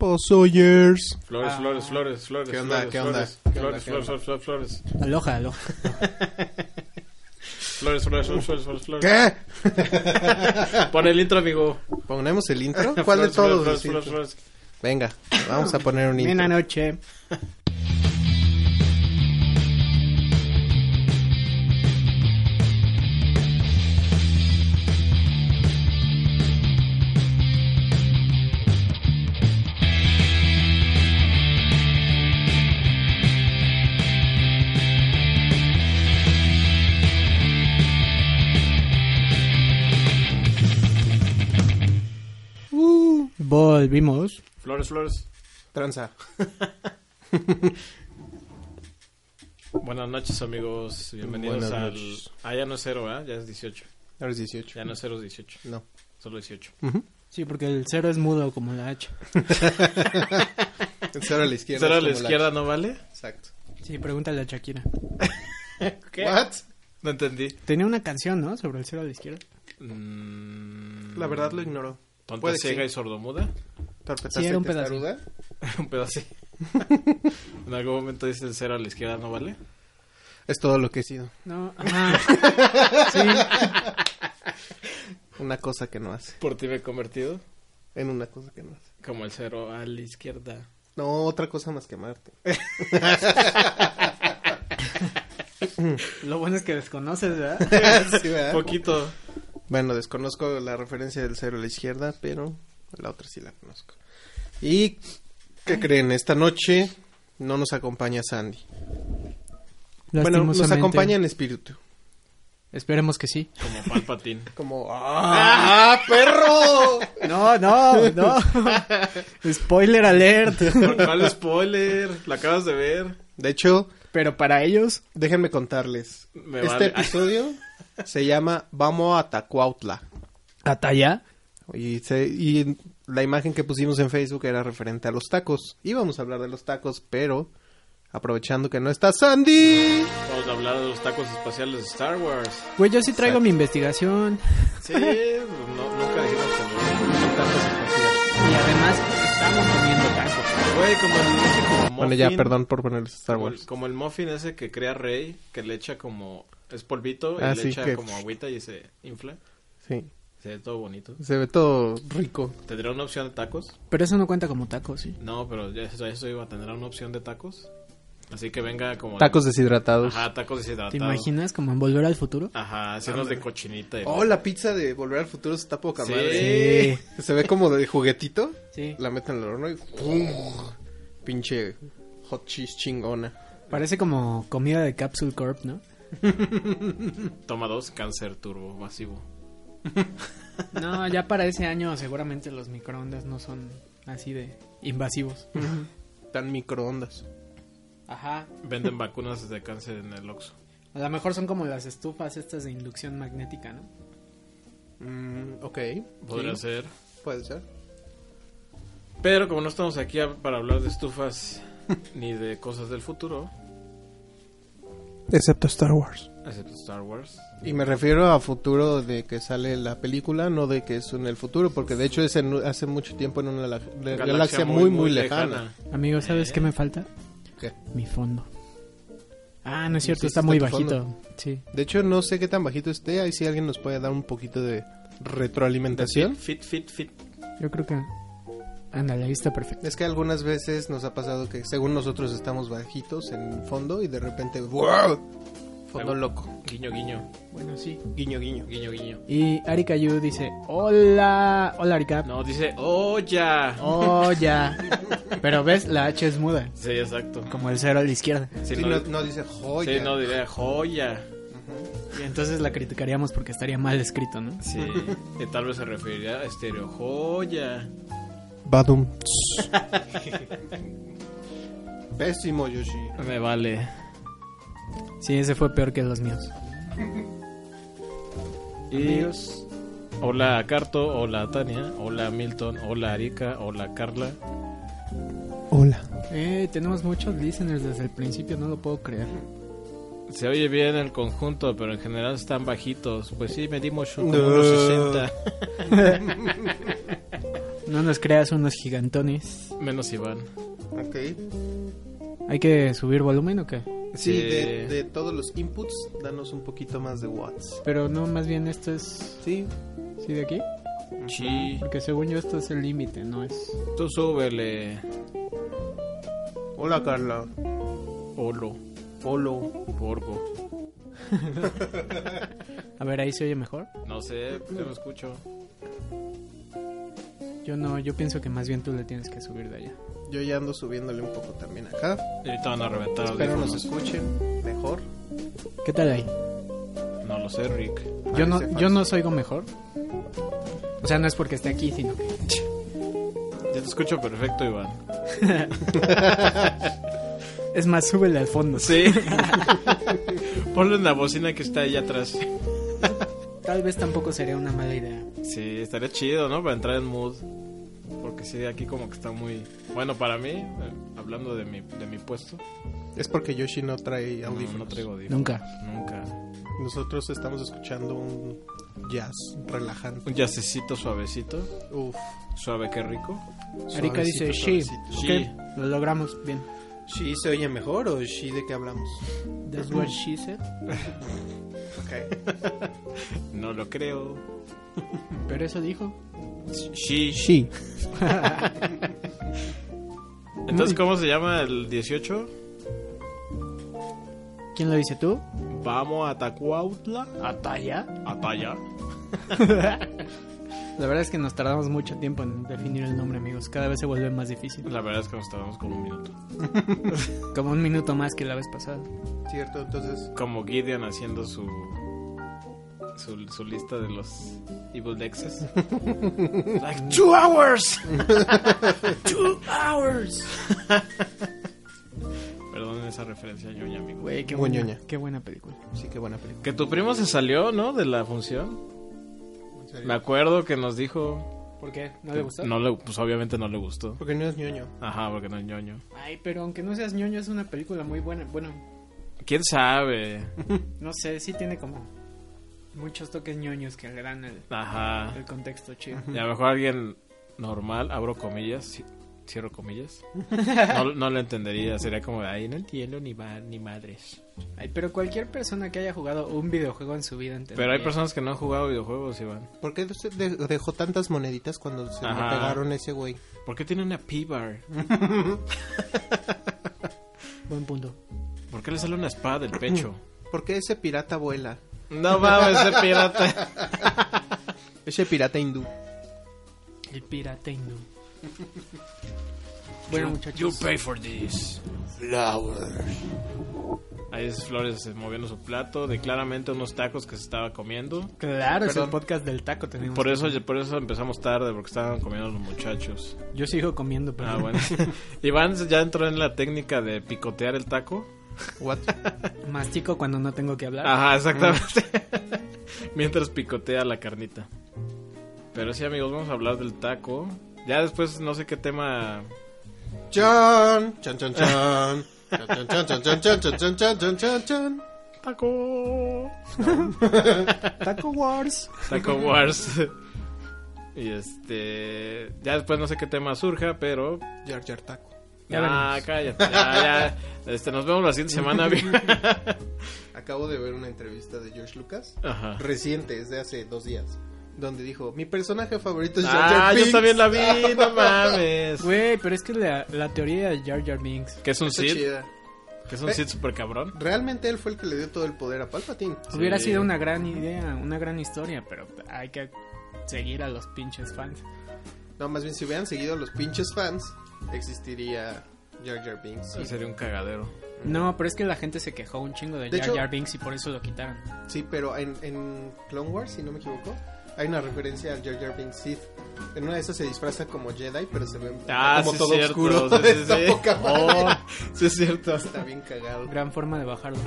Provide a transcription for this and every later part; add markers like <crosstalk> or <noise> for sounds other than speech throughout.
los Sawyers. Flores, Ah. flores, flores, flores. ¿Qué onda? flores, ¿Qué onda? flores, ¿Qué onda? Flores, ¿Qué flores, onda? flores, flores, flores. Aloja, aloja. Flores, flores, flores, flores, flores, flores. ¿Qué? Pon el intro, amigo. ¿Ponemos el intro? ¿Cuál de Flores, flores, todos? flores, Sí. flores, flores. Venga, vamos a poner un Buena intro. noche. Uh, volvimos. Flores, flores. Tranza. Buenas noches, amigos. Bienvenidos Buenas al. noches. Ah, ya no es cero, ¿eh? Ya es 18. Ahora es 18. Ya no es cero, es 18. No. Solo 18. Sí, porque el cero es mudo como la H. El cero a la izquierda. ¿Cero a es la como izquierda no vale? Exacto. Sí, pregúntale a Shakira. ¿Qué? ¿What? No entendí. Tenía una canción, ¿no? Sobre el cero a la izquierda. Mm, La verdad lo ignoró. ¿Tonta, Puede que ciega sí. y sordomuda? <laughs> ¿Torpetaste Sí, era un pedazo. testaruda? Un pedo <laughs> así. en algún momento dice el cero a la izquierda no vale. Es todo lo que he sido. No, ajá. <laughs> Una cosa que no hace. Por ti me he convertido. En una cosa que no hace. Como el cero a la izquierda. No, otra cosa más que amarte. Lo bueno es que desconoces, ¿verdad? <laughs> Sí, ¿verdad? Poquito. Bueno, desconozco la referencia del cero a la izquierda, pero la otra sí la conozco. ¿Y qué creen? Esta noche no nos acompaña Sandy. Bueno, nos Lastimosamente. acompaña en espíritu. Esperemos que sí. Como palpatín. Como, <laughs> ¡ah, perro! <laughs> No, no, no. Spoiler alert. <laughs> ¿Cuál spoiler? ¿La acabas de ver? De hecho, Pero para ellos, déjenme contarles. Me este vale. <laughs> episodio se llama Vamos a Tacuautla. Ataya. Y, se- y la imagen que pusimos en Facebook era referente a los tacos. Íbamos a hablar de los tacos, pero aprovechando que no está Sandy. Vamos a hablar de los tacos espaciales de Star Wars. Güey, yo sí traigo Exacto. mi investigación. Sí, no, nunca dijimos que no. Tacos espaciales. Y además, estamos comiendo tacos. Güey, como el ese como Bueno, ya, muffin, perdón por ponerles Star Como el, Wars. como el muffin ese que crea Rey, que le echa como... Es polvito y Ah, le sí, echa que- como agüita y se infla. Sí, Se ve todo bonito. se ve todo rico. ¿Tendría una opción de tacos? Pero eso no cuenta como tacos, sí. No, pero ya eso, eso iba a tener una opción de tacos. Así que venga como... Tacos deshidratados. Ajá, tacos deshidratados. ¿Te imaginas como en Volver al Futuro? Ajá, hacernos de cochinita. y- Oh, la pizza de Volver al Futuro está poca Sí. madre. Se ve como de juguetito. Sí. La meten al horno y ¡pum! Pinche hot cheese chingona. Parece como comida de Capsule Corp, ¿no? Toma dos, cáncer turbo masivo. No, ya para ese año seguramente los microondas no son así de invasivos. Tan microondas. Ajá. Venden vacunas de cáncer en el Oxxo. A lo mejor son como las estufas estas de inducción magnética, ¿no? Mm, ok. Podría Sí, ser. Puede ser. Pero como no estamos aquí a- para hablar de estufas <laughs> ni de cosas del futuro, Excepto Star Wars. excepto Star Wars. Y me refiero a futuro de que sale la película, no de que es en el futuro, porque de hecho es en- hace mucho tiempo en una la- la- galaxia, muy, muy, lejana. Amigo, ¿sabes qué me falta? ¿Qué? Mi fondo. Ah, no es cierto, Sí, sí está está muy tu bajito. Sí. De hecho, no sé qué tan bajito esté. Ahí si alguien nos puede dar un poquito de retroalimentación. Fit, fit, fit. Yo creo que. Ándale, ahí está perfecto. Es que algunas veces nos ha pasado que según nosotros estamos bajitos en fondo y de repente ¡wow! Fondo Ahí- loco. Guiño, guiño. Bueno, sí. Guiño, guiño. Guiño, guiño. Y Arika Yu dice: Hola, hola Arika. No, dice, ¡oh, ya! Oh, <laughs> ya. Pero ves, la H es muda. Sí, exacto. Como el cero a la izquierda. Si Sí, no, no, sí, no dice joya. no diría, ¡joya! Y entonces la criticaríamos porque estaría mal escrito, ¿no? <laughs> Sí. y tal vez se referiría a estereo, ¡joya! Badum. <laughs> Pésimo, Yoshi. Me vale. Sí, ese fue peor que los míos. Y hola Carto, hola Tania, hola Milton, hola Arica, hola Carla. Hola. Eh, tenemos muchos listeners desde el principio, no lo puedo creer. Se oye bien el conjunto, pero en general están bajitos. Pues sí, medimos como No. unos 60. No nos creas unos gigantones. <laughs> Menos Iván. Ok. ¿Hay que subir volumen o qué? Sí, Eh. de, de todos los inputs, danos un poquito más de watts. Pero no, más bien esto es... Sí. ¿Sí de aquí? Sí. Porque según yo esto es el límite, no es... Tú súbele. Hola, Carla. Olo. Olo. Borgo. A ver, ahí se oye mejor. No sé, yo no escucho. Yo no, yo pienso que más bien tú le tienes que subir de allá. Yo ya ando subiéndole un poco también acá. Y ahorita van a reventar Espero nos audífonos. escuchen mejor. ¿Qué tal ahí? No lo sé, Rick. Yo no, Parece yo falso. no os oigo mejor. O sea, no es porque esté aquí, sino que... Yo te escucho perfecto, Iván. Es más, súbele al fondo. <laughs> Sí. Ponlo en la bocina que está allá atrás. Tal vez tampoco sería una mala idea. Sí, estaría chido, ¿no? Para entrar en mood. Porque sí, aquí como que está muy... Bueno, para mí, eh, hablando de mi, de mi puesto, Es porque Yoshi Mm, no trae no, audífonos. no traigo audífonos. Nunca. Nunca. Nosotros estamos escuchando un jazz relajante. Un yacecito suavecito. Uf. Suave, qué rico. Erika dice, sí, suavecito, sí. ok, lo logramos, bien. suavecito. ¿She se oye mejor o she de qué hablamos? That's what she said. Ok. No lo creo. Pero eso dijo. Sí. Sí. <laughs> Entonces, ¿cómo se llama el 18? ¿Quién lo dice tú? Vamos a Tacuautla. Ataya. Ataya. La verdad es que nos tardamos mucho tiempo en definir el nombre, amigos. Cada vez se vuelve más difícil. La verdad es que nos tardamos como un minuto. Como un minuto más que la vez pasada. Cierto, entonces. Como Gideon haciendo su... Su, su lista de los <laughs> Evil Dexes. like, two hours. <laughs> two hours. Perdón esa referencia ñoña, amigo. Güey, qué Muy buena, ñoña. qué buena película. Sí, qué buena película. Que tu primo se salió, ¿no? De la función. ¿En serio? Me acuerdo que nos dijo... ¿Por qué? ¿No le gustó? No le, pues obviamente no le gustó. Porque no es ñoño. Ajá, porque no es ñoño. Ay, pero aunque no seas ñoño, es una película muy buena. Bueno, ¿Quién sabe? no sé, sí tiene como muchos toques ñoños que le dan el, Ajá. el contexto chido. Y a lo mejor alguien normal, abro comillas, ci- cierro <laughs> comillas, no, no lo entendería. Sería como, ahí no entiendo ni, ma- ni madres. Ay, pero cualquier persona que haya jugado un videojuego en su vida entendería. Pero hay personas que no han jugado videojuegos, Iván. ¿Por qué se de- dejó tantas moneditas cuando se le Ajá. pegaron a ese güey? ¿Por qué tiene una <laughs> P-Bar? Buen punto. ¿Por qué le sale una espada del pecho? ¿Por qué ese pirata vuela? <laughs> No mames, ese pirata. Ese pirata hindú. El pirata hindú. bueno, You muchachos. pay for this. Ahí es Flores eh, moviendo su plato, de claramente unos tacos que se estaba comiendo. Claro, es Perdón. el podcast del taco. Tenemos Por que- eso, por eso empezamos tarde, porque estaban comiendo los muchachos. Yo sigo comiendo, pero. <laughs> Ah, bueno. Iván ya entró en la técnica de picotear el taco. What? Mastico cuando no tengo que hablar. Ajá, exactamente. <laughs> Mientras picotea la carnita. Pero sí, amigos, vamos a hablar del taco. Ya después no sé qué tema... Chan, chan, chan, chan. Chan, chan, chan, chan, chan, chan, chan, chan, chan, chan, chan. Taco. Taco Wars. Taco Wars. y este... Ya después no sé qué tema surja, pero... Jar Jar Taco. Ya ah, veremos. cállate. Ya, ya. Este, nos vemos la siguiente semana. bien. Acabo de ver una entrevista de George Lucas. Ajá. Reciente, es de hace dos días. Donde dijo, mi personaje favorito es Jar Jar Ah, yo Binks". también la vi, no mames. <laughs> Güey, pero es que la, la teoría de Jar Jar Binks. Que es un Está Sith, chida. que es un Sith super cabrón. Realmente él fue el que le dio todo el poder a Palpatine. Sí. Hubiera sido una gran idea, una gran historia, pero hay que seguir a los pinches fans. No, más bien si hubieran seguido a los pinches fans, existiría Jar Jar Binks. Sí, sería un cagadero. No, pero es que la gente se quejó un chingo de, De Jar hecho- Jar Binks y por eso lo quitaron. Sí, pero en, en Clone Wars, si no me equivoco, hay una referencia al Jar Jar Binks Sith. En una de esas se disfraza como Jedi, pero se ve Ah, como sí, todo es cierto. oscuro. Sí, sí, <laughs> Está sí. poca madre. Oh, sí, es cierto. Está bien cagado. Gran forma de bajarlo.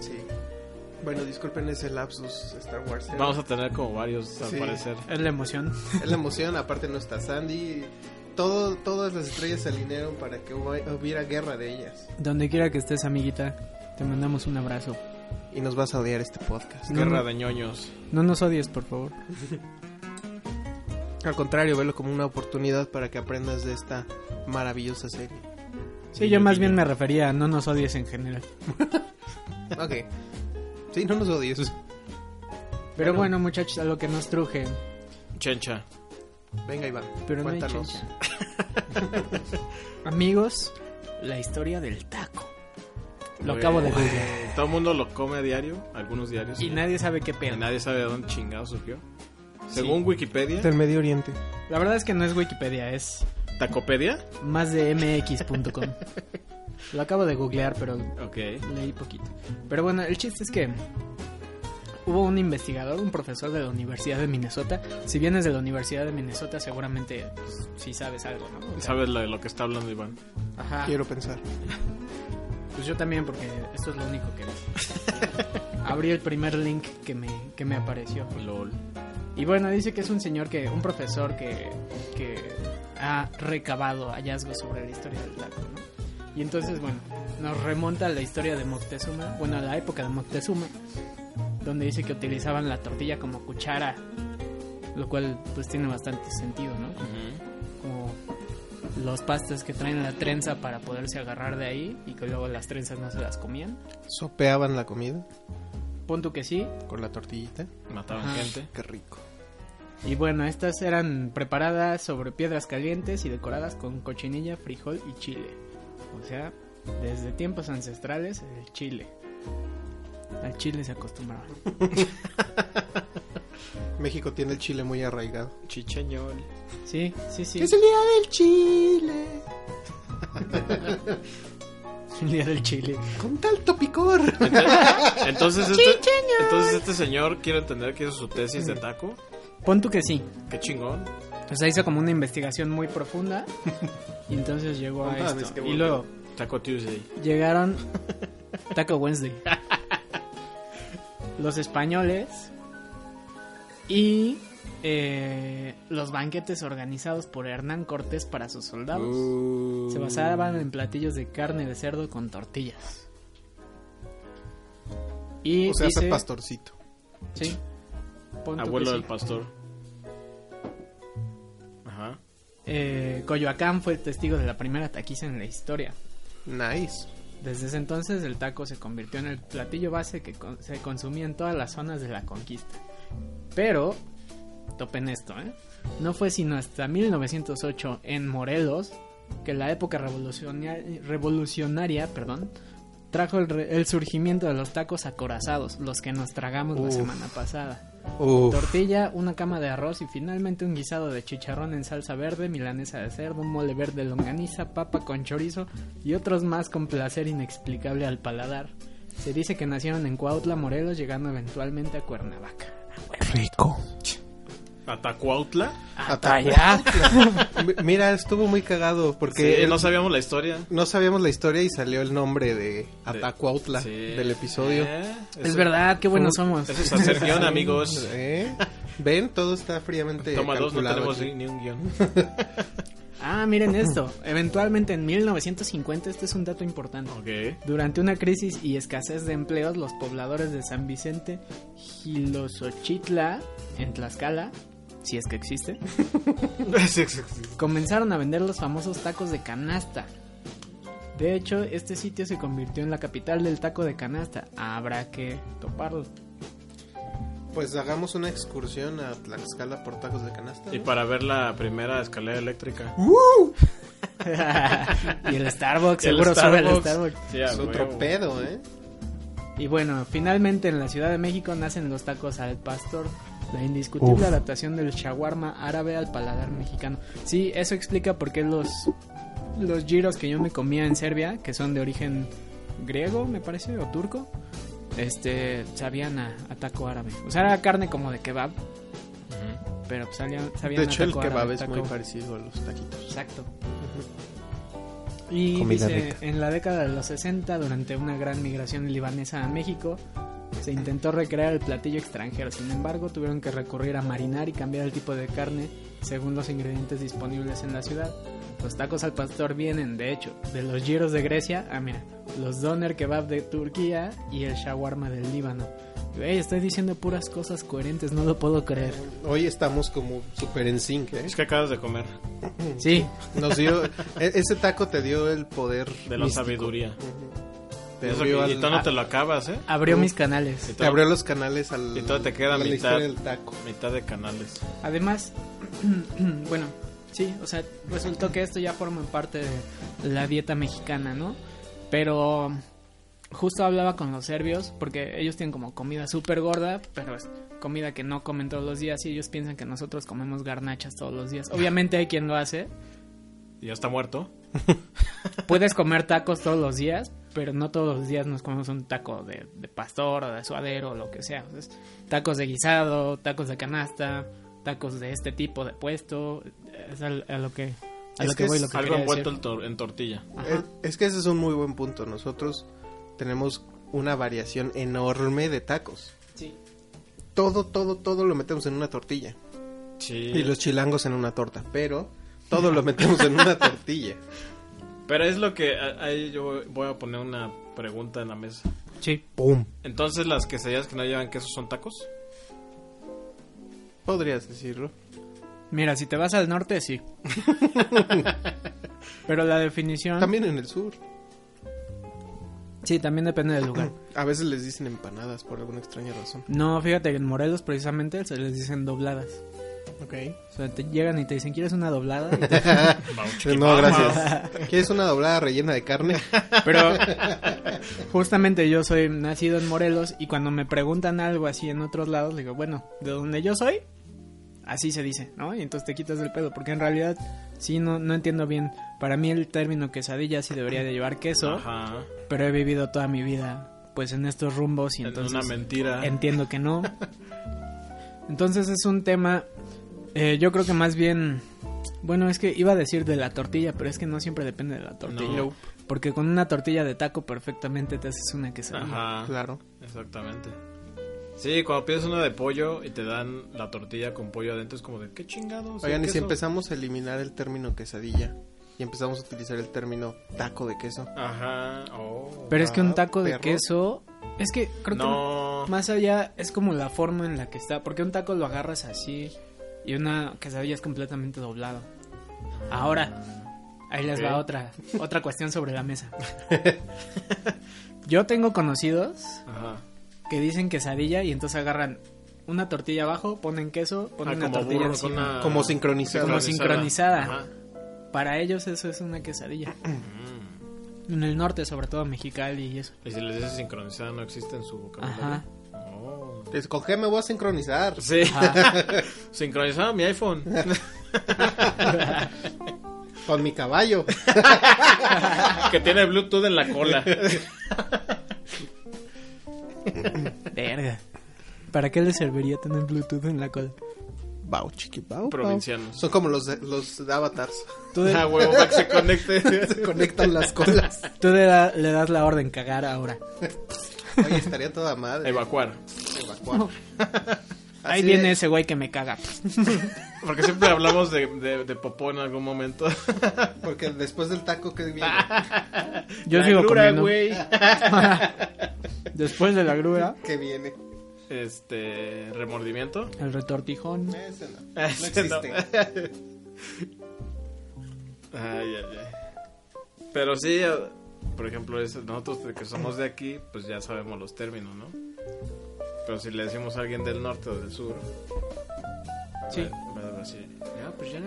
Sí. Bueno, disculpen ese lapsus Star Wars. ¿eh? Vamos a tener como varios, al Sí. parecer. Es la emoción. Es la emoción, aparte no está Sandy. Todo, todas las estrellas se alinearon para que hubo- hubiera guerra de ellas. Donde quiera que estés, amiguita, te mandamos un abrazo. Y nos vas a odiar este podcast. No, Guerra no, de ñoños. no nos odies, por favor. Al contrario, velo como una oportunidad para que aprendas de esta maravillosa serie. Sí, yo más bien me refería a no nos odies en general. Ok. Sí, no nos odies. Pero Bueno. bueno, muchachos, a lo que nos truje. Chencha. Venga, Iván, Pero no hay cuéntanos. chencha. <laughs> Amigos, la historia del taco. Lo Güey, acabo de güey. ver. Todo el mundo lo come a diario, algunos diarios. Y nadie sabe qué Y pedo. nadie sabe de dónde chingado surgió. Según Wikipedia, Del Medio Oriente. La verdad es que no es Wikipedia, es Tacopedia. más de mx.com. lo acabo de googlear, pero Ok. leí poquito. Pero bueno, el chiste es que hubo un investigador, un profesor de la Universidad de Minnesota. Si vienes de la Universidad de Minnesota, seguramente pues, sí sabes algo, ¿no? O sea, ¿Sabes lo de lo que está hablando Iván? Ajá. Quiero pensar. Pues yo también, porque esto es lo único que Abrí el primer link que me, que me apareció. LOL. Y bueno, dice que es un señor que, un profesor que, que ha recabado hallazgos sobre la historia del lago, ¿no? Y entonces, bueno, nos remonta a la historia de Moctezuma, bueno, a la época de Moctezuma, donde dice que utilizaban la tortilla como cuchara, lo cual pues tiene bastante sentido, ¿no? Como los pastos que traen la trenza para poderse agarrar de ahí y que luego las trenzas no se las comían. Sopeaban la comida Punto que sí, con la tortillita. Mataban Ajá. gente. Qué rico. Y bueno, estas eran preparadas sobre piedras calientes y decoradas con cochinilla, frijol y chile. O sea, desde tiempos ancestrales el chile. Al chile se acostumbraba. México tiene el chile muy arraigado. Chicheñol. Sí, sí, sí. el día del chile. <laughs> El día del chile. Con tanto picor. Entonces este, entonces este señor quiere entender que hizo su tesis de taco. Pon tú que sí. Qué chingón. O sea, hizo como una investigación muy profunda. Y entonces llegó a No mames, qué esto. Y bueno. luego Taco Tuesday. llegaron Taco Wednesday. Los españoles y eh, los banquetes organizados por Hernán Cortés para sus soldados. Uh. Se basaban en platillos de carne de cerdo con tortillas. Y O sea, hace dice- pastorcito. sí, pon tú que Abuelo sí. del pastor. Ajá. Eh, Coyoacán fue testigo de la primera taquiza en la historia. Nice. Desde ese entonces el taco se convirtió en el platillo base que con- se consumía en todas las zonas de la conquista. Pero, topen esto, ¿eh? No fue sino hasta 1908 en Morelos que la época revolucionaria, revolucionaria perdón, trajo el, re- el surgimiento de los tacos acorazados, los que nos tragamos la Uf. semana pasada. Uf. Tortilla, una cama de arroz y finalmente un guisado de chicharrón en salsa verde, milanesa de cerdo, un mole verde longaniza, papa con chorizo y otros más con placer inexplicable al paladar. Se dice que nacieron en Cuautla, Morelos, llegando eventualmente a Cuernavaca. rico. Atacuautla. Ah, Hasta <laughs> Mi- Mira, estuvo muy cagado porque Sí, el- no sabíamos la historia. no sabíamos la historia y salió el nombre de Atacuautla Sí. del episodio. Este Eh, Es eso- verdad, qué buenos somos. Eso es hacer <laughs> guión, amigos. ¿Eh? ¿Ven? Todo está fríamente pues, Toma dos, no calculado tenemos aquí. ni, ni un guión. <laughs> <laughs> Ah, miren esto. Eventualmente en 1950, este es un dato importante. Ok. Durante una crisis y escasez de empleos, los pobladores de San Vicente, Gilosochitla, en Tlaxcala, si es que existe, comenzaron a vender los famosos tacos de canasta. De hecho, este sitio se convirtió en la capital del taco de canasta. Habrá que toparlo. <laughs> Pues hagamos una excursión a Tlaxcala por tacos de canasta. Y ¿no? para ver la primera escalera eléctrica. Uh, y el Starbucks, Y el seguro sube el Starbucks. Starbucks. Sí, a Es otro huevo. pedo, ¿eh? Y bueno, finalmente en la Ciudad de México nacen los tacos al pastor, la indiscutible adaptación del shawarma árabe al paladar mexicano. Sí, eso explica por qué los los giros que yo me comía en Serbia, que son de origen griego, me parece, o turco, este, sabían a, a taco árabe. O sea, era carne como de kebab, Ujú. pero pues sabían, sabían De hecho, a el taco árabe, kebab es taco- muy parecido a los taquitos. Exacto. Y Comida dice, rica. en la década de los 60, durante una gran migración libanesa a México, se intentó recrear el platillo extranjero. Sin embargo, tuvieron que recurrir a marinar y cambiar el tipo de carne según los ingredientes disponibles en la ciudad. Los tacos al pastor vienen, de hecho, de los giros de Grecia, ah mira, los doner kebab de Turquía y el shawarma del Líbano. Güey, estoy diciendo puras cosas coherentes, no lo puedo creer. <laughs> Hoy estamos como súper en sync, ¿eh? Es que acabas de comer. Sí, Nos dio, e- ese taco te dio el poder. De la sabiduría. Te Eso abrió, que- y al- tú no te lo acabas, ¿eh? abrió mis canales. te abrió los canales al, Y todo te queda a la mitad. historia del taco. Mitad de canales. Además, <clears throat> bueno, sí, o sea, resultó que esto ya forma parte de la dieta mexicana, ¿no? Pero justo hablaba con los serbios, porque ellos tienen como comida súper gorda, pero es comida que no comen todos los días y ellos piensan que nosotros comemos garnachas todos los días. Obviamente hay quien lo hace. Y ya está muerto. Puedes comer tacos todos los días, pero no todos los días nos comemos un taco de, de pastor o de suadero o lo que sea. O sea, es tacos de guisado, tacos de canasta, tacos de este tipo de puesto. Es al- a, lo que, a Es lo que, que voy, es lo que Algo quería envuelto decir. en, tor- en tortilla. Ajá. Eh, Es que ese es un muy buen punto. Nosotros tenemos una variación enorme de tacos. Sí. Todo, todo, todo lo metemos en una tortilla. Sí. Y los chilangos en una torta. Pero todo <laughs> lo metemos en una tortilla. Pero es lo que a- ahí yo voy a poner una pregunta en la mesa. Sí. ¡Pum! Entonces, las quesadillas que no llevan queso son tacos. Podrías decirlo. Mira, si te vas al norte, <laughs> sí. pero la definición... También en el sur. Sí, también depende del lugar. A veces les dicen empanadas por alguna extraña razón. No, fíjate que en Morelos precisamente se les dicen dobladas. Ok. O sea, te llegan y te dicen, ¿quieres una doblada? Y te- Eh, No, gracias. <laughs> ¿Quieres una doblada rellena de carne? Pero <laughs> justamente yo soy nacido en Morelos y cuando me preguntan algo así en otros lados, le digo, bueno, de donde yo soy, así se dice, ¿no? Y entonces te quitas del pedo, porque en realidad sí, no, no entiendo bien. Para mí el término quesadilla sí debería de llevar queso, Ajá. pero he vivido toda mi vida pues en estos rumbos y En entonces... una mentira. Entiendo que no. Entonces es un tema, eh, yo creo que más bien, bueno, es que iba a decir de la tortilla, pero es que no siempre depende de la tortilla. No. Porque con una tortilla de taco perfectamente te haces una quesadilla. Ajá. Claro. Exactamente. Sí, cuando pides una de pollo y te dan la tortilla con pollo adentro, es como de qué chingados. Oigan, ¿El y si queso? empezamos a eliminar el término quesadilla y empezamos a utilizar el término taco de queso. Ajá. Oh. Pero es que un Ah, taco de perro. queso, es que creo no. que más allá es como la forma en la que está, porque un taco lo agarras así y una quesadilla es completamente doblado. Ahora, ahí les va Ok. <laughs> otra, otra cuestión sobre la mesa. Yo tengo conocidos Ajá. que dicen quesadilla y entonces agarran una tortilla abajo, ponen queso, ponen Ah, una como tortilla burro con encima. una- Como sincronizado. Como sincronizada. Ajá. Para ellos eso es una quesadilla. Mm. En el norte, sobre todo Mexicali y eso. Y si les dices sincronizada, no existe en su vocabulario. Oh. Escoge, me voy a sincronizar. Sí. sincronizada mi iPhone. Con mi caballo. que tiene Bluetooth en la cola. Verga. ¿Para qué les serviría tener Bluetooth en la cola? Bau, chiqui, bau, bau. Provincianos. Son como los, los avatars. <laughs> Tú, de- Ah, huevo, para que se conecte. Se conectan las colas. tú le, da- le das la orden cagar ahora. Oye, estaría toda madre. Evacuar. <laughs> Evacuar. Ahí Así viene de- ese güey que me caga. Porque siempre hablamos de, de, de popó en algún momento. Porque después del taco que viene. Yo La sigo grura, comiendo. güey. Después de la grúa, Que viene. Este. Remordimiento. el retortijón. Ese no. No Ese no. existe. Ay, ay, ay. Pero sí, eh, por ejemplo, es- nosotros que somos de aquí, pues ya sabemos los términos, ¿no? Pero si le decimos a alguien del norte o del sur, Sí. va- va a decir, ya, pues ya no,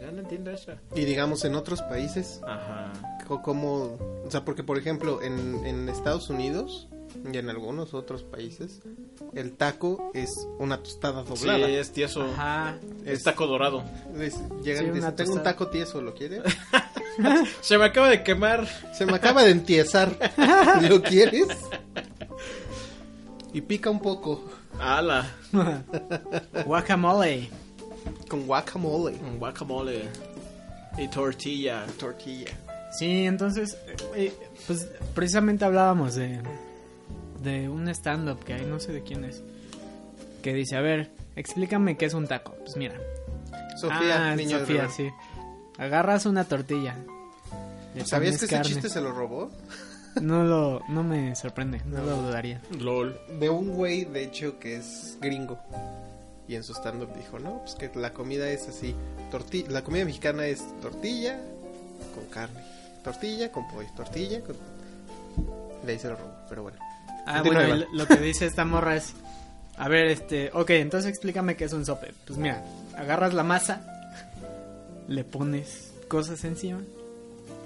ya no entiendo eso. Y digamos, en otros países, Ajá. co- como. O sea, porque por ejemplo, en, en Estados Unidos y en algunos otros países, el taco es una tostada doblada. Sí, es tieso. Ajá. Es taco dorado. Les- llegan Sí, y una dicen, tengo un tostada". taco tieso, ¿lo quieres? Se me acaba de quemar. Se me acaba de <laughs> entiesar. ¿Lo quieres? Y pica un poco. Ala. Guacamole. Con guacamole. Un guacamole. Y tortilla. Tortilla. Sí, entonces, eh, eh, pues precisamente hablábamos de, de un stand-up que hay, no sé de quién es, que dice, a ver, explícame qué es un taco. Pues mira, Sofía, ah, niño de Sofía, Rivera. sí. Agarras una tortilla. le ¿Sabías pones que ese carne. chiste se lo robó? No lo, no me sorprende, no, lo dudaría. LOL. De un güey, de hecho, que es gringo. Y en su stand-up dijo, no, pues que la comida es así. torti- la comida mexicana es tortilla con carne. Tortilla con pollo. Tortilla con... De ahí se lo robó, pero bueno. Ah, Continúa, bueno, Iván. el- lo que dice esta morra es, a ver, este, ok, entonces explícame qué es un sope. Pues mira, agarras la masa, le pones cosas encima.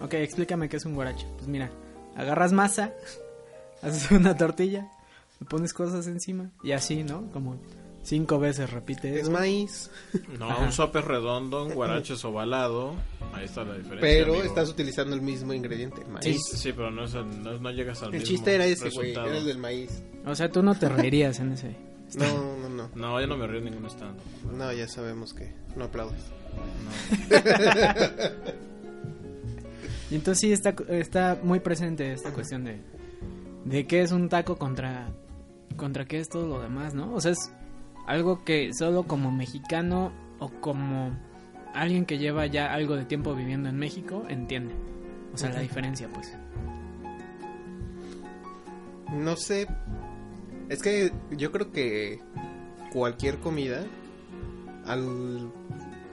Ok, explícame qué es un guaracho. Pues mira, agarras masa, <laughs> haces una tortilla, le pones cosas encima y así, ¿no? Como cinco veces repite Es eso. maíz, No, Ajá. un sope es redondo, un guaracho es ovalado. Ahí está la diferencia. pero amigo. estás utilizando el mismo ingrediente, maíz. Sí, sí, pero no, es el- no, no llegas al El mismo chiste era ese, güey, resultado. era el del maíz. O sea, tú no te reirías en ese. No, no, no. No, yo no me río en ningún stand. No, ya sabemos que no aplaudes. No. Y entonces sí está, está muy presente esta cuestión de, de qué es un taco contra, contra qué es todo lo demás, ¿no? O sea, es algo que solo como mexicano o como alguien que lleva ya algo de tiempo viviendo en México entiende. O sea, la Ujú. diferencia, pues. No sé. Es que yo creo que cualquier comida, al,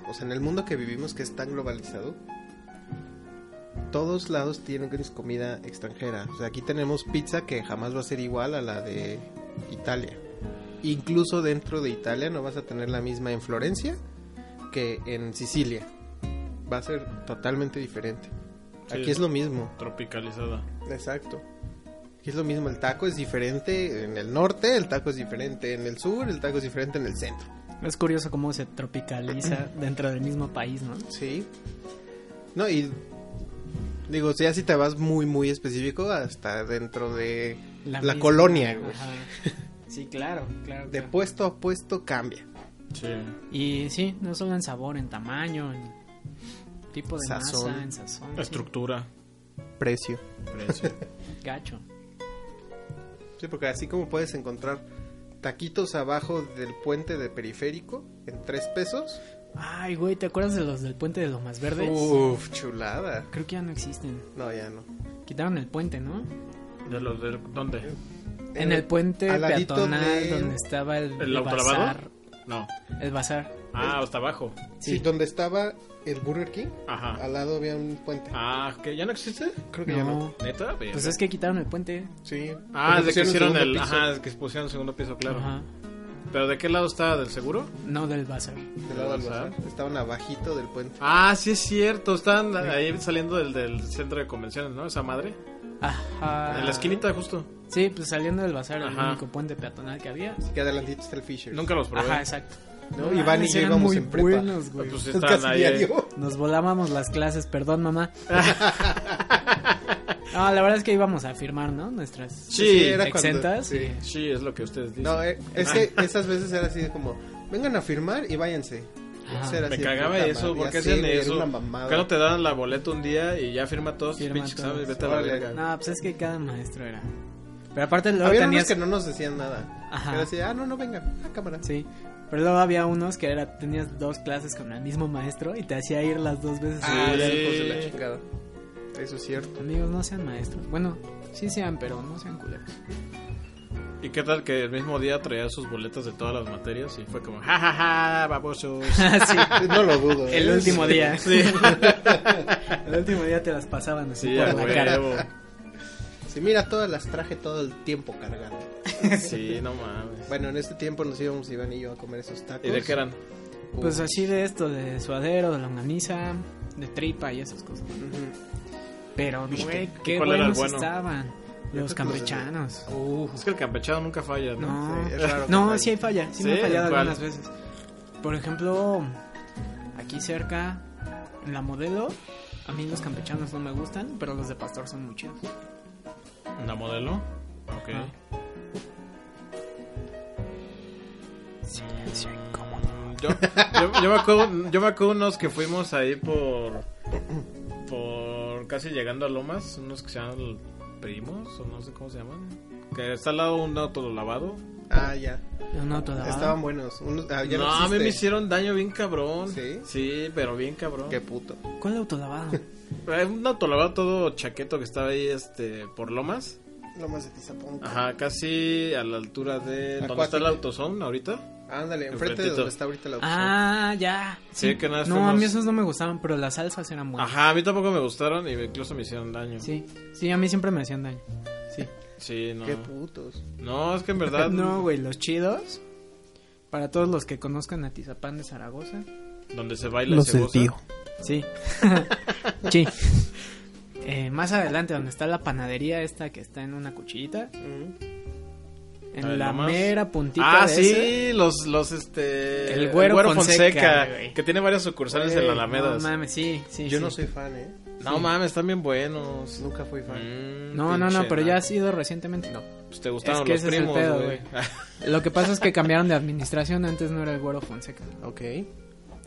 o sea, en el mundo que vivimos que es tan globalizado, todos lados tienen comida extranjera. O sea, aquí tenemos pizza que jamás va a ser igual a la de Italia. Incluso dentro de Italia no vas a tener la misma en Florencia que en Sicilia. Va a ser totalmente diferente. Sí. Aquí es lo mismo. Tropicalizada. Exacto. Y es lo mismo, el taco es diferente en el norte, el taco es diferente en el sur, el taco es diferente en el centro. Es curioso cómo se tropicaliza dentro del mismo país, ¿no? Sí. No, y digo, ya si te vas muy, muy específico, hasta dentro de la, misma- colonia, güey. Ajá. <laughs> Sí, claro, claro. De claro. puesto a puesto cambia. Sí. Y sí, no solo en sabor, en tamaño, en tipo de Sazón. masa, en sazón. sí. Estructura. Precio. Precio. Gacho. Sí, porque así como puedes encontrar taquitos abajo del puente de periférico en tres pesos. Ay, güey, ¿te acuerdas de los del puente de Lomas Verdes? Uf, chulada. Creo que ya no existen. No, ya no. Quitaron el puente, ¿no? ¿De los de dónde? En Eh, el puente al ladito peatonal de- donde estaba el, ¿El autolavado? bazar. No. El bazar. Ah, hasta abajo. Sí, Sí. donde estaba el Burger King. Ajá. Al lado había un puente. Ah, que ya no existe. Creo que No, ya no. ¿Neta? pues es que quitaron el puente. Sí. Ah, de Porque que pusieron hicieron el. segundo piso Ajá, de que pusieron segundo piso, claro. Ajá. ¿Pero de qué lado estaba? ¿Del seguro? No del bazar. del lado del Ajá. bazar. Estaban abajito del puente. Ah, sí es cierto. Estaban ahí saliendo del, del centro de convenciones, ¿no? Esa madre. Ajá. En la esquinita, justo. Sí, pues saliendo del bazar, el Ajá. único puente peatonal que había. Así que adelantito está el Fisher. <laughs> Nunca los probé. Ajá, exacto. No, Iván y mames, yo eran íbamos muy en prepa. buenos, güey. Pues Pues estaban casi ahí. eh. diario. Nos volábamos las clases, perdón, <laughs> mamá. no, la verdad es que íbamos a firmar, ¿no? Nuestras Sí, era cuando- exentas. sí. y- Sí, es lo que ustedes dicen. No, eh, es que Ah. esas veces era así de como, vengan a firmar y váyanse. Eso era Ah, Me así de cagaba puta eso, madre, ¿por qué así, hacían güey, era eso? una ¿Por qué no mamada. te dan la boleta un día y ya firma todos tus Firma pinches todos. exámenes? Vete a la Órale. verga. No, pues es que cada maestro era. Pero aparte luego Había unos tenías que no nos decían nada. Ajá. Era así, ah, no, no, vengan, ah, cámara. Sí. Pero luego había unos que era tenías dos clases con el mismo maestro y te hacía ir las dos veces. Ah, Sí. eran hijos de la chingada. Eso es cierto. Amigos, no sean maestros. Bueno, sí sean, pero no sean culeros. ¿Y qué tal que el mismo día traía sus boletas de todas las materias y fue como, jajaja, ja, ja, <laughs> babosos? sí. <laughs> No lo dudo. El ¿eh? último día. Sí, <laughs> El último día te las pasaban así sí, por a la cara. huevo. Sí, mira, todas las traje todo el tiempo cargando. Sí, no <laughs> mames. Bueno, en este tiempo nos íbamos Iván y yo a comer esos tacos. ¿Y de qué eran? Uf. Pues así de esto, de suadero, de longaniza, de tripa y esas cosas. Ujú. Pero, güey, qué cuál era el buenos bueno? estaban. Yo Los creo que los de- campechanos. Es que el campechado nunca falla, ¿no? No, eh, Sí, es raro que no falle. sí hay falla, sí, me Sí, ha fallado ¿cuál? algunas veces. Por ejemplo, aquí cerca, en la modelo, a mí los campechanos no me gustan, pero los de pastor son muy chidos. ¿Una modelo? Ok. Ajá. Silencio incómodo. Mm, <laughs> Yo, yo, yo me acuerdo, yo me acuerdo unos que fuimos ahí por. por casi llegando a Lomas, unos que se llaman primos, o no sé cómo se llaman. Que está al lado un auto lavado Ah, ya. Un auto de Estaban buenos. Unos- ah, ya no, no, a mí me existe. hicieron daño bien cabrón. ¿Sí? Sí, pero bien cabrón. Qué puto. ¿Cuál auto lavado? Eh, Un autolavado todo chaqueto que estaba ahí este por Lomas. Lomas de Tizapón. Ajá, casi a la altura de donde está el Acuático. AutoZone ahorita. Ándale, enfrente de Enfrentito. donde está ahorita la opción. ah, ya. Sí, que nada, No, fuimos- a mí esos no me gustaban, pero las salsas eran buenas. Ajá, a mí tampoco me gustaron y incluso me hicieron daño. Sí, sí, a mí siempre me hacían daño. Sí. Sí, no. Qué putos. No, es que en <laughs> verdad No, güey, los chidos. Para todos los que conozcan a Tizapán de Zaragoza. donde se baila y se goza. <laughs> Sí. sí. Eh, más adelante, donde está la panadería esta que está en una cuchillita. Mm. A ver, En la nomás. mera puntita Ah, de sí, ese. los los este El Güero Fonseca, güey. que tiene varias sucursales en la Güey, Alameda. No mames, sí, sí. Yo sí. no soy fan, ¿eh? No mames, están bien buenos. Nunca fui fan. Mm, No, no, no, pinche pero naco. ya ha sido recientemente. No. Pues te gustaron Es que los ese es el primos, pedo, güey. <laughs> güey. Lo que pasa es que cambiaron de administración. Antes no era el Güero Fonseca. Mm. Ok. Ah, Era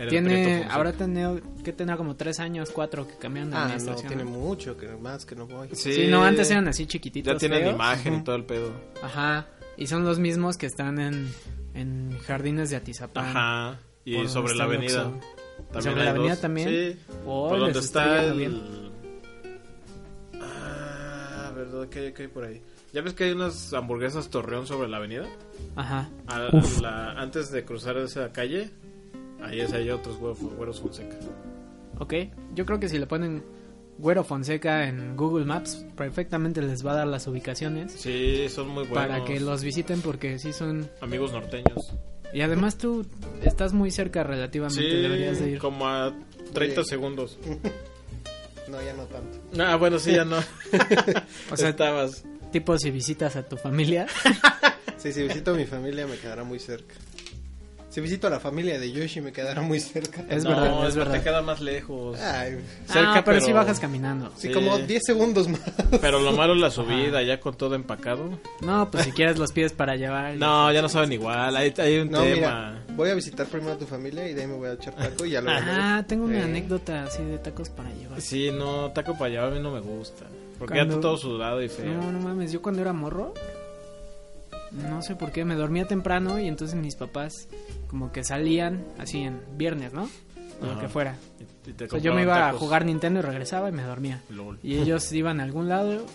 el Prieto Tiene, Fonseca. ahora tiene que tener como tres años, cuatro que cambiaron de Ah, no, administración. tiene mucho que más que no voy. Sí, sí, no, antes eran así chiquititos. Ya tienen feos. imagen y Ujú. todo el pedo. Ajá. Y son los mismos que están en, en jardines de Atizapán. Ajá. Y Por donde sobre la está el avenida. Oxxo. También ¿Sobre hay la avenida dos. también? Sí. Oh, por donde les está está yendo el. bien. Ah, ¿verdad? ¿Qué hay, qué hay por ahí? ¿Ya ves que hay unas hamburguesas Torreón sobre la avenida? Ajá. A- a Uf. la- antes de cruzar esa calle, ahí es, hay otros güeros, güeros Fonseca. Ok. Yo creo que si le ponen Güero Fonseca en Google Maps, perfectamente les va a dar las ubicaciones Sí, son muy buenos. para que los visiten porque sí son... Amigos norteños. Y además tú estás muy cerca relativamente, deberías de Sí, ir. como a 30 Sí. segundos. No, ya no tanto. Ah, bueno, sí, ya no. <laughs> O sea, estabas. tipo si visitas a tu <laughs> familia. Sí, si visito a mi familia me quedará muy cerca. Si visito a la familia de Yoshi me quedará muy cerca. Es no, verdad, es que verdad. Te queda más lejos. Ay, ah, pero, si bajas caminando. sí, Sí. como 10 segundos más. Pero lo malo es la subida, ya con todo empacado. No, pues si quieres los pies para llevar. No, ya no saben igual. Hay, hay un No, tema. mira, voy a visitar primero a tu familia y de ahí me voy a echar taco y ya luego. Ah, tengo una Eh. anécdota así de tacos para llevar. Sí, no, taco para allá a mí no me gusta. Porque ya Cuando- está todo sudado y feo. No, no mames, yo cuando era morro, no sé por qué, me dormía temprano y entonces mis papás como que salían así en viernes, ¿no? O lo Ajá. que fuera. Y te O sea, yo compraban me iba a tacos. jugar Nintendo y regresaba y me dormía. Lol. Y ellos iban a algún lado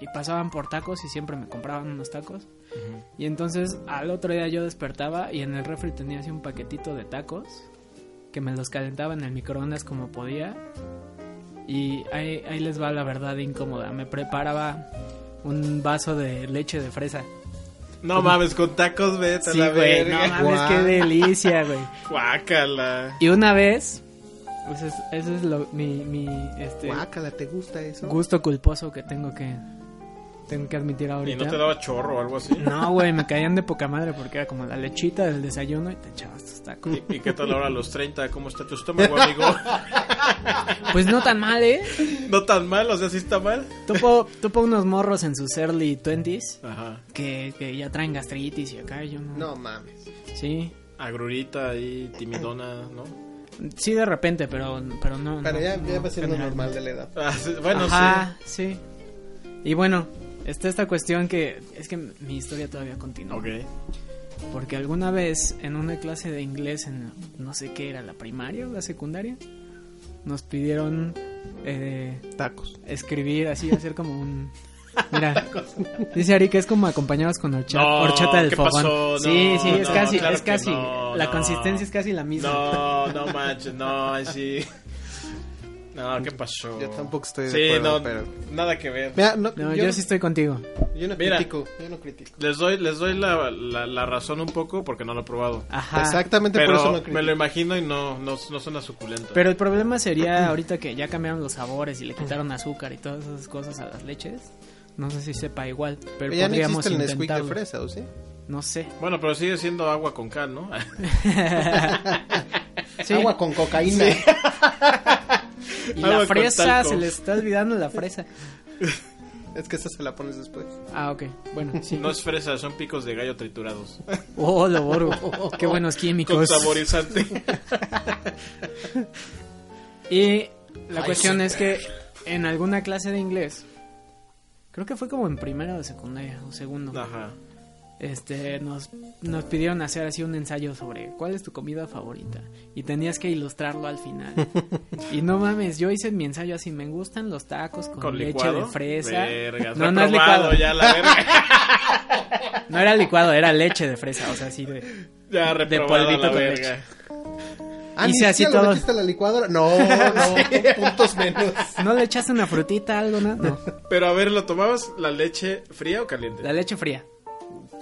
y pasaban por tacos y siempre me compraban unos tacos. Ujú. Y entonces al otro día yo despertaba y en el refri tenía así un paquetito de tacos que me los calentaba en el microondas como podía. Y ahí, ahí les va la verdad incómoda. Me preparaba un vaso de leche de fresa. No mames, con tacos vete Sí, a la güey, no verga. mames, qué delicia, güey. Guácala. Y una vez, ese es, ese es lo- mi, mi, este, Guácala, ¿te gusta eso? gusto culposo que tengo que, tengo que admitir ¿Y ahorita. no te daba chorro o algo así? No, güey, me caían de poca madre porque era como la lechita del desayuno y te echabas tus tacos. ¿Y, y qué tal ahora a los 30? ¿Cómo está tu estómago, <laughs> amigo? Pues no tan mal, ¿eh? no tan mal, o sea, sí está mal. Topo, topo unos morros en sus early 20s Ajá. que, que ya traen gastritis y acá yo no. No mames. Sí. Agrurita y timidona, ¿no? Sí, de repente, pero, pero no. Pero no, ya, Ah, no, ya va siendo generalmente. normal de la edad. Ah, sí, bueno, Ajá, sí. Y bueno, está esta cuestión que. Es que mi historia todavía sí. continúa. Ok. Porque alguna vez en una clase de inglés, en no sé qué era, la primaria o la secundaria, nos pidieron. Eh, Tacos. escribir así, hacer como <laughs> un. Mira, dice Ari que es como acompañados con horcha- No, horchata del ¿qué fogón. pasó? No, sí, sí, es no, casi, claro es que casi. no, la no. consistencia es casi la misma. No, no manches, no, ay, <laughs> sí. No, ¿qué pasó? Yo tampoco estoy de Sí, acuerdo, no, pero- nada que ver. Mira, no, No, yo, yo sí estoy contigo. yo no Mira. critico. Yo no critico. Les doy, les doy la, la, la razón un poco porque no lo he probado. Ajá. Exactamente Ah, por eso no Pero me lo critico. imagino y no, no, no suena suculento. Pero el problema sería ahorita que ya cambiaron los sabores y le quitaron azúcar y todas esas cosas a las leches. No sé si sepa igual, pero ya no podríamos existe el Nesquik de intentarlo. fresa, ¿o sí? no sé. Bueno, pero sigue siendo agua con cal, ¿no? <laughs> Sí, Agua con cocaína. y agua la con fresa, talco. se le está olvidando la fresa. <laughs> Es que esa se la pones después. Ah, ok. Bueno, sí. No es fresa, son picos de gallo triturados. <laughs> Oh, lo borgo. Qué buenos químicos. Con saborizante. <laughs> Y la cuestión es que en alguna clase de inglés, creo que fue como en primero de secundaria o segundo, Ajá. este, nos, nos pidieron hacer así un ensayo sobre cuál es tu comida favorita. Y tenías que ilustrarlo al <laughs> final. y no mames, yo hice mi ensayo así, me gustan los tacos con, ¿Con leche licuado? de fresa. Vergas, no, no es reprobado licuado. ya la <laughs> verga. No era licuado, era leche de fresa, o sea, así de... Ya reprobado polvito la con verga. leche. Ah, Hice ni así siquiera lo todo. metiste a la <laughs> licuadora. No, no, puntos menos. ¿No le echaste una frutita, algo, no? No, Pero a ver, ¿lo tomabas la leche fría o caliente? la leche fría.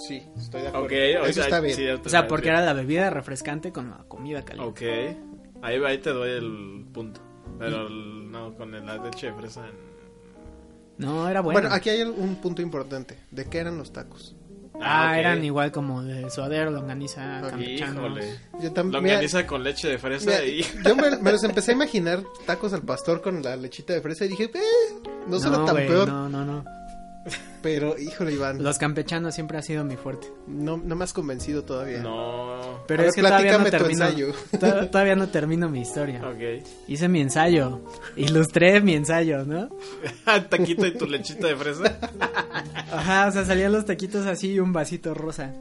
Sí, estoy de acuerdo. Ok, o Eso sea, está bien. sí, ya te O sea, sabes porque bien. era la bebida refrescante con la comida caliente. Ok, ahí, ahí te doy el punto. Pero el- no, con el- la leche de fresa. No, era bueno. Bueno, aquí hay un punto importante. ¿De qué eran los tacos? Ah, ok. eran igual como de suadero, longaniza, Ok. campechanos. Híjole. Yo también. mira, Longaniza con leche de fresa mira, y. Yo me, me los empecé a imaginar tacos al pastor con la lechita de fresa y dije, eh, no, suena tan güey, peor. No, no, no. Pero, híjole, Iván, Los campechanos siempre ha sido mi fuerte. no, no me has convencido todavía. No. Pero A es ver, que todavía no platícame tu termino. <laughs> to- todavía no termino mi historia. Ok. <laughs> Hice mi ensayo. Ilustré mi ensayo, ¿no? Taquito y tu lechita <laughs> de fresa. Ajá, o sea, salían los taquitos así y un vasito rosa.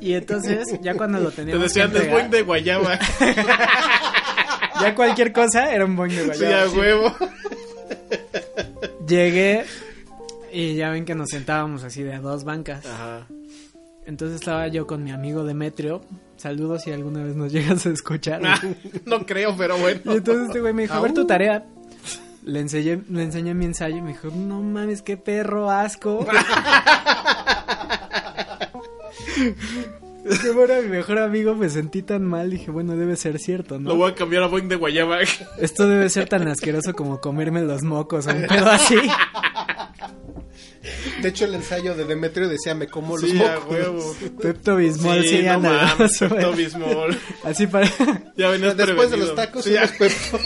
Y entonces, ya cuando lo Te teníamos. que decían, es entregar, buen de guayaba. Ya cualquier cosa era un boing de Sí, <laughs> guayaba. a huevo. Llegué y ya ven que nos sentábamos así de a dos bancas. <laughs> Ajá. Entonces estaba yo con mi amigo Demetrio. Saludos si alguna vez nos llegas a escuchar. Ah, No creo, pero bueno. Y entonces este güey me dijo, a ver tu tarea. Le enseñé, le enseñé mi ensayo y me dijo, no mames, qué perro <laughs> asco. Es que fuera mi mejor amigo, me sentí tan mal. Dije, bueno, debe ser cierto, Lo ¿no? voy a cambiar a Boing <laughs> de Guayaba. Esto debe ser tan asqueroso como comerme los mocos o un pedo <laughs> así. De hecho, el ensayo de Demetrio decía, me como los Sí, a mocos. huevo. Pepto Bismol, sí, no anda, mames, vamos, güey. Pepto Bismol. Así para. Ya venías <laughs> Después prevenido. de los tacos, Sí, ya, unos pep-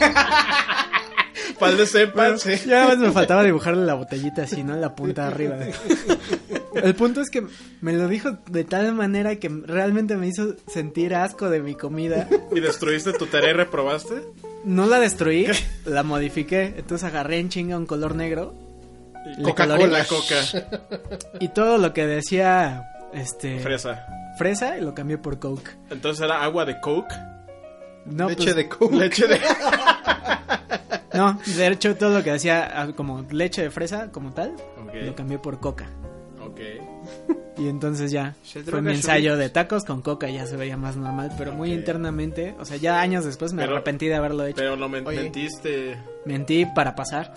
pal de Bueno, cepas. sí. Ya nada más me faltaba dibujarle la botellita así, ¿no? La punta <laughs> arriba. El punto es que me lo dijo de tal manera que realmente me hizo sentir asco de mi comida. ¿Y destruiste tu tarea y reprobaste? No la <laughs> destruí, la modifiqué. Entonces agarré en chinga un color negro Le Coca-Cola, <laughs> Coca. y todo lo que decía este Fresa. fresa, lo cambié por Coke. Entonces era agua de Coke. <laughs> No, leche pues, de coco. Leche de. no, de hecho todo lo que decía ah, como leche de fresa como tal, lo Ok. cambié por Coca. Ok. Y entonces ya Se fue droga mi su- ensayo de tacos con coca, ya se veía más normal, pero muy Ok. internamente, o sea, ya años después me Pero- arrepentí de haberlo hecho. Pero lo men- Oye. mentiste. Mentí para pasar.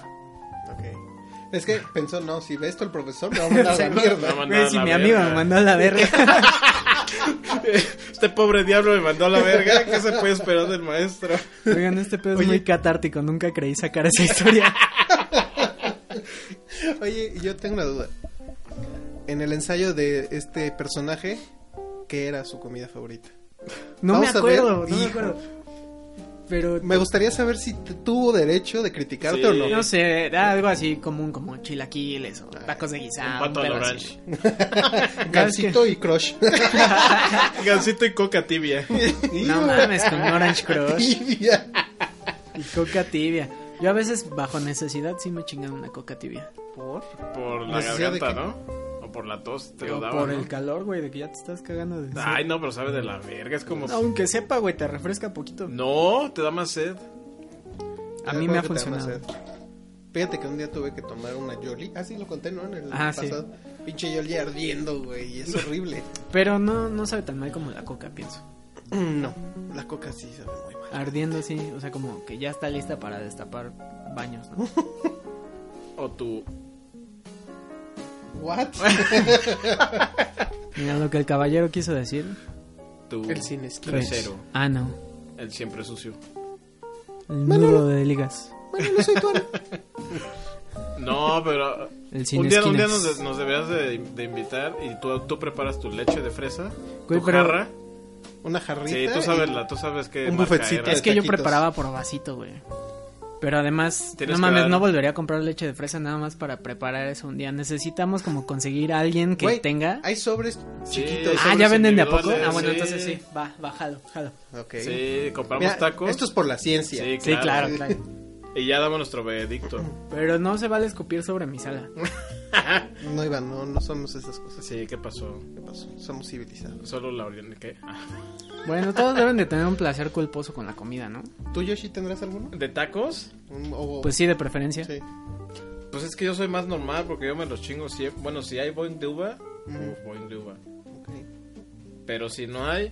Ok. Es que pensó, no, si ve esto el profesor, me va a mandar a la Sí, me va a mierda. mandar Güey, a si la mi amigo verga. me mandó <laughs> a la verga. Este pobre diablo me mandó a la verga. ¿Qué se puede esperar del maestro? Oigan, este pedo es Oye. muy catártico, nunca creí sacar esa historia. Oye, yo tengo una duda. En el ensayo de este personaje, ¿qué era su comida favorita? No Vamos me a ver, acuerdo, no me hijo. acuerdo. Pero Me gustaría saber si te- tuvo derecho de criticarte Sí. o no. no sé, era algo así común como chilaquiles o tacos de guisado. Pato al pero orange. así. <laughs> Gansito y Crush. Gansito y coca tibia. No mames, con Orange <laughs> Crush Tibia. y coca tibia. Yo a veces bajo necesidad sí me chingan una coca tibia. ¿Por? Por la ¿Necesidad de garganta, qué? ¿no? O por la tos, te Pero lo daba. por ¿no? el calor, güey, de que ya te estás cagando de Ay, no, pero sabe de la verga. Es como. sed. Aunque sepa, güey, te refresca poquito. Mm. No, te da más sed. A mí me ha funcionado. Fíjate que un día tuve que tomar una Yoli. Ah, sí, lo conté, ¿no? En el Ah, sí. pasado. Pinche Yoli ardiendo, güey. Y <laughs> es horrible. Pero no, no sabe tan mal como la coca, pienso. Mm, no, la coca sí sabe muy mal. Ardiendo, sí. O sea, como que ya está lista para destapar baños, <laughs> ¿no? O tu. <laughs> ¿What? Mira lo que el caballero quiso decir. tu El sin esquina. trasero. Ah, no. El siempre sucio. El nudo de ligas. Bueno, no soy tú. No, pero. El sin un día, un esquinas. día nos, nos deberías de, de invitar y tú, tú preparas tu leche de fresa. Güey, tu pero- jarra. <laughs> Una jarrita. Sí, tú y- sabes, la, tú sabes que. un buffetcito. Es de que yo taquitos. preparaba por vasito, güey. Pero además, Tienes no que mames, dar- no volvería a comprar leche de fresa nada más para preparar eso un día. Necesitamos como conseguir a alguien que Güey, tenga. Hay sobres Sí. chiquitos. Ah, ¿ya sobres venden de a poco? individuales, Ah, bueno, sí. entonces sí. Va, va, jalo, jalo. Ok. Sí, compramos Mira, tacos. Esto es por la ciencia. Sí, Sí, claro, claro. Y Y ya damos nuestro veredicto. Pero no se vale escupir sobre mi sala. No, Iván, no, no somos esas cosas. Sí, ¿qué pasó? ¿Qué pasó? Somos civilizados. Solo la orden ¿qué? <laughs> Ah. Bueno, todos deben de tener un placer culposo con la comida, ¿no? ¿Tú, Yoshi, tendrás alguno? ¿De tacos? Un- o- Pues sí, de preferencia. sí. Pues es que yo soy más normal porque yo me los chingo siempre. Bueno, si hay Boeing de uva, Ujú. uf, Boing de uva. ok. Pero si no hay,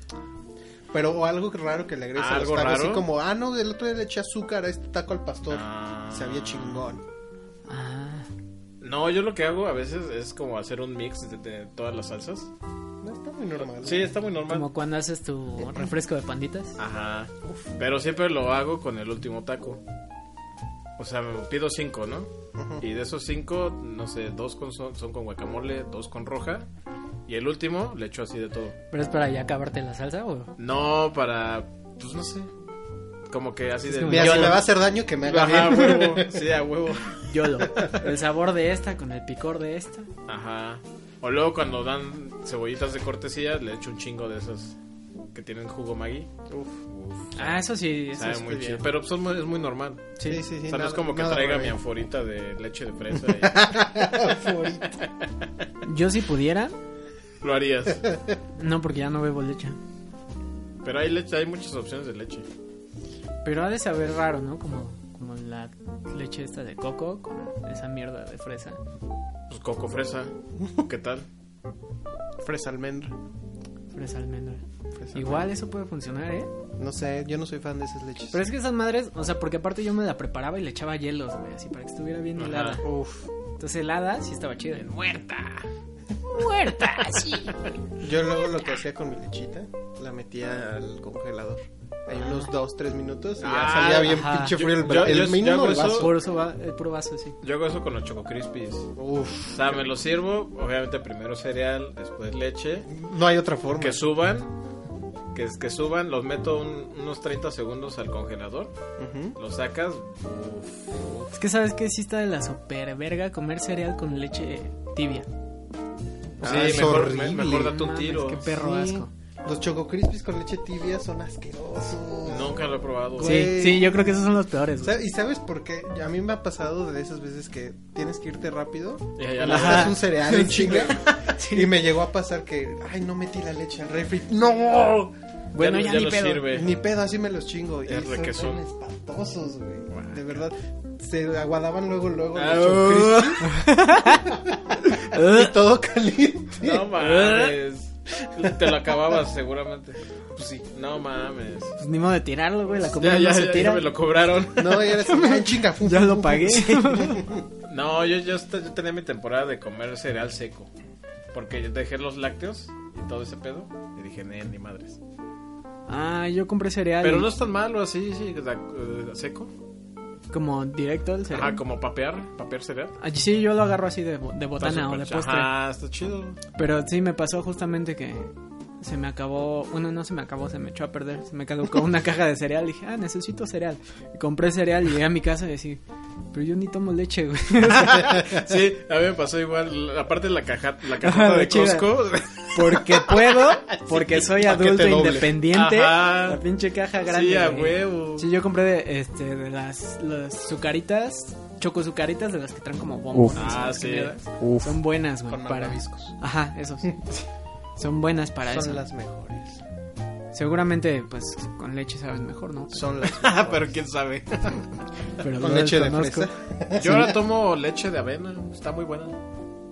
Pero o algo raro que le agregues a los ¿Algo tacos, así raro? como, ah, no, del otro día le eché azúcar a este taco al pastor. Ah. Sabía chingón. Ah, no, yo lo que hago a veces es como hacer un mix de, de todas las salsas. No, está muy normal. Sí, está muy normal. como cuando haces tu refresco de panditas. Ajá. Pero siempre lo hago con el último taco. O sea, me pido cinco, ¿no? Ujú. Y de esos cinco, no sé, dos con, son, son con guacamole, dos con roja. Y el último le echo así de todo. Pero es para ya acabarte la salsa o No para, pues no sé. Como que así de... como- Mira, Yo- si me va a hacer daño, que me haga Ajá, a bien. huevo. <laughs> Sí, a huevo. yolo. El sabor de esta con el picor de esta. Ajá. O luego cuando dan cebollitas de cortesía, le echo un chingo de esas que tienen jugo Maggi. Uf, uf. Ah, eso sí, eso Sabe sí muy está chido. bien. Pero son muy- es muy normal. Sí, sí, sí. o sea, no es nada- como que nada traiga raro. mi anforita de leche de <laughs> fresa. y- Favorito. Yo si pudiera, lo harías. no porque ya no bebo leche. Pero hay leche, hay muchas opciones de leche. Pero ha de saber raro, ¿no? Como, como la leche esta de coco con esa mierda de fresa. Pues coco fresa. ¿Qué tal? Fresa almendra. Fresa almendra. Fresa Igual eso puede funcionar, ¿eh? almendra. No sé, yo no soy fan de esas leches. Pero es que esas madres, o sea, porque aparte yo me la preparaba y le echaba hielos, güey, así para que estuviera bien Ajá. helada. Uf. Entonces helada sí estaba chida. Muerta. Muerta, sí. Yo luego lo que hacía con mi lechita, la metía al congelador. Hay Ah. unos dos, tres minutos y ya Ah, salía bien ajá. pinche Yo- frío el, bra- yo- el yo- yo mínimo hago del eso. vaso. Puro, soba, el puro vaso, sí. Yo hago eso con los choco crispies. Uf. O sea, me los sirvo. Obviamente primero cereal, después leche. No hay otra forma. Que suban. Que, que suban, los meto un- unos 30 segundos al congelador. Ujú. Los sacas. Uf. Es que sabes que sí está de la super verga comer cereal con leche tibia. Ah, Sí, es mejor, horrible. me- mejor date un Mames, tiro. qué perro Sí. asco. Los choco crispies con leche tibia son asquerosos. Nunca lo he probado. Sí, Güey. sí, yo creo que esos son los peores. güey. Sa- ¿Y sabes por qué? A mí me ha pasado de esas veces que tienes que irte rápido. Ya, ya Ajá. Es un cereal <laughs> en Sí. chinga. Sí. Y me llegó a pasar que, ay, no metí la leche al refri. ¡No! Oh. Bueno, ya, ya ni lo pedo. sirve. Ni pedo, así me los chingo. Y Es son requesón. tan espantosos, güey. Guau. De verdad, se aguadaban luego, luego. Ah, los chocrispis <laughs> y todo caliente. No mames. Te lo acababas seguramente. Pues sí. No mames. Pues ni modo de tirarlo, güey. La comida Ya, ya, no se ya, tira. ya me lo cobraron. No, y <laughs> era así, en chinga. fum, <laughs> Ya fum, lo fum, pagué. fum. No, yo, yo, est- yo tenía mi temporada de comer cereal seco. Porque yo dejé los lácteos y todo ese pedo. Y dije, "Nee, ni madres. Ah, yo compré cereal. Pero y- no es tan malo así, sí, o sea, eh, seco. Como directo el cereal. Ajá, como papear, papear cereal. Ah, Sí, yo lo agarro así de, bo- de Está botana o súper de ch- postre. Ajá, está chido. <laughs> Pero sí me pasó justamente que se me acabó, bueno, no se me acabó, se me echó a perder, se me caducó una <laughs> caja de cereal. Dije, ah, necesito cereal. Y compré cereal y llegué a mi casa y decía, pero yo ni tomo leche, güey. Sí, a mí me pasó igual. Aparte la caja, la cajota <laughs> Ajá, de chida. Costco. <laughs> porque puedo, porque soy paquete adulto doble. independiente. Ajá. La pinche caja grande. Sí, a güey. huevo. Sí, yo compré de, este, de las, las sucaritas, choco sucaritas, de las que traen como bombos. y Uf. son Ah, las sí. mierdas. Son buenas, güey. Con Para... malvaviscos. Ajá, esos. Son buenas para Son eso. las mejores. Seguramente, pues, con leche sabes mejor, ¿no? Son las <laughs> Ah, pero quién sabe. Pero Con yo leche de desconozco. fresa. Yo ahora tomo leche de avena. Está muy buena.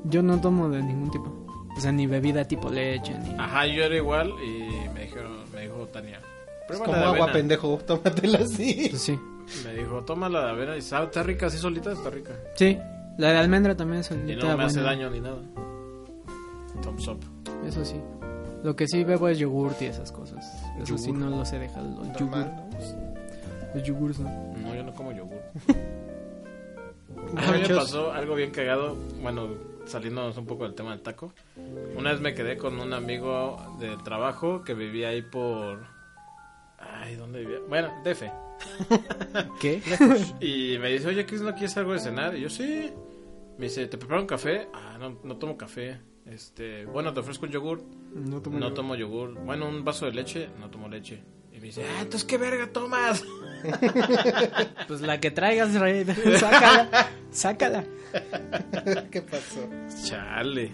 Yo no tomo de ningún tipo. O sea, ni bebida tipo leche, ni... Ajá, yo era igual y me dijeron, me dijo Tania. Es "Prueba como la de agua, avena". pendejo. <laughs> Tómatela <laughs> así. Pues sí. Me dijo, toma la de avena y sabe, está rica, así solita está rica. Sí, la de almendra también es Y no me solita hace buena. daño ni nada. Thumbs up. Eso sí. Lo que sí bebo es yogurt y esas cosas. Eso sí Yogur. no los he dejado. Los yogurt, Normal, ¿no? los yogurts, ¿no? No, yo no como yogur. A mí me Nachos. pasó algo bien cagado, bueno, saliéndonos un poco del tema del taco. Una vez me quedé con un amigo del trabajo que vivía ahí por... Ay, ¿dónde vivía? Bueno, DF. ¿Qué? Pues, Y me dice, oye, Chris, ¿no quieres algo de cenar? Y yo, sí. Me dice, ¿te preparo un café? Ah, no, no tomo café. Este, bueno, te ofrezco un yogur. No tomo No yogur. tomo yogur. Bueno, un vaso de leche, no tomo leche. Y me dice, ah, entonces qué verga tomas. <laughs> <laughs> Pues la que traigas, rey, <laughs> sácala, sácala. <laughs> ¿Qué pasó? Chale.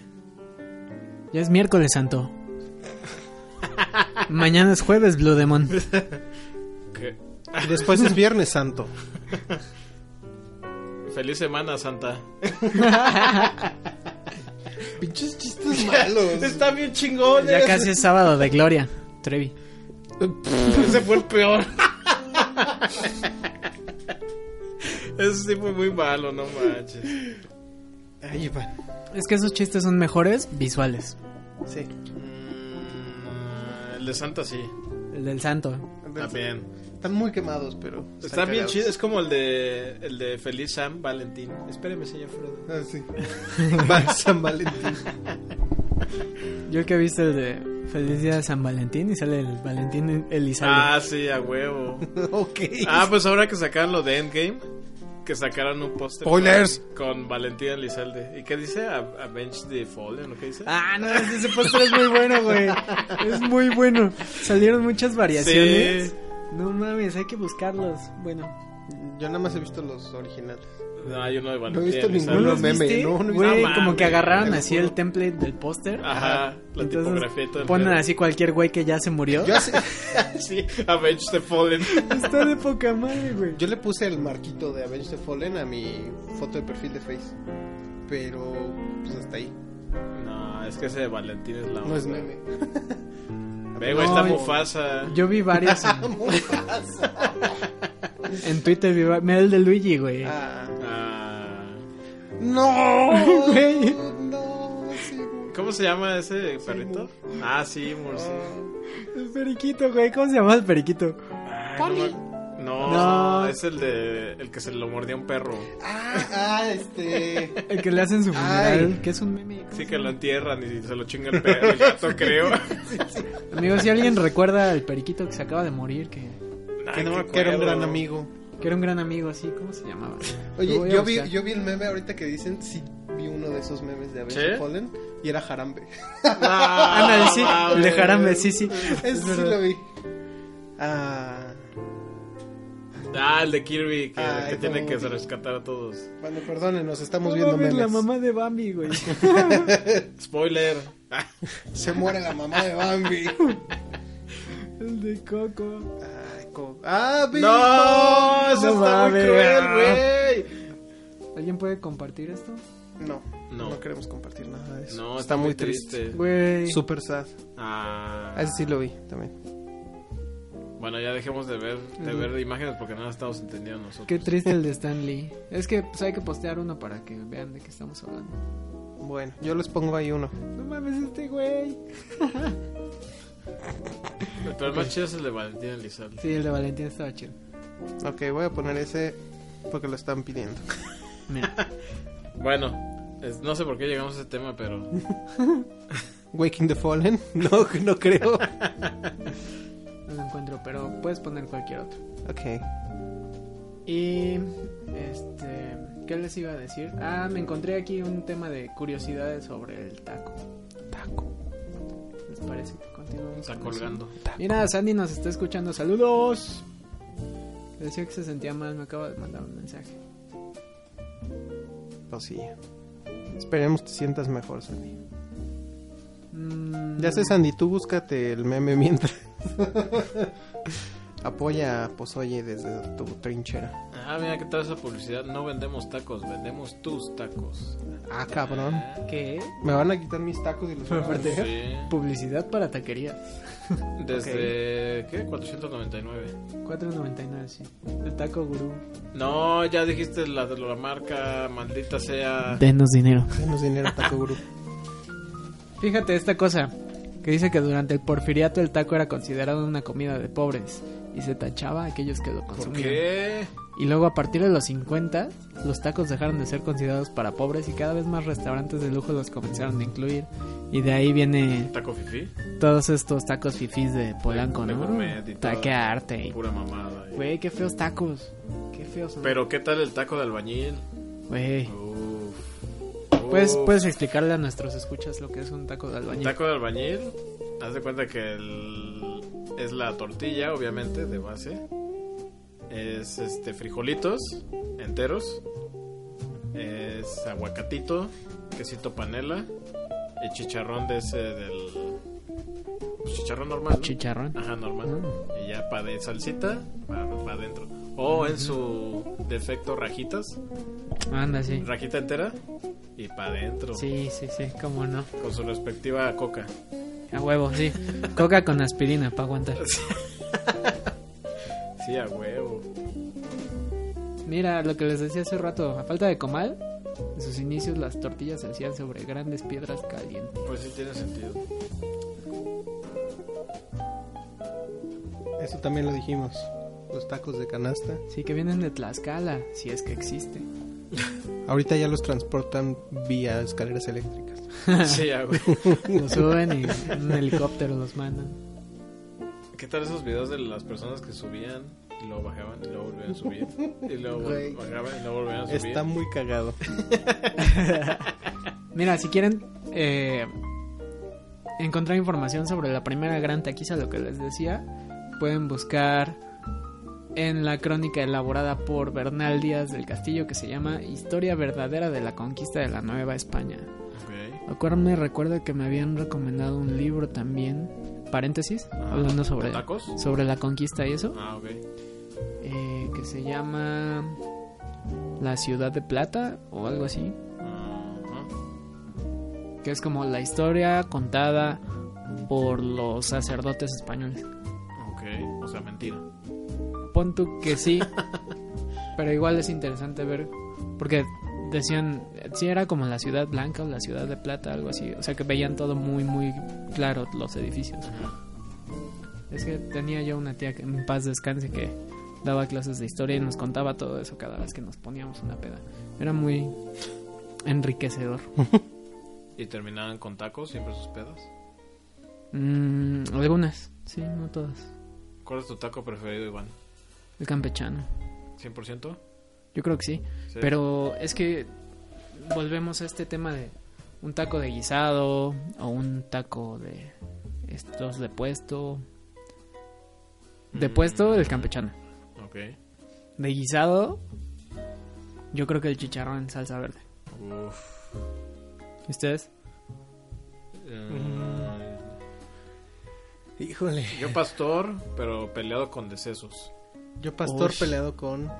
Ya es miércoles, santo. Mañana es jueves, Blue Demon. ¿Qué? Y después es Viernes Santo. Feliz semana, Santa. Pinches chistes <laughs> <laughs> malos. Está bien chingón. Ya casi es sábado de gloria, Trevi. <laughs> Ese fue el <laughs> peor. Eso sí fue muy malo, no manches. Ahí va. Es que esos chistes son mejores visuales. Sí. Mm, El de Santa sí, El del santo. también. Están muy quemados, pero. Está bien cagados. chido, es como el de el de Feliz San Valentín. Espéreme, señor Fredo. Ah, <laughs> sí. Va San Valentín. Yo el que he visto el de Feliz Día de San Valentín y sale el Valentín Elizalde. Ah, sí, a <laughs> huevo. <laughs> ok. Ah, pues ahora que sacaron lo de Endgame, que sacaron un póster Spoilers. con, con Valentín Elizalde. ¿Y qué dice? A- Avenge the Fallen, ¿o qué dice? Ah, no, ese póster es muy bueno, güey. Es muy bueno. Salieron muchas variaciones. Sí. No mames, hay que buscarlos. Bueno, Yo nada más he visto los originales. No, hay uno de No he Valentín visto Elizalde. No ninguno. los los meme, viste? no, no he visto. Güey, No mames, como que agarraron te lo así juro. Ah, el template del póster. Ajá, la Entonces, tipografía y todo el Ponen pedo. así cualquier güey que ya se murió. <laughs> Yo, hace- <laughs> Sí, Avenge the Fallen. Está de poca madre, güey. yo le puse el marquito de Avenged Fallen a mi foto de perfil de Face. Pero, pues hasta ahí. No, es que ese de Valentín es la No es onda. meme. Ve, güey, está No, <laughs> Mufasa. Yo vi varios en, en Twitter. Vi va- Mira el de Luigi, güey. Ah. Ah, ¡No! <laughs> Güey. ¡No! Sí, güey. ¿Cómo se llama ese perrito? Ah, sí, Murci. El periquito, güey. ¿Cómo se llama el periquito? Poli. No, No. es el de el que se lo mordió un perro. Ah, ah, este. El que le hacen su funeral. Ay. Que es un meme. Sí que lo entierran y se lo chinga el perro, el gato, creo. Amigo, si alguien recuerda al periquito que se acaba de morir, que, Ah, Ay, que, qué no me acuerdo. que era un cuero. gran amigo. que era un gran amigo, así. ¿Cómo se llamaba? Lo voy Oye, a yo vi, buscar. yo vi el meme ahorita que dicen, sí, vi uno de esos memes de Avenged ¿Sí? Fallen y <laughs> era Jarambe. No, Ah, Ándale, sí. mames. El de Jarambe, sí, sí. Es Ese sí verdad. lo vi. Ah, Ah, el de Kirby que, Ay, que tiene no. que rescatar a todos. bueno, perdonen, nos estamos No viendo mames, memes. la mamá de Bambi, <laughs> güey. Spoiler. Ah. Se muere la mamá <laughs> de Bambi. El de Coco. Ay, co- ah, Bilbo. no, eso No está muy mames. cruel, güey. ¿Alguien puede compartir esto? No, No. no, queremos compartir nada de eso. No, está muy triste. Güey. Super sad. Ah. Ah, ese sí lo vi también. Bueno, ya dejemos de ver, de ver imágenes porque nada estamos entendiendo nosotros. Qué triste el de Stan Lee. Es que pues, hay que postear uno para que vean de qué estamos hablando. Bueno, yo les pongo ahí uno. No mames, este güey. Pero el más chido es el de Valentín Elizalde. Sí, el de Valentín estaba chido. Ok, voy a poner ese porque lo están pidiendo. <laughs> Mira. <laughs> Bueno, es- no sé por qué llegamos a ese tema, pero Waking the Fallen. <laughs> No, no creo. No lo encuentro, pero puedes poner cualquier otro. Ok. Y. Este. ¿Qué les iba a decir? Ah, me encontré aquí un tema de curiosidades sobre el taco. Taco. ¿Les parece que continuamos? <laughs> está con eso? colgando. Mira, Sandy nos está escuchando. ¡Saludos! Decía que se sentía mal, me acaba de mandar un mensaje. Tosía. oh, Esperemos te sientas mejor, Sandy. Mm, Ya sé, Sandy, tú búscate el meme mientras. <laughs> Apoya a Pozoye desde tu trinchera. Ah, mira, ¿qué tal esa publicidad? No vendemos tacos, vendemos tus tacos. Ah, cabrón. ¿Qué? Me van a quitar mis tacos y los van a Aparte- vender. Ah, Sí. Publicidad para taquerías. Desde, ¿qué? 499. 4.99, sí. El taco gurú. No, ya dijiste la de la marca, maldita sea. Denos dinero. Denos dinero, Taco Guru. Fíjate esta cosa, que dice que durante el porfiriato el taco era considerado una comida de pobres y se tachaba a aquellos que lo ¿Por consumían. qué? Y luego a partir de los 50, los tacos dejaron de ser considerados para pobres y cada vez más restaurantes de lujo los comenzaron a incluir. Y de ahí viene ¿Taco fifi? todos estos tacos fifís de Polanco, De ¿no? gourmet y todo. Taquearte. y- Pura mamada. eh. Güey, qué feos tacos. Qué feos. son. Pero, ¿qué tal el taco de albañil? Güey. Uf. ¿Puedes, Uf. puedes explicarle a nuestros escuchas lo que es un taco de albañil. Taco de albañil, haz de cuenta que el, es la tortilla, obviamente, de base. Es este frijolitos enteros. Es aguacatito, quesito panela, el chicharrón de ese del pues, chicharrón normal. ¿no? Chicharrón. Ajá, normal. Ah. Y ya pa' de salsita, para adentro. O en su defecto rajitas, Anda, sí. rajita entera y para adentro. Sí, sí, sí, cómo no. Con su respectiva coca. A huevo, sí. Coca con aspirina para aguantar. Sí, a huevo. Mira lo que les decía hace rato, a falta de comal, en sus inicios las tortillas se hacían sobre grandes piedras calientes. Pues sí tiene sentido. Eso también lo dijimos. Los tacos de canasta. Sí, que vienen de Tlaxcala, si es que existe. Ahorita ya los transportan vía escaleras eléctricas. Sí, a huevo. Los suben y en un helicóptero los mandan. ¿Qué tal esos videos de las personas que subían y luego bajaban y luego volvían a subir? Y luego Güey. bajaban y luego volvían a subir. Está muy cagado. Mira, si quieren eh, encontrar información sobre la primera gran taquiza, lo que les decía, pueden buscar en la crónica elaborada por Bernal Díaz del Castillo que se llama Historia verdadera de la conquista de la Nueva España. Ok. Lo cual me recuerda que me habían recomendado un libro también, paréntesis, Ajá. hablando sobre, ¿Tacos? sobre la conquista y eso, Ah, ok. eh, que se llama La Ciudad de Plata o algo así, Ajá. que es como la historia contada por los sacerdotes españoles. Ok, o sea, mentira. Pon tú que sí, <laughs> pero igual es interesante ver, porque decían, si era como la Ciudad Blanca o la Ciudad de Plata, algo así, o sea que veían todo muy, muy claro los edificios. Es que tenía yo una tía que en paz descanse que daba clases de historia y nos contaba todo eso cada vez que nos poníamos una peda. Era muy enriquecedor. ¿Y terminaban con tacos siempre sus pedas? Mm, algunas, sí, no todas. ¿Cuál es tu taco preferido, Iván? El campechano. ¿100%? Yo creo que sí. Sí. Pero es que volvemos a este tema de un taco de guisado o un taco de estos de puesto. De puesto, el campechano. Ok. De guisado, yo creo que el chicharrón en salsa verde. Uf. ¿Y ¿Ustedes? Eh, Híjole. Yo pastor, pero peleado con decesos. Yo pastor Ush. peleado con... mm,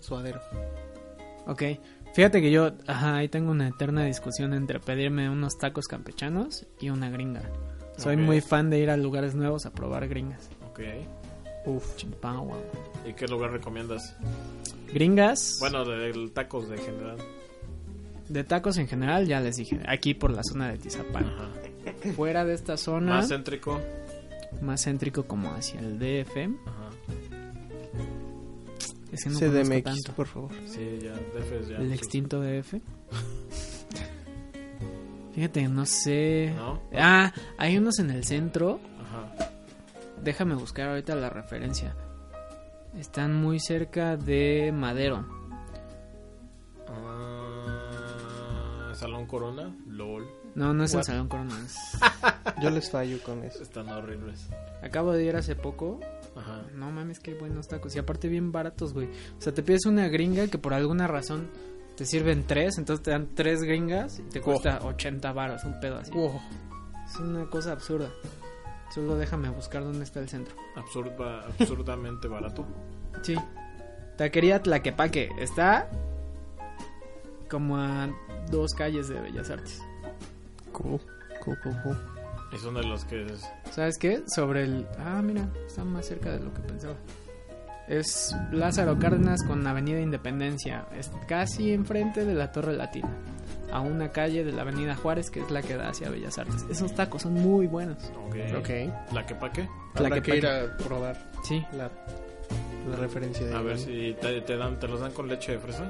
Suadero. Ok. Fíjate que yo, ajá, ahí tengo una eterna discusión entre pedirme unos tacos campechanos y una gringa. Soy Ok. muy fan de ir a lugares nuevos a probar gringas. Ok. Uf. Chimpahua. ¿Y qué lugar recomiendas? Gringas. Bueno, de, de tacos de general. De tacos en general, ya les dije. Aquí por la zona de Tizapán. Ajá. Fuera de esta zona, Más más, céntrico. céntrico como hacia el DF. Ajá. Es que no conozco CDMX, tanto. por favor. Sí, ya, DFs ya. El extinto DF. <laughs> Fíjate, no sé. ¿No? Ah, hay unos en el centro. Ajá. Déjame buscar ahorita la referencia. Están muy cerca de Madero. Ah, Salón Corona. LOL. No, no es el What? Salón Corona. <laughs> es- Yo les fallo con eso. Están horribles. Acabo de ir hace poco Ajá. No mames, qué buenos tacos. Y aparte bien baratos, güey. O sea, te pides una gringa que por alguna razón te sirven tres, entonces te dan tres gringas y te Wow. cuesta 80 varos, un pedo así. Wow. Es una cosa absurda. Solo déjame buscar dónde está el centro. Absurda, absurdamente barato. Sí. Taquería Tlaquepaque. Está como a dos calles de Bellas Artes. Cool. Cool, cool, cool. Es uno de los que es. ¿Sabes qué? Sobre el... Ah, mira, está más cerca de lo que pensaba. Es Lázaro Cárdenas con Avenida Independencia. Es casi enfrente de la Torre Latina. A una calle de la Avenida Juárez, que es la que da hacia Bellas Artes. Esos tacos son muy buenos. Okay. Ok. La que pa' qué? Habrá que que ir a probar Sí. la, la referencia de A ver Iván. si te, te dan, te los dan con leche de fresa.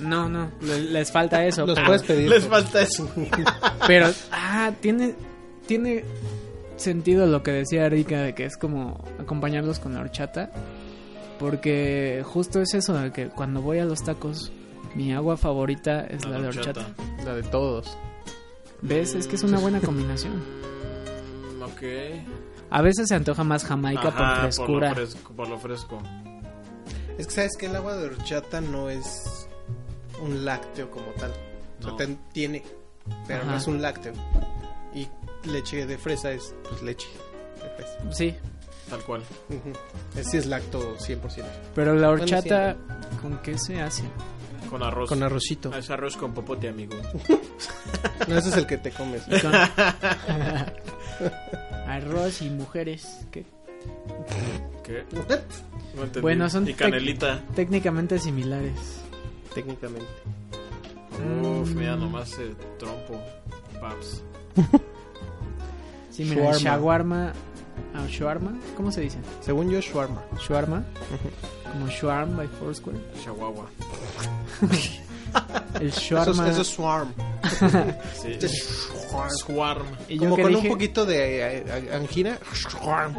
No, no, le- les falta eso. Los pero, puedes pedir. Les pero- falta eso. pero, ah, tiene, tiene sentido lo que decía Erika de que es como acompañarlos con la horchata. Porque justo es eso, de que cuando voy a los tacos, mi agua favorita es la, de horchata. La de todos. ¿Ves? Es que es una buena combinación. Mm, Ok. A veces se antoja más Jamaica por Ajá, frescura. Por lo fresco. por lo fresco. Es que sabes que el agua de horchata no es un lácteo como tal. O sea, No. ten- tiene, pero no Ajá. es un lácteo. Y leche de fresa es pues, leche de pez. Sí, Tal cual. Ujú. Es- sí es lacto 100%. pero la horchata, ¿con qué se <laughs> hace? Con arroz. Con arrocito. Ah, Es arroz con popote, amigo. No, ese es el que te <laughs> comes. Con- <laughs> Arroz y mujeres. ¿Qué? ¿Qué? No entendí. Bueno, son Y canelita. Técnicamente similares. Técnicamente. Uf, mira nomás el trompo. Paps. Sí, mira, el shawarma. Shawarma. ah, shawarma, ¿Cómo se dice? Según yo, shawarma. Shawarma. Como shawarma by Foursquare. Chihuahua. El Eso shawarma. es, eso es swarm. Sí. Este es swarm. Swarm. Y yo Como que con dije- un poquito de eh, eh, angina. Swarm.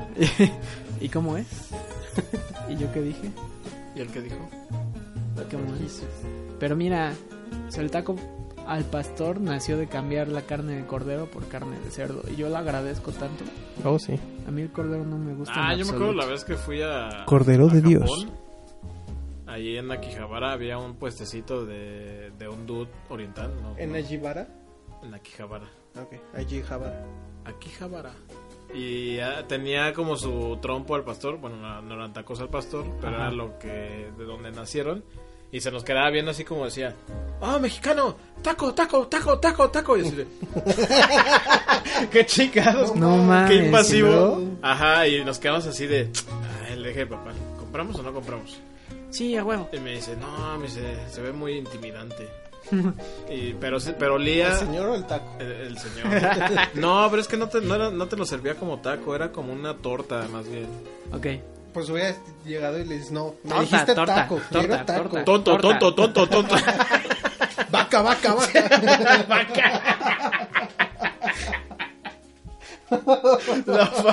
<laughs> ¿Y cómo es? ¿Y yo qué dije? ¿Y el que dijo? ¿Cómo es? Pero mira, o sea, el taco al pastor nació de cambiar la carne de cordero por carne de cerdo. Y yo lo agradezco tanto. Oh, sí. A mí el cordero no me gusta. Ah, en yo me acuerdo absoluto. la vez que fui a. Cordero a de Japón. Dios. Ahí en Akihabara había un puestecito de, de un dude oriental, ¿no? ¿En Ajibara? En Akihabara. Ok, Ajibara. Akihabara. Y ah, tenía como su trompo al pastor. Bueno, no, no eran tacos al pastor, pero Ajá. era lo que. de donde nacieron. Y se nos quedaba viendo así como decía: ¡Ah, mexicano! ¡Taco, taco, taco, taco, taco! Y así de. <laughs> ¡Qué chicados! No mames. Qué invasivo. ¿no? Ajá, y nos quedamos así de. Ay, le dije, papá, ¿compramos o no compramos? Sí, a huevo. Y me dice, no, me dice, se ve muy <laughs> intimidante. Y, pero, se- pero olía. ¿El señor o el taco? El, el señor. <laughs> No, pero es que no te, no, era- no te lo servía como taco, era como una torta, más bien. Ok. Pues hubiera llegado y le dices, no, me Torta, dijiste torta, taco, torta, quiero taco. torta. Tonto, Torta. tonto, tonto, tonto. <laughs> Vaca, vaca, <laughs> vaca. <laughs>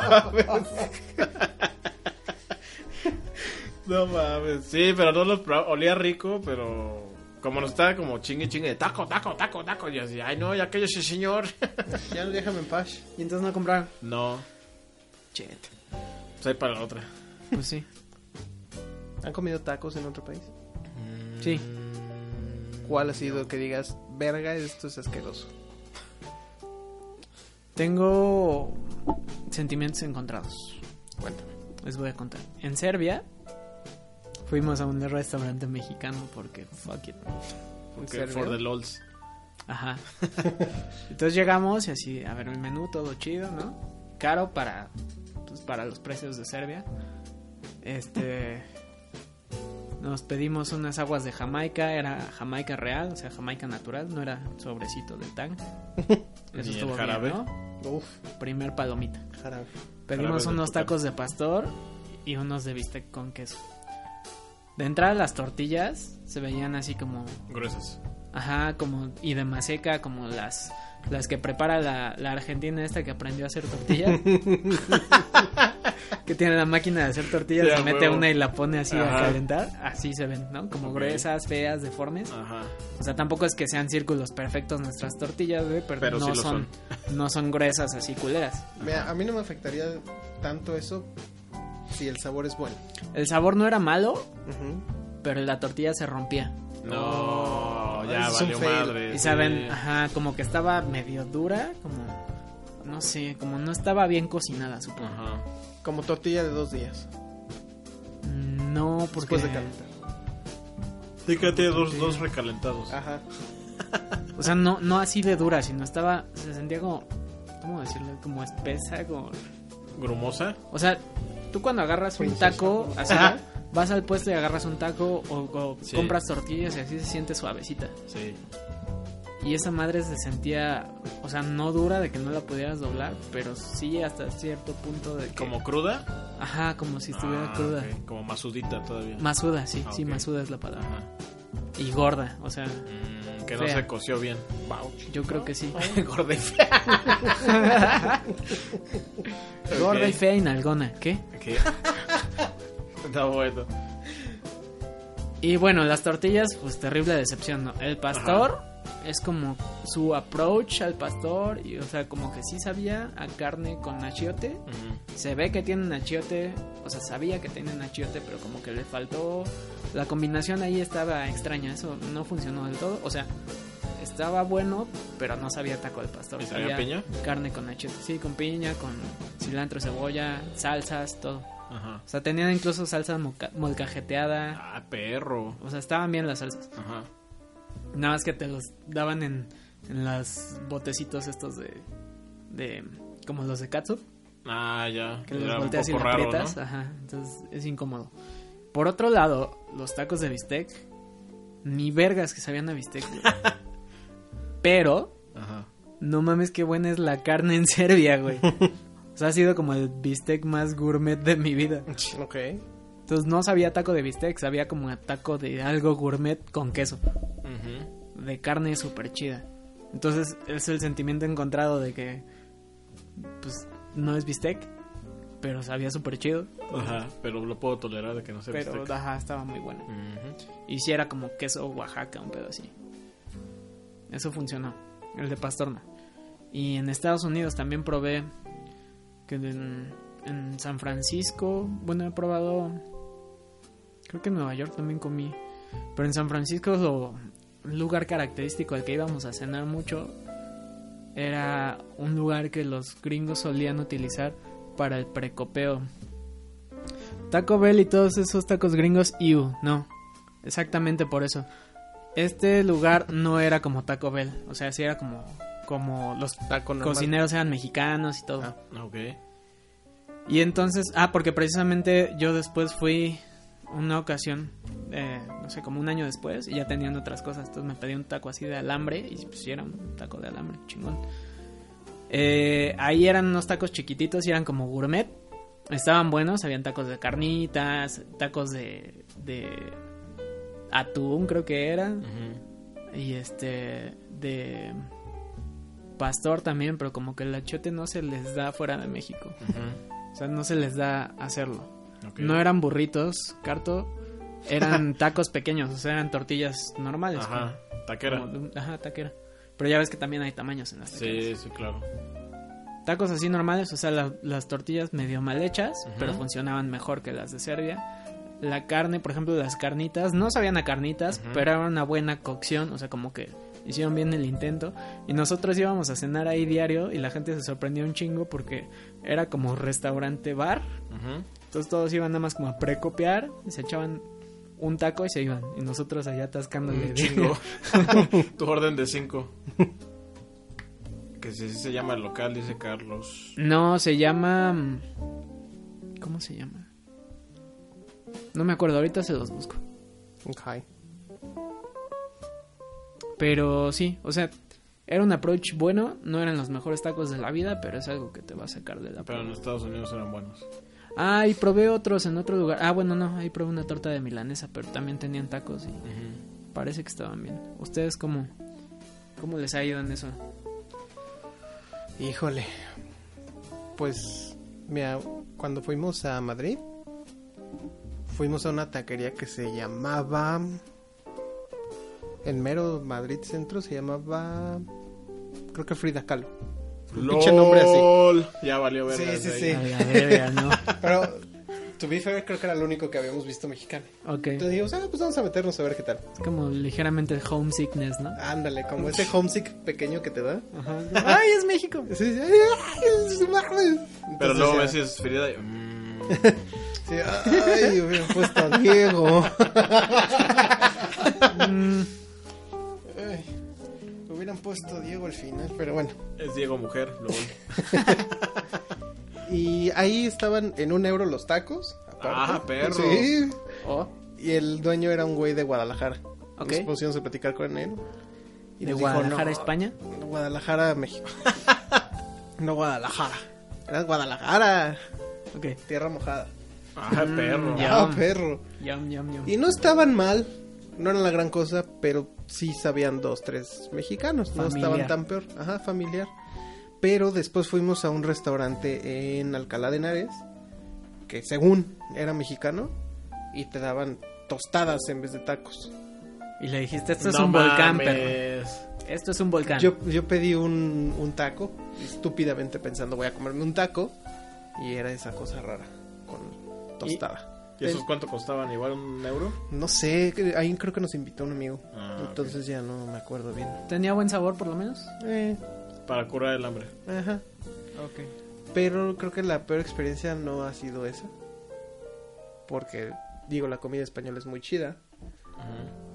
No mames. Sí, pero no los proba- olía rico, pero. Como nos estaba como chingue chingue de taco, taco, taco, taco. Y así, ay no, ya que yo soy señor. <laughs> ya déjame en paz. Y entonces no compraron. No, Chet. pues ahí para la otra. Pues sí. ¿Han comido tacos en otro país? Sí. ¿Cuál ha sido que digas, verga, esto es asqueroso? Tengo sentimientos encontrados. Cuéntame. Les voy a contar. En Serbia fuimos a un restaurante mexicano porque fuck it. ¿En Que serio? For the lols. <laughs> Ajá. Entonces llegamos y así, a ver el menú, todo chido, ¿no? Caro para, pues, para los precios de Serbia. Este. Nos pedimos unas aguas de Jamaica, era Jamaica real, o sea, Jamaica natural, no era sobrecito del <laughs> tang. Eso Ni el estuvo jarabe. bien, ¿no? Uf, Primer palomita. jarabe. Pedimos Árabes de unos Yucatán. tacos de pastor y unos de bistec con queso. De entrada las tortillas se veían así como, Gruesas. ajá, como y de maseca, como las las que prepara la, la argentina esta que aprendió a hacer <laughs> tortillas. que tiene la máquina de hacer tortillas, Sí, a le mete huevo. una y la pone así Ajá. a calentar. Así se ven, ¿no? Como Ok. gruesas, feas, deformes. Ajá. O sea, tampoco es que sean círculos perfectos nuestras tortillas, güey, pero, Pero no sí lo son, no son gruesas así culeras. Mira, a mí no me afectaría tanto eso si el sabor es bueno. El sabor no era malo, Ujú. pero la tortilla se rompía. No, ya Ese es un valió fail. madre. Y sí. saben, ah. ajá, como que estaba medio dura, como no sé, como no estaba bien cocinada, supongo. Ajá. Como tortilla de dos días. No, porque Después de calentar. Sí, que tiene dos, dos recalentados. Ah. Ajá. o sea, no no así de dura, sino estaba se sentía como cómo decirlo, como espesa, como Grumosa. o sea, tú cuando agarras un Princesa. taco, así vas al puesto y agarras un taco o, o Sí. compras tortillas y así se siente suavecita. Sí. Y esa madre se sentía, o sea, no dura de que no la pudieras doblar, pero sí hasta cierto punto de que ¿Como cruda? Ajá, como si estuviera Ah, cruda. ok, Como masudita todavía. Masuda, sí, Ah, sí, ok. masuda es la palabra. Ajá. Y gorda, o sea, Mm, que no Fea. se coció bien. yo creo que sí. Gorda y fea. <laughs> Gorda y Ok. <laughs> fea y nalgona, ¿qué? Ok. Está bueno. Y bueno, las tortillas, pues terrible decepción, ¿no? El pastor es como su approach al pastor, y o sea, como que sí sabía a carne con achiote. Ujú. Se ve que tienen achiote, o sea, sabía que tienen achiote, pero como que le faltó. La combinación ahí estaba extraña, eso no funcionó del todo. O sea, estaba bueno, pero no sabía taco al pastor. ¿Y sabía piña? Carne con achiote, sí, con piña, con cilantro, cebolla, salsas, todo. Ajá. O sea, tenían incluso salsa moca- molcajeteada. Ah, perro. O sea, estaban bien las salsas. Ajá. Nada más que te los daban en, en las botecitos estos de, de. como los de katsu. Ah, ya. Que Era los un volteas y poco los raro, aprietas. ¿no? Ajá. Entonces es incómodo. Por otro lado, los tacos de bistec. Ni vergas que sabían a bistec. <laughs> güey. Pero, Ajá. no mames, qué buena es la carne en Serbia, <laughs> güey. O sea, ha sido como el bistec más gourmet de mi vida. Ok. Entonces no sabía taco de bistec, sabía como a taco de algo gourmet con queso. Ujú. de carne súper chida. Entonces es el sentimiento encontrado de que, pues, no es bistec, pero sabía súper chido. Ajá. Pero lo puedo tolerar de que no se Pero, bistec. ajá, estaba muy buena. Ujú. Y si era como queso Oaxaca, un pedo así. Eso funcionó, el de pastor no. Y en Estados Unidos también probé que en, en San Francisco, bueno, he probado, creo que en Nueva York también comí, pero en San Francisco lo un lugar característico al que íbamos a cenar mucho era un lugar que los gringos solían utilizar para el precopeo. Taco Bell y todos esos tacos gringos, iu, no, Exactamente por eso. Este lugar no era como Taco Bell, o sea, sí era como como los Taco Ah, normal. cocineros eran mexicanos y todo. Ah. Ok. Y entonces, ah, porque precisamente yo después fui una ocasión, eh, no sé, como un año después, y ya tenían otras cosas. Entonces me pedí un taco así de alambre, y pues sí era un taco de alambre, chingón. Eh, ahí eran unos tacos chiquititos y eran como gourmet. Estaban buenos, habían tacos de carnitas, tacos de, de atún creo que eran. Ujú. Y este de pastor también, pero como que el achote no se les da fuera de México. Ujú. O sea, no se les da hacerlo. Ok. No eran burritos, Carto, <laughs> eran tacos pequeños, o sea, eran tortillas normales. Ajá. como- Taquera. como de un- ajá, taquera. Pero ya ves que también hay tamaños en las taqueras. Sí, sí, claro. Tacos así normales, o sea, la- las tortillas medio mal hechas, Ujú. pero funcionaban mejor que las de Serbia. La carne, por ejemplo, las carnitas, no sabían a carnitas, Ujú. pero era una buena cocción, o sea, como que hicieron bien el intento. Y nosotros íbamos a cenar ahí diario y la gente se sorprendió un chingo porque era como restaurante bar. Ujú. Entonces todos iban nada más como a precopiar, y se echaban un taco y se iban. Y nosotros allá atascándole. Un <laughs> chingo. tu orden de cinco. Que si así se llama el local, dice Carlos. <laughs> No, se llama... mm, ¿Cómo se llama? No me acuerdo, ahorita se los busco. Ok. Pero sí, o sea, era un approach bueno, no eran los mejores tacos de la vida, pero es algo que te va a sacar de la... Pero en Estados Unidos eran buenos. Ah, y probé otros en otro lugar. Ah, bueno, no, ahí probé una torta de milanesa, pero también tenían tacos y parece que estaban bien. ¿Ustedes cómo, cómo les ha ido en eso? Híjole. Pues, mira, cuando fuimos a Madrid, fuimos a una taquería que se llamaba. En mero Madrid Centro se llamaba. Creo que Frida Kahlo. Un pinche nombre así. LOL. Ya valió ver. Sí, sí, sí. A la verga, <laughs> ¿no? Pero, to be fair, creo que era el único que habíamos visto mexicano. Ok. Entonces dijimos, ah, pues vamos a meternos a ver qué tal. Es como ligeramente el homesickness, ¿no? Ándale, como ese homesick pequeño que te da. ¡Ay, es México! Sí, sí, ay, ay, es- mames. Pero Entonces, luego ya, ves si es Frida. y, <laughs> mm, sí, ay, hubiera puesto a Diego. Mm, Ay, hubieran puesto Diego al final, pero bueno. es Diego Mujer. LOL. Y ahí estaban en un euro los tacos. aparte. Ah, perro. Sí. oh, Y el dueño era un güey de Guadalajara. Ok. Nos pusimos a platicar con él. Y de nos dijo, Guadalajara, "No, España. no, <laughs> Guadalajara, México. no Guadalajara. Era Guadalajara. Ok. Tierra mojada. Ah, perro. ya. Ah, perro. Yum, yum, yum. Y no estaban mal, no eran la gran cosa, pero sí sabían dos, tres mexicanos, Familiar. no estaban tan peor, ajá, familiar. Pero después fuimos a un restaurante en Alcalá de Henares, que según era mexicano, y te daban tostadas en vez de tacos. Y le dijiste, esto es No un volcán, perro. mames. Esto es un volcán. Yo, yo pedí un, un taco, estúpidamente pensando voy a comerme un taco, y era esa cosa rara, con tostada. ¿Y esos cuánto costaban? ¿Igual un euro? No sé, que- ahí creo que nos invitó un amigo, Ah, ok. entonces ya no me acuerdo bien. ¿Tenía buen sabor por lo menos? Eh, Para curar el hambre. ajá. Ok. Pero creo que la peor experiencia no ha sido esa. Porque, digo, la comida española es muy chida.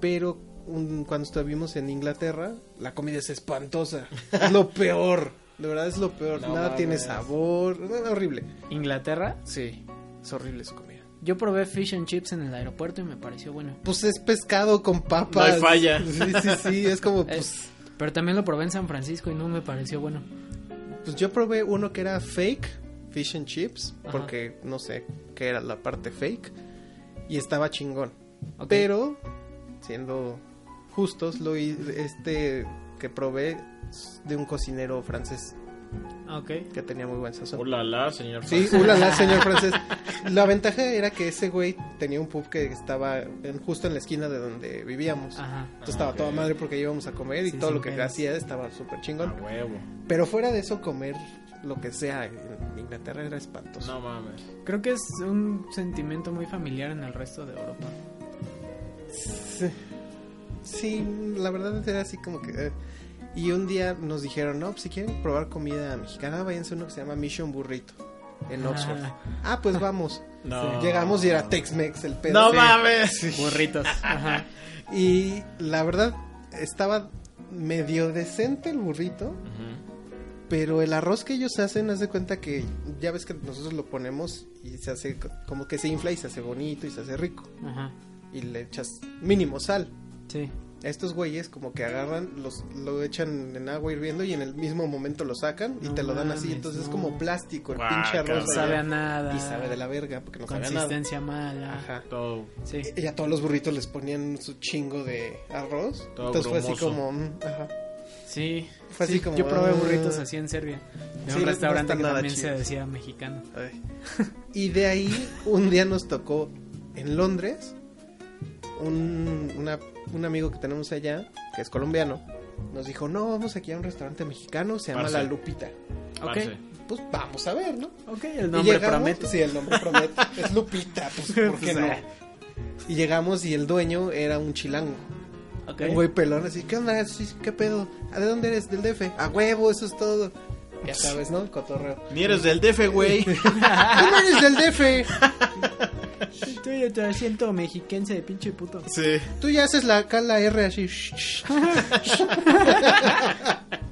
Pero un- cuando estuvimos en Inglaterra, la comida es espantosa. <laughs> Es lo peor. De verdad es lo peor. No Nada tiene mames. sabor. no, no, horrible. ¿Inglaterra? Sí, es horrible su comida. Yo probé fish and chips en el aeropuerto y me pareció bueno. Pues es pescado con papas. No hay falla. Sí, sí, sí. Es como, Eh, pues, pero también lo probé en San Francisco y no me pareció bueno. pues yo probé uno que era fake, fish and chips. Ajá. Porque no sé qué era la parte fake. Y estaba chingón. Ok. Pero, siendo justos, lo hi- este que probé es de un cocinero francés Ok. que tenía muy buen sazón. Hola, la señor. Sí, Francis. ulala, señor francés. La ventaja era que ese güey tenía un pub que estaba en- justo en la esquina de donde vivíamos. Ajá. Entonces estaba Ah, ok. toda madre porque íbamos a comer y Sí, todo sin lo que pedos. hacía estaba súper A chingón. huevo. Pero fuera de eso, comer lo que sea en Inglaterra era espantoso. No mames. Creo que es un sentimiento muy familiar en el resto de Europa. Sí. Sí, la verdad era así como que... eh. Y un día nos dijeron, no, pues, si quieren probar comida mexicana, váyanse a uno que se llama Mission Burrito, en Oxford. Ah, Ah. pues vamos. No. Llegamos y era Tex-Mex el pedo. No Sí. mames. <laughs> Burritos. Ajá. Y la verdad, estaba medio decente el burrito, Ujú. pero el arroz que ellos hacen, haz de cuenta que ya ves que nosotros lo ponemos y se hace co- como que se infla y se hace bonito y se hace rico. Ajá. Y le echas mínimo sal. Sí. Estos güeyes como que agarran, los, lo echan en agua hirviendo y en el mismo momento lo sacan y No te lo dan así. mames, Entonces es no. como plástico el Guácala. pinche arroz. No sabe a allá. nada. Y sabe de la verga porque no sabe a nada. Consistencia mala. Ajá. Todo. Sí. Y a todos los burritos les ponían su chingo de arroz. Todo Entonces fue así grumoso. como... mm, ajá. Sí. Fue así Sí, como, Yo probé ah. burritos así en Serbia. De Sí, un no- no restaurante están que nada también se chidos. decía mexicano. Ay. Y de ahí un día nos tocó en Londres un, una- un amigo que tenemos allá, que es colombiano, nos dijo, no, vamos aquí a un restaurante mexicano, se llama Parce. La Lupita. Ok. Parce. Pues vamos a ver, ¿no? Ok, el Y nombre llegamos- promete. Sí, el nombre promete. es Lupita, <laughs> pues ¿por qué Pues, no? eh. Y llegamos y el dueño era un chilango. Ok. Un güey pelón, así, ¿qué onda? Sí, ¿Qué pedo? ¿A de dónde eres? ¿Del DF? A huevo, eso es todo. Ya sabes, ¿no? El cotorreo. Ni eres del DF, <laughs> güey. Ah. ¡Tú no eres del DF! Tú y tu asiento mexiquense de pinche puto. sí. Tú ya haces la, acá la R así. sh- sh- <laughs>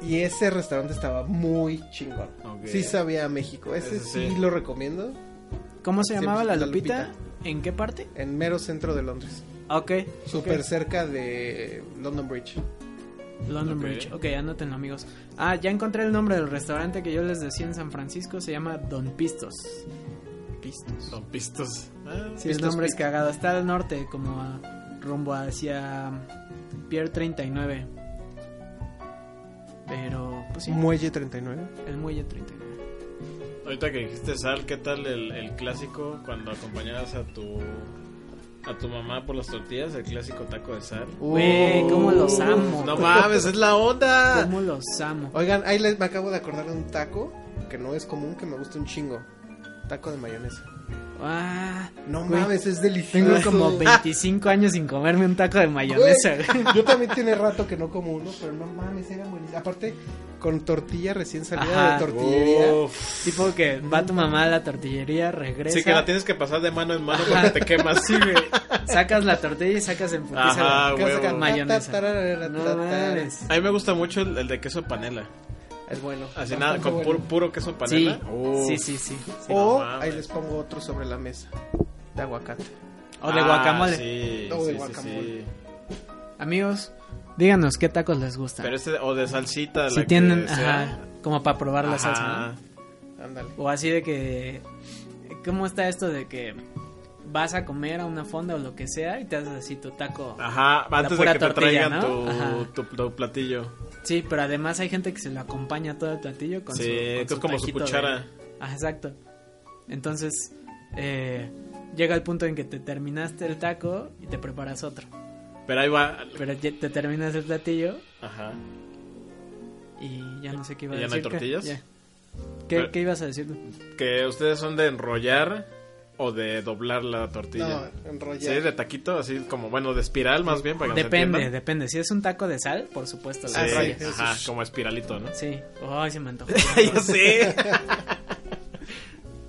y ese restaurante estaba muy chingón. Ok. Sí sabía a México. Ese Ese sí. sí. lo recomiendo. ¿Cómo se Siempre llamaba la la Lupita? Lupita. ¿En qué parte? En mero centro de Londres. Ok. Súper ok. cerca de London Bridge. London Ok. Bridge. Ok, anótenlo, amigos. Ah, ya encontré el nombre del restaurante que yo les decía en San Francisco. Se llama Don Pistos. Pistos. Son pistos. Ah, Sí, el Pistos nombre es Pistos. cagado. Está al norte, como a- rumbo hacia Pier 39. Pero, pues sí, Muelle 39. el muelle 39. Ahorita que dijiste sal, ¿qué tal el, el clásico cuando acompañabas a tu a tu mamá por las tortillas, el clásico taco de sal? Güey, Uh. cómo los amo. No mames, es la Ah. onda. ¿Cómo los amo? Oigan, ahí les, me acabo de acordar de un taco que no es común, que me gusta un chingo. Taco de mayonesa. Ah, No güey, mames, es Ah. delicioso. Tengo como <laughs> 25 años sin comerme un taco de mayonesa. güey. <laughs> Yo también tiene rato que no como uno, pero no mames, era buenísimo. Aparte, con tortilla recién salida Ajá. de tortillería. Uf. Tipo que va tu mamá a la tortillería, regresa. Sí, que la tienes que pasar de mano en mano porque Ajá. te quemas. Sí, güey. Sacas la tortilla y sacas en putiza Ajá, la- ¿Qué vas huevo. a sacar? Mayonesa. Ta, tarara, No ta, mames. A mí me gusta mucho el, el de queso panela. Es bueno. Así Ah, Bastante nada, con bueno. puro, puro queso Sí, panela. Uf. sí, sí, sí. sí. O, O No mames. ahí les pongo otro sobre la mesa. De aguacate. de Ah, guacamole. Sí, O de sí, sí, guacamole. sí. Amigos, díganos qué tacos les gustan. Pero este, o de salsita. si la tienen, que sea. ajá, como para probar la Ajá. salsa, ¿no? Ándale. O así de que. ¿Cómo está esto de que vas a comer a una fonda o lo que sea y te haces así tu taco? Ajá, antes de pura que te tortilla, traigan ¿no? Ajá. tu, tu, tu platillo. Sí, pero además hay gente que se lo acompaña todo el platillo con Sí, su. con esto es como su taquito de- cuchara. Ajá, exacto. Entonces, eh, llega el punto en que te terminaste el taco y te preparas otro. Pero ahí va. Pero ya te terminas el platillo Ajá. y ya no sé qué iba a ¿Y ya no decir. hay tortillas? Ya. ¿Qué, Pero- qué ibas a decir? tú? Que ustedes son de enrollar o de doblar la tortilla. No, enrollar. sí, de taquito, así como, bueno, de espiral más bien, para que nos Depende, entiendan. depende. Si es un taco de sal, por supuesto, la Ah, Sí, enrollas. enrollas. Ajá, como espiralito, <laughs> ¿no? Sí. Ay, se me <laughs> antojó. Yo sé.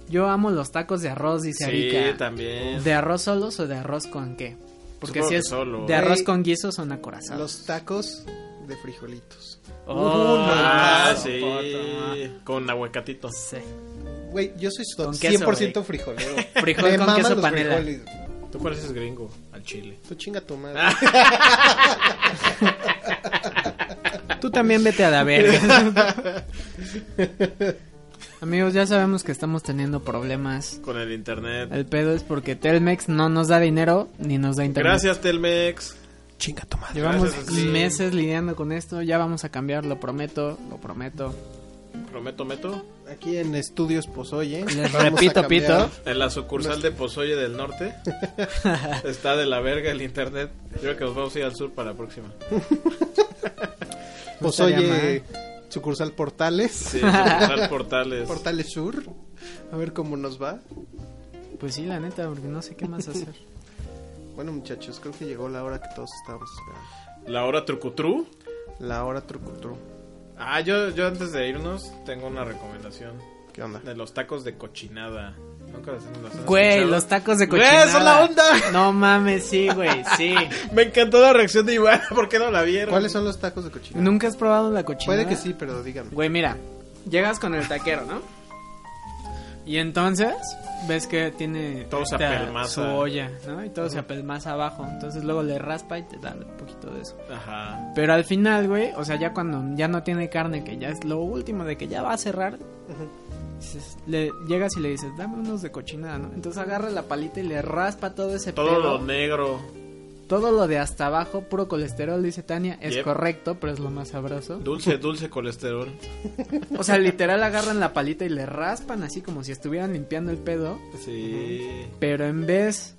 Yo amo los tacos de arroz, dice Sí, Arica. también. ¿De arroz solos o de arroz con qué? Porque Supongo si que es solo. de arroz Güey, con guiso son acorazados. Los tacos de frijolitos. Oh, Ah, no, sí. no, no. Con aguacatito. Sí. Güey, yo soy so- Con queso, 100% frijolero. <laughs> Frijol Me con maman queso los panela. frijoles. Tú pareces gringo al chile. Tú chinga tu madre. Ah. Tú también vete <laughs> a la verga. <laughs> Amigos, ya sabemos que estamos teniendo problemas. Con el internet. El pedo es porque Telmex no nos da dinero ni nos da internet. Gracias, Telmex. Chinga tu madre. Llevamos Gracias, sí. meses lidiando con esto. Ya vamos a cambiar, lo prometo, lo prometo. Prometo, meto. Aquí en Estudios Pozoye. Les vamos a repito, cambiar. pito. En la sucursal de Pozoye del Norte está de la verga el internet. Yo creo que nos vamos a ir al sur para la próxima. No estaría Pozoye, Pues sucursal Portales. <laughs> <laughs> Sí, sucursal Portales. Portales Sur. A ver cómo nos va. Pues sí, la neta, porque no sé qué más <laughs> hacer. Bueno, muchachos, creo que llegó la hora que todos estábamos esperando. La hora trucutru. La hora trucutru. Ah, yo, yo antes de irnos tengo una recomendación ¿Qué onda? de los tacos de cochinada. Nunca los, los han Güey, escuchado? los tacos de Güey, cochinada. son la onda. No mames, sí, güey, sí. Me encantó la reacción de Iván. <laughs> ¿Por qué no la vieron? ¿Cuáles son los tacos de cochino? ¿Nunca has probado la cochinada? Puede que sí, pero díganme. Güey, mira, llegas con el taquero, ¿no? Y entonces ves que tiene Todo se esta- apelmaza. su olla, ¿no? Y todo se apelmaza abajo. Entonces luego le raspa y te da un poquito de eso. Ajá. Pero al final, güey, o sea, ya cuando ya no tiene carne, que ya es lo último de que ya va a cerrar, dices- le llegas y le dices, dame unos de cochinada, ¿no? Entonces agarra la palita y le raspa todo ese Todo pedo. lo negro, Todo lo de hasta abajo, puro colesterol, dice Tania, es Yep. correcto, pero es lo más sabroso. dulce, dulce colesterol. O sea, literal agarran la palita y le raspan así como si estuvieran limpiando el pedo, Sí. pero en vez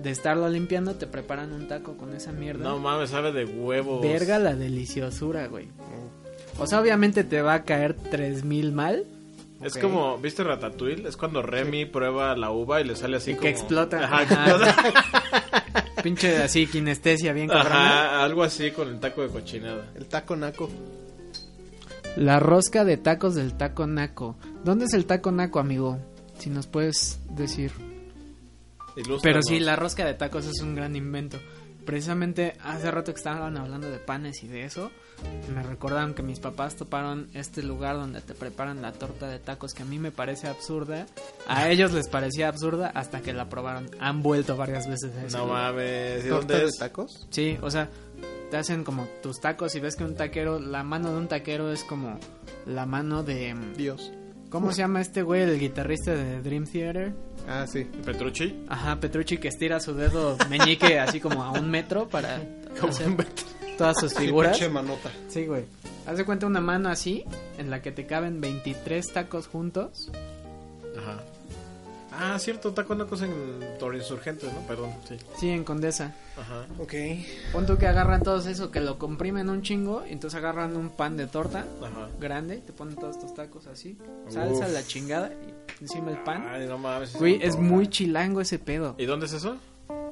de estarlo limpiando te preparan un taco con esa mierda. No pues. mames, sabe de huevos. Verga la deliciosura, güey. O sea, obviamente te va a caer 3000 mal. Es Ok. como, ¿viste Ratatouille? Es cuando Remy prueba la uva y le sale así Y que como... explota. Ajá, Ajá. explota. Pinche así, kinestesia bien cabrona. Ajá, algo así con el taco de cochinada. El taco naco. La rosca de tacos del taco naco. ¿Dónde es el taco naco, amigo? Si nos puedes decir. Ilústranos. Pero sí, la rosca de tacos es un gran invento. Precisamente hace rato que estaban hablando de panes y de eso, me recordaron que mis papás toparon este lugar donde te preparan la torta de tacos que a mí me parece absurda. A ellos les parecía absurda hasta que la probaron. Han vuelto varias veces a eso. No mames, ¿y ¿Torta dónde de es? tacos? Sí, o sea, te hacen como tus tacos y ves que un taquero, la mano de un taquero es como la mano de... Dios. ¿Cómo se llama este güey, el guitarrista de Dream Theater? Ah, sí. ¿Petrucci? Ajá, Petrucci que estira su dedo meñique así como a un metro para <laughs> Como hacer un bet- todas sus figuras. Pinche manota. Sí, güey. Haz de cuenta una mano así en la que te caben 23 tacos juntos. Ajá. Ah, cierto, taco nacos en Insurgentes, ¿no? Perdón, sí. Sí, en Condesa. Ajá. Ok. Pon tú que agarran todos eso, que lo comprimen un chingo y entonces agarran un pan de torta Ajá. grande, te ponen todos estos tacos así, salsa, Uf. la chingada y encima el pan. Ay, no mames. Güey, se me es antoja. muy chilango ese pedo. ¿Y dónde es eso?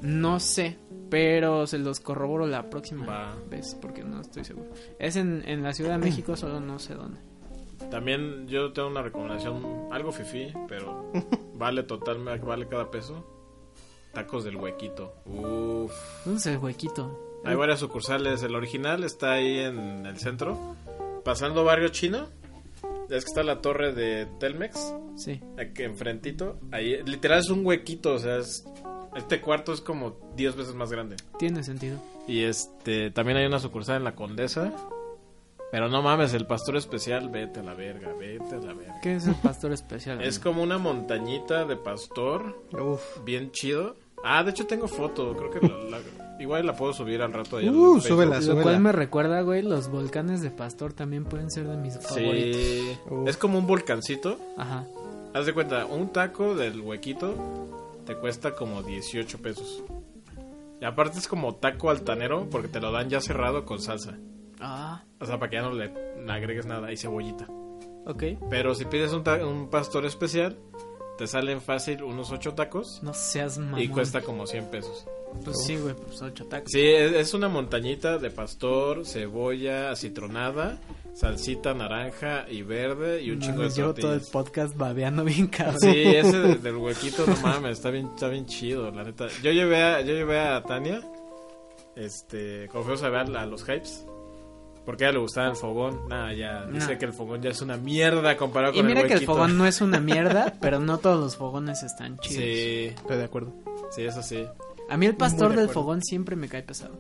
No sé, pero se los corroboro la próxima Va. vez porque no estoy seguro. Es en, en la Ciudad de México, solo no sé dónde. También yo tengo una recomendación, algo fifí, <laughs> pero vale total, vale cada peso. Tacos del huequito. Uf. ¿Dónde es el huequito? Hay varias sucursales. El original está ahí en el centro. Pasando barrio chino. Es que está la torre de Telmex. Sí. Aquí enfrentito. Ahí, literal es un huequito. O sea, es- este cuarto es como 10 veces más grande. Tiene sentido. Y este, también hay una sucursal en la Condesa. Pero no mames, el pastor especial, vete a la verga, vete a la verga. ¿Qué es el pastor especial? Es amigo? como una montañita de pastor, Uf. bien chido. Ah, de hecho tengo foto, creo que la- la- igual la puedo subir al rato. ahí al Uh, Facebook. súbela, Lo cual me súbela. recuerda, güey, los volcanes de pastor también pueden ser de mis favoritos. Sí. Uf. Es como un volcancito. Ajá. Haz de cuenta, un taco del huequito te cuesta como 18 pesos. Y aparte es como taco altanero porque te lo dan ya cerrado con salsa. Ah, O sea, para que ya no le, le agregues nada y cebollita. ok. Pero si pides un, ta- un pastor especial, te salen fácil unos 8 tacos No seas mamón. y cuesta como 100 pesos. Pues sí, güey, pues ocho tacos. Sí, es es una montañita de pastor, cebolla, citronada, salsita naranja y verde y un No, chingo de me llevo todo el tortillas. podcast babeando bien cabrón. <laughs> Sí, ese de- del huequito, no mames, está bien, está bien chido, la neta. Yo llevé a, yo llevé a Tania, este, como fuimos a ver a los hypes, porque a ella le gustaba el fogón. Nada, ya, dice No. que el fogón ya es una mierda comparado Ah. Y con mira el que huequito. el fogón no es <laughs> una mierda, pero no todos los fogones están chidos. Sí, Estoy de acuerdo. sí, eso sí. A mí el pastor Muy de del acuerdo. fogón siempre me cae pesado.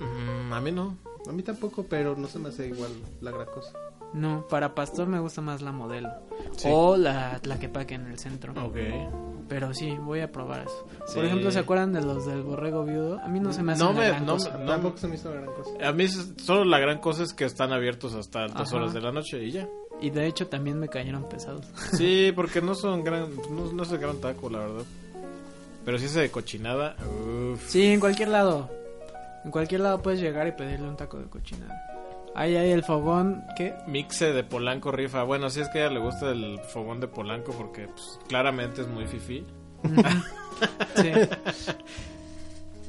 Mm, a mí no. A mí tampoco, pero no se me hace igual la gran cosa. No, para pastor me gusta más la modelo. Sí. O la, la que paque en el centro. Ok. Pero sí, voy a probar eso. Sí. Por ejemplo, ¿se acuerdan de los del borrego viudo? A mí no se me hace No una me- gran no cosa. No. Tampoco se me hizo la gran cosa. A mí es- solo la gran cosa es que están abiertos hasta altas Ajá. horas de la noche y ya. Y de hecho también me cayeron <laughs> pesados. Sí, porque no son gran, no, no es el gran taco, la verdad. Pero si ese de cochinada, uff. Sí, en cualquier lado. En cualquier lado puedes llegar y pedirle un taco de cochinada. Ahí hay el fogón <laughs> que... Mixe de Polanco rifa. Bueno, si es que a ella le gusta el fogón de Polanco porque pues, claramente es muy fifi. Sí.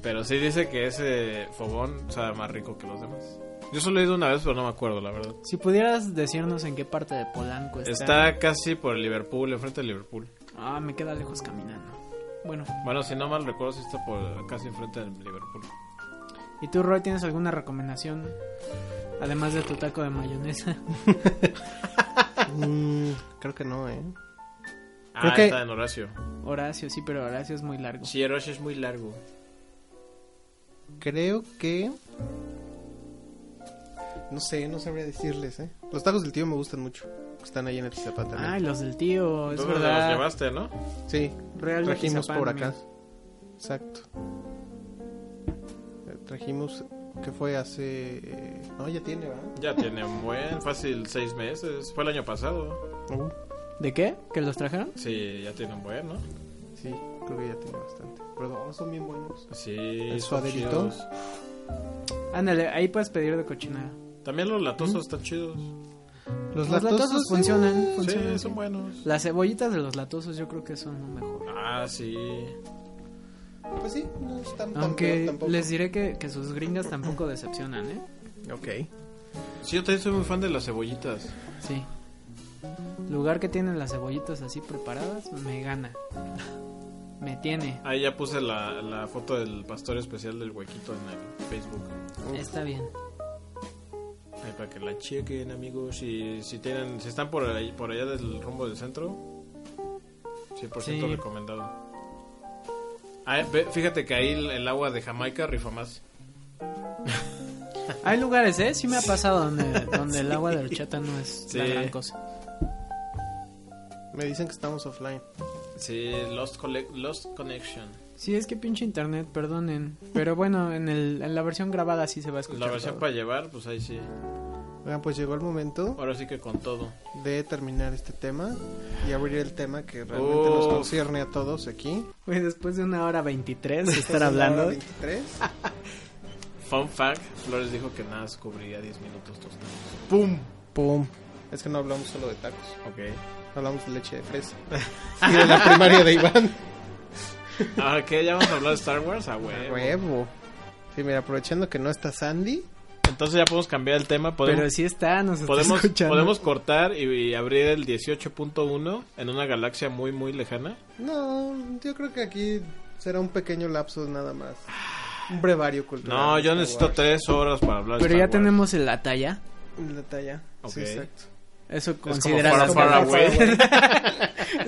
Pero sí dice que ese fogón sabe más rico que los demás. Yo solo he ido una vez, pero no me acuerdo, la verdad. Si pudieras decirnos en qué parte de Polanco está... Está casi por el Liverpool, enfrente del Liverpool. Ah, me queda lejos caminando. Bueno, Bueno, si no mal recuerdo, sí está por casi enfrente del Liverpool. ¿y tú, Roy, tienes alguna recomendación? Además de tu taco de mayonesa. <laughs> Mm, creo que no, ¿eh? Ah, Creo que- está en Horacio. Horacio, sí, pero Horacio es muy largo. Sí, Horacio es muy largo. Creo que... No sé, no sabría decirles, ¿eh? Los tacos del tío me gustan mucho. que Están ahí en Atizapán también. Ay, los del tío, es Entonces verdad. los llevaste, ¿no? Sí, Real de trajimos Atizapán, por amigo. acá. Exacto. Eh, Trajimos, que fue hace... eh, No, ya tiene, ¿verdad? Ya tiene un buen, fácil seis meses. Fue el año pasado. Uh, ¿De qué? ¿Que los trajeron? Sí, ya tiene un buen, ¿no? sí, creo que ya tiene bastante. Pero no, son bien buenos. Sí. ¿El son suaderito? chidos. Ándale, ahí puedes pedir de cochinada. También los latosos están chidos. Los, Los latosos, sí. funcionan, funcionan. Sí, son buenos. Las cebollitas de los latosos yo creo que son lo mejor. Ah, sí. Pues sí, no están tan feos Aunque tampoco. les diré que, que sus gringas tampoco decepcionan, ¿eh? Ok. Sí, yo también soy muy fan de las cebollitas. Sí. Lugar que tienen las cebollitas así preparadas, me gana. Me tiene. Ahí ya puse la, la foto del pastor especial del huequito en el Facebook. Está bien. Ahí para que la chequen, amigos. Si, si tienen, si están por ahí, por allá del rumbo del centro, 100% Sí. recomendado. Ah, ve- fíjate que ahí el, el agua de Jamaica rifa más. Hay lugares, ¿eh? Sí me ha pasado donde, donde el agua de horchata no es la Sí. gran cosa. Me dicen que estamos offline. Sí, Lost, Collec- Lost Connection. Sí, es que pinche internet, perdonen. Pero bueno, en, el, en la versión grabada sí se va a escuchar. La versión todo. para llevar, pues ahí sí. Oigan, pues llegó el momento Ahora sí que con todo. de terminar este tema y abrir el tema que realmente nos Uf. concierne a todos aquí. Güey, después de una hora <laughs> veintitrés de Estás estar en la hora hablando. 23. Ah. Fun fact, Flores dijo que nada cubriría 10 minutos tostados. ¡Pum! Pum. Es que no hablamos solo de tacos, Ok. hablamos de leche <laughs> de fresa. Y de la primaria de Iván. Ahora que Ah, ya vamos a hablar de Star Wars, ah, güey. Huevo. Sí, mira, aprovechando que no está Sandy. Entonces ya podemos cambiar el tema. Podemos, Pero sí está, nos está podemos, escuchando. podemos cortar y, y abrir el 18.1 en una galaxia muy, muy lejana. No, yo creo que aquí será un pequeño lapso nada más. Un brevario cultural. Este, No, de yo Star necesito Wars. tres horas para hablar. de Pero ya Star Wars. tenemos la talla. La talla. Sí, Ok. exacto. Eso como considera Far, la Far talla. Away.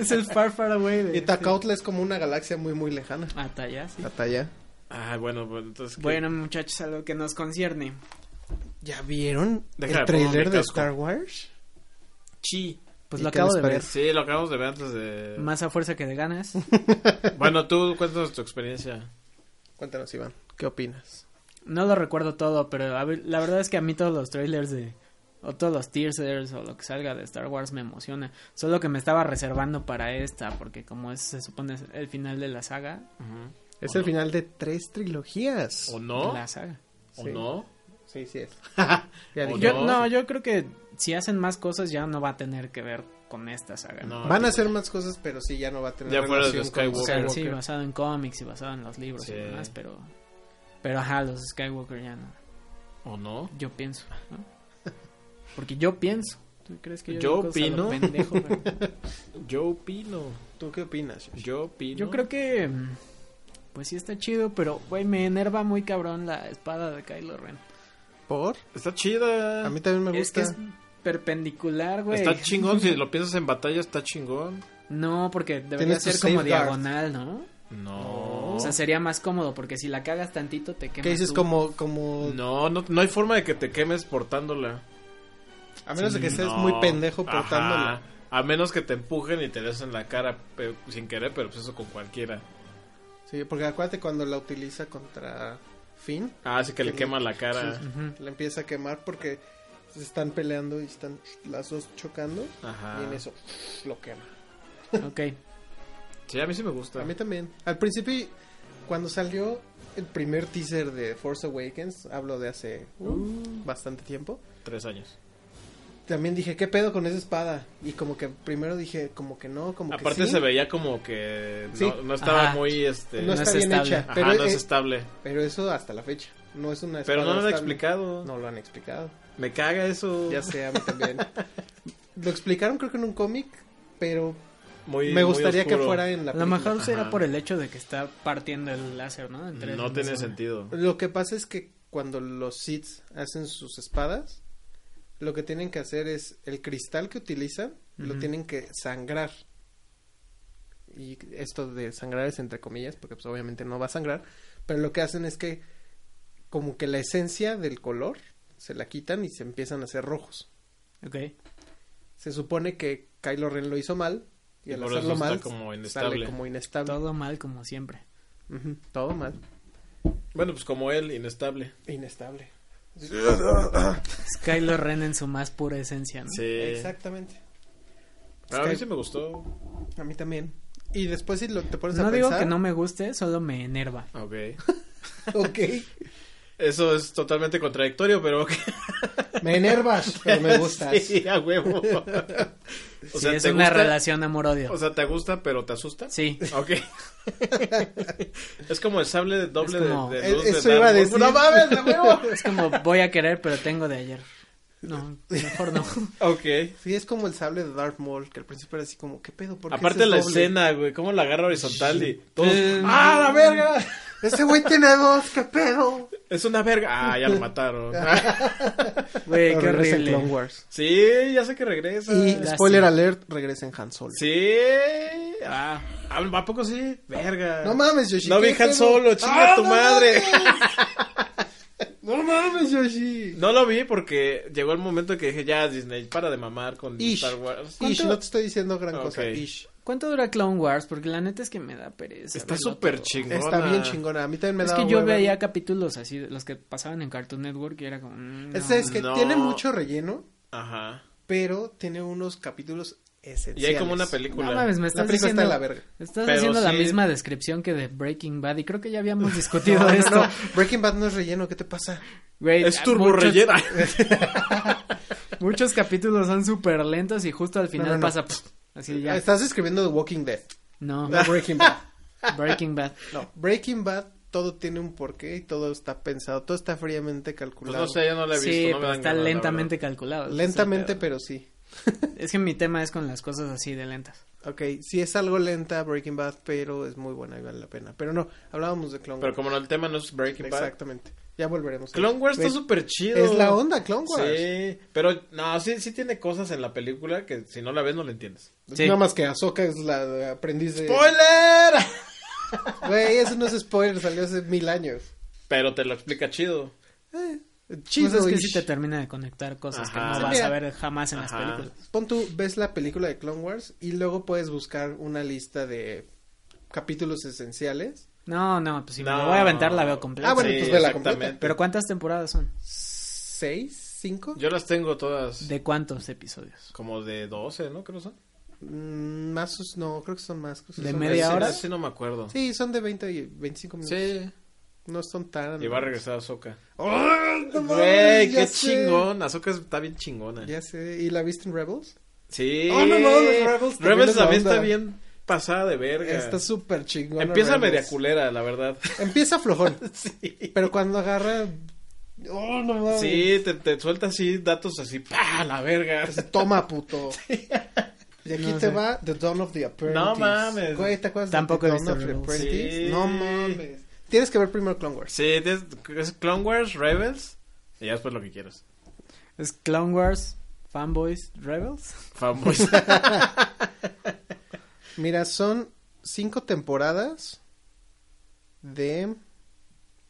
<laughs> <laughs> Es el far far away de este Y Tacautla es como una galaxia muy, muy lejana. Ah, talla, sí. La talla. Ah, bueno, pues entonces. ¿qué? Bueno, muchachos, a lo que nos concierne. ¿Ya vieron Deja, el pongo mi trailer de casco. Star Wars? Chi. Pues ¿Y lo qué acabo les de ver. parece? Sí, lo acabamos de ver antes de. Más a fuerza que de <laughs> ganas. Bueno, tú cuéntanos tu experiencia. Cuéntanos, Iván, ¿qué opinas? No lo recuerdo todo, pero a ver, la verdad es que a mí todos los trailers de o todos los teasers o lo que salga de Star Wars me emociona. Solo que me estaba reservando para esta, porque como es, se supone es el final de la saga, Es ¿O el no? final de tres trilogías. ¿O no? la saga. ¿O Sí. no? Sí, sí es. ¿O <laughs> Ya dije. Yo, no? no, yo creo que si hacen más cosas ya no va a tener que ver con esta saga. No, Van a hacer más cosas, pero sí, ya no va a tener Ya fuera de relación con Skywalker. O sea, Skywalker. sí, basado en cómics y basado en los libros Sí. y demás, pero... Pero ajá, los Skywalker ya no. ¿O no? Yo pienso, ¿no? Porque yo pienso. ¿Tú crees que yo, Yo digo cosas a lo opino. pendejo, pero- Yo opino. ¿Tú qué opinas? Josh? Yo opino. Yo creo que. mm, Pues sí está chido, pero, güey, me enerva muy cabrón la espada de Kylo Ren. ¿Por? Está chida. A mí también me Es gusta. que es perpendicular, güey. Está chingón. Si lo piensas en batalla, está chingón. No, porque debería Tienes tu ser como safeguard. diagonal, ¿no? No. O sea, sería más cómodo, porque si la cagas tantito te quemas. ¿Qué dices? tú. Como, como... No, no, no hay forma de que te quemes portándola. A menos de que seas No. muy pendejo Ajá. portándola. A menos que te empujen y te des en la cara pe- sin querer, pero pues eso con cualquiera. Sí, porque acuérdate cuando la utiliza contra Finn, Ah, así que le Sí. quema la cara. Ujú. la empieza a quemar porque se están peleando y están las dos chocando. Ajá. Y en eso lo quema. Ok. Sí, a mí sí me gusta. A mí también. Al principio, cuando salió el primer teaser de Force Awakens, hablo de hace uh, bastante tiempo, Tres años. también dije, ¿qué pedo con esa espada? Y como que primero dije, como que no, como Aparte que sí, se veía como que no, Sí. no estaba Ajá. muy este. no es- está bien estable. hecha. Ajá, pero, no es eh, estable. pero eso hasta la fecha. No es una Pero no lo han estable. explicado. No lo han explicado. Me caga eso. Ya sé, a mí <laughs> también. lo explicaron creo que en un cómic, pero Muy- me muy gustaría que oscuro. fuera en la A lo película. mejor será Ajá. por el hecho de que está partiendo el láser, ¿no? En tres No tiene dimensiones. sentido. Lo que pasa es que cuando los Sith hacen sus espadas, lo que tienen que hacer es el cristal que utilizan, lo Ujú. tienen que sangrar. Y esto de sangrar es entre comillas, porque pues obviamente no va a sangrar, pero lo que hacen es que como que la esencia del color se la quitan y se empiezan a hacer rojos. Ok. Se supone que Kylo Ren lo hizo mal y, Y al por eso hacerlo está mal como sale inestable. como inestable. Todo mal como siempre. Ujú, todo mal. Bueno, pues como él, inestable. Inestable. Es Kylo Ren en su más pura esencia, ¿no? Sí. Exactamente. Pero Ah, a mí Es que- sí me gustó. A mí también. Y después si lo, te pones No a digo pensar... que no me guste, solo me enerva. Ok. <laughs> Ok. <laughs> Eso es totalmente contradictorio, pero ok. Me enervas, pero me gustas. <laughs> Sí, a <laughs> huevo. O Sí, sea, es ¿te una gusta? relación amor-odio. O sea, ¿te gusta pero te asusta? <laughs> sí. <laughs> Ok. es como el sable de doble Es como- de, de Eh, luz Eso de iba a Darth decir. Maul. ¡No mames! a huevo! Es como voy a querer, pero tengo de ayer. No, mejor <laughs> no. Ok. <laughs> Sí, es como el sable de Darth Maul, que al principio era así como, ¿qué pedo? ¿Por qué Aparte ese es la doble? escena, güey. ¿Cómo la agarra horizontal y todos... Eh, ¡Ah, la <laughs> verga! Ese güey tiene dos, ¿qué pedo? Es una verga. Ah, ya <laughs> lo mataron. Güey, qué Regresa en horrible. Clone Wars. <laughs> sí, ya sé que regresa. Y Lástima. spoiler alert, regresa en Han Solo. Sí. Ah, ¿a poco sí? Verga. No mames, Yoshi. No ¿qué vi Han pedo? Solo, chinga ¡Ah, tu no madre. <laughs> mames! No mames, Yoshi. No lo vi porque llegó el momento que dije, ya Disney, para de mamar con Ish. Star Wars. Ish, ¿Cuánto- no te estoy diciendo gran Ok. cosa. Ish. ¿Cuánto dura Clone Wars? Porque la neta es que me da pereza. Está verlo súper todo. chingona. Está bien chingona. A mí también me Es da que yo hueva. veía capítulos así, los que pasaban en Cartoon Network y era como... mm, no. Es, es que No. tiene mucho relleno, Ajá. pero tiene unos capítulos Y esenciales. hay como una No película. mames, Pues me La estás película diciendo... está de la verga. Estás Pero haciendo la sí- misma descripción que de Breaking Bad y creo que ya <laughs> habíamos discutido No, no, esto. no, Breaking Bad no es relleno, ¿qué te pasa? Güey, es turbo muchos- rellena. <laughs> Muchos capítulos son súper lentos y justo al final No, no, no. pasa... pff, así ya. Estás escribiendo The Walking Dead, No, <laughs> no Breaking Bad. Breaking Bad. No, Breaking Bad todo tiene un porqué y todo está pensado, todo está fríamente Pues calculado. no sé, yo no la he visto. Sí, no me pues pero dan está ganas, la lentamente calculado. ese es el Lentamente, pedo. pero sí. Es que mi tema es con las cosas así de lentas. Ok, sí es algo lenta Breaking Bad, pero es muy buena y vale la pena. Pero no, hablábamos de Clone verdad. Pero Wars. como el tema no es Breaking Bad. Exactamente. Ya volveremos. a- Clone Wars está Ve, súper chido. Es la onda Clone Wars. Sí, pero no, sí, sí tiene cosas en la película que si no la ves no la entiendes. Sí. Nada más que Ahsoka es la la aprendiz de... ¡Spoiler! <laughs> Güey, eso no es spoiler, salió hace mil años. Pero te lo explica chido. Chido. pues es que ish. sí te termina de conectar cosas Ajá. que Sí, no vas mira. a ver jamás en Ajá. las películas. Pon tú, ves la película de Clone Wars y luego puedes buscar una lista de capítulos esenciales. No, no, pues si me No. la voy a aventar la veo completa. Ah, bueno, Sí, pues vela exactamente. completa. Pero ¿cuántas temporadas son? ¿Seis? cinco? Yo las tengo todas ¿De cuántos episodios? como de 12, ¿no? Creo que son. Mm, más, sus- no, creo que son más. creo que ¿De son media veinte. hora? Sí, no me acuerdo. Sí, son de 20 y 25 minutos. Sí. No son tan... Y va a regresar Azoka. ¡Oh, no mames, Güey, ya qué sé! chingón. Azoka está bien chingona. Ya sé. ¿Y la viste en Rebels? Sí. Oh, no mames, Rebels también Rebels es la también onda. está bien pasada de verga. Está súper chingón. Empieza media culera, la verdad. <laughs> Empieza flojón. sí. Pero cuando agarra. ¡Oh, no mames! Sí, te, te suelta así datos así, ¡pa! La verga. Así, <laughs> Toma, puto. Y aquí No te sé. va The Dawn of the Apprentice. No mames. Güey, ¿te acuerdas Tampoco he de The visto Dawn of the Rebels. Apprentice? Sí. No mames. Tienes que ver primero Clone Wars. Sí, tienes- es Clone Wars, Rebels y ya después lo que quieras. ¿Es Clone Wars, Fanboys, Rebels? <laughs> Fanboys. Mira, son cinco temporadas de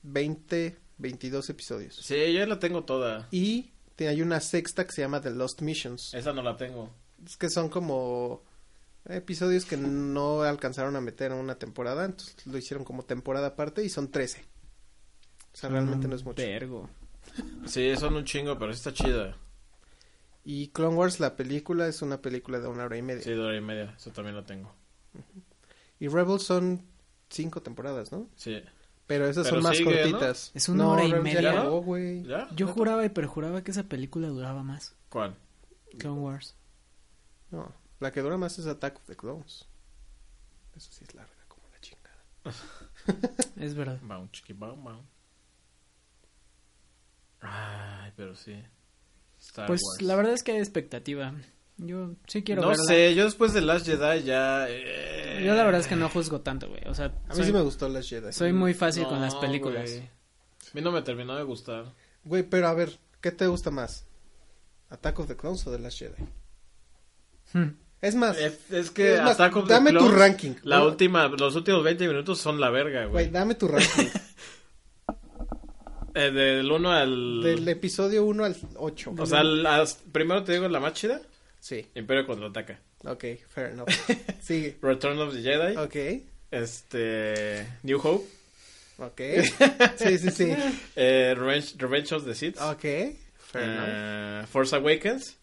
20, 22 episodios. sí, yo la tengo toda. Y te- hay una sexta que se llama The Lost Missions. Esa no la tengo. Es que son como episodios que no alcanzaron a meter en una temporada, entonces lo hicieron como temporada aparte y son 13. O sea, realmente Mm, no es mucho. Vergo. Sí, son un chingo, pero sí está chida. Y Clone Wars, la película, es una película de una hora y media. Sí, de hora y media. Eso también la tengo. Y Rebels son cinco temporadas, ¿no? Sí. Pero esas Pero son más sigue, ¿no? cortitas. Es una hora y Rebels ya media. acabó, güey. ¿Ya? Yo juraba y perjuraba que esa película duraba más. ¿Cuál? Clone Wars. No, la que dura más es Attack of the Clones. Eso sí es larga como la chingada. Es verdad. Baum, chiqui, baum, baum. Ay, pero sí. Star Pues Wars. la verdad es que hay expectativa. Yo sí quiero no verla. sé, yo después de Last Jedi ya... eh, Yo la verdad es que no juzgo tanto, güey. O sea, A mí soy, sí me gustó Las Jedi. soy muy fácil con No, las películas. güey. A mí no me terminó de gustar. Güey, pero a ver, ¿qué te gusta más? ¿Attack of the Clones o The Last Jedi? Hmm. Es más, Es, es que Es más, Attack of the dame tu Clones, ranking. La Güey. última, los últimos 20 minutos son la verga, güey, güey. dame tu ranking. <laughs> Eh, del 1 al... Del episodio 1 al 8. O sea, las- primero te digo la más chida. sí. Imperio contraataca. Ok, fair <laughs> enough. Sigue. Return of the Jedi. Ok, Este... New Hope. <laughs> ok. Sí, sí, sí. eh, Revenge, Revenge of the Sith. Ok, Ah, fair enough. eh, Force Awakens.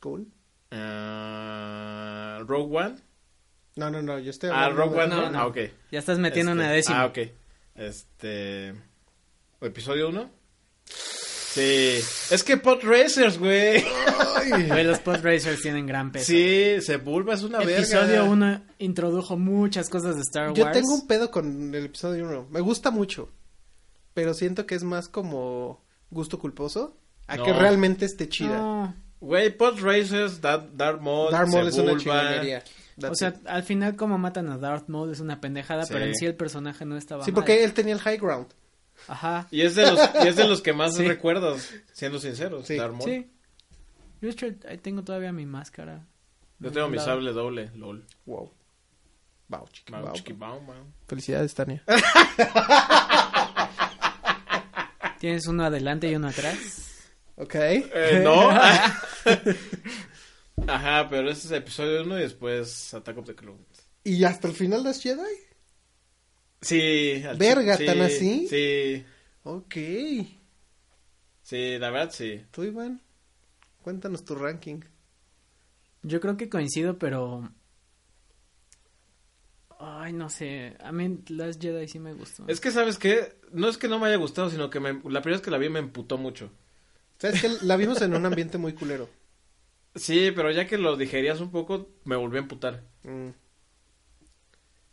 Cool. eh, Rogue One. No, no, no, yo estoy Ah, hablando Rogue de- One no. no, no. Ah, ok. Ya estás metiendo Este, una décima. Ah, ok. Este... Episodio 1. Sí. Es que Pod Racers, <laughs> güey. Güey, los podracers tienen gran peso. Sí, Sepulva es una verga. Episodio 1 introdujo muchas cosas de Star Wars. Yo tengo un pedo con el episodio 1. Me gusta mucho. Pero siento que es más como gusto culposo a No. que realmente esté chida. No, Güey, Pod Racers, Dark Darth Maul, Darth Maul es una Sepulva. chingonería. o That's sea, it. al final como matan a Darth Maul es una pendejada, Sí. pero en sí el personaje no estaba sí, mal. porque él tenía el high ground. Ajá. Y es de los, y es de los que más <laughs> Sí. recuerdas, siendo sinceros, Sí. Darth Maul. Sí. Yo de hecho, ahí tengo todavía mi máscara. Yo tengo mi Lado. sable doble, lol. Wow. Wow, chiqui, Mau, wow. chiqui, mau, mau. <laughs> Felicidades, Tania. Tienes uno adelante y uno atrás. Ok. Eh, <laughs> no. Ajá, pero este es episodio 1 y después Attack of the Clones. ¿Y hasta el final las Jedi? Sí. al Verga, chi- ¿tan sí, así? Sí, Ok. ¿Tú, sí, la verdad sí. Iván? Cuéntanos tu ranking. Yo creo que coincido, pero... Ay, no sé. A mí Last Jedi sí me gustó. Es que, ¿sabes qué? No es que no me haya gustado, sino que me- la primera vez que la vi me emputó mucho. ¿Sabes que La vimos en un ambiente muy culero. Sí, pero ya que lo digerías un poco, me volví a emputar. Mm.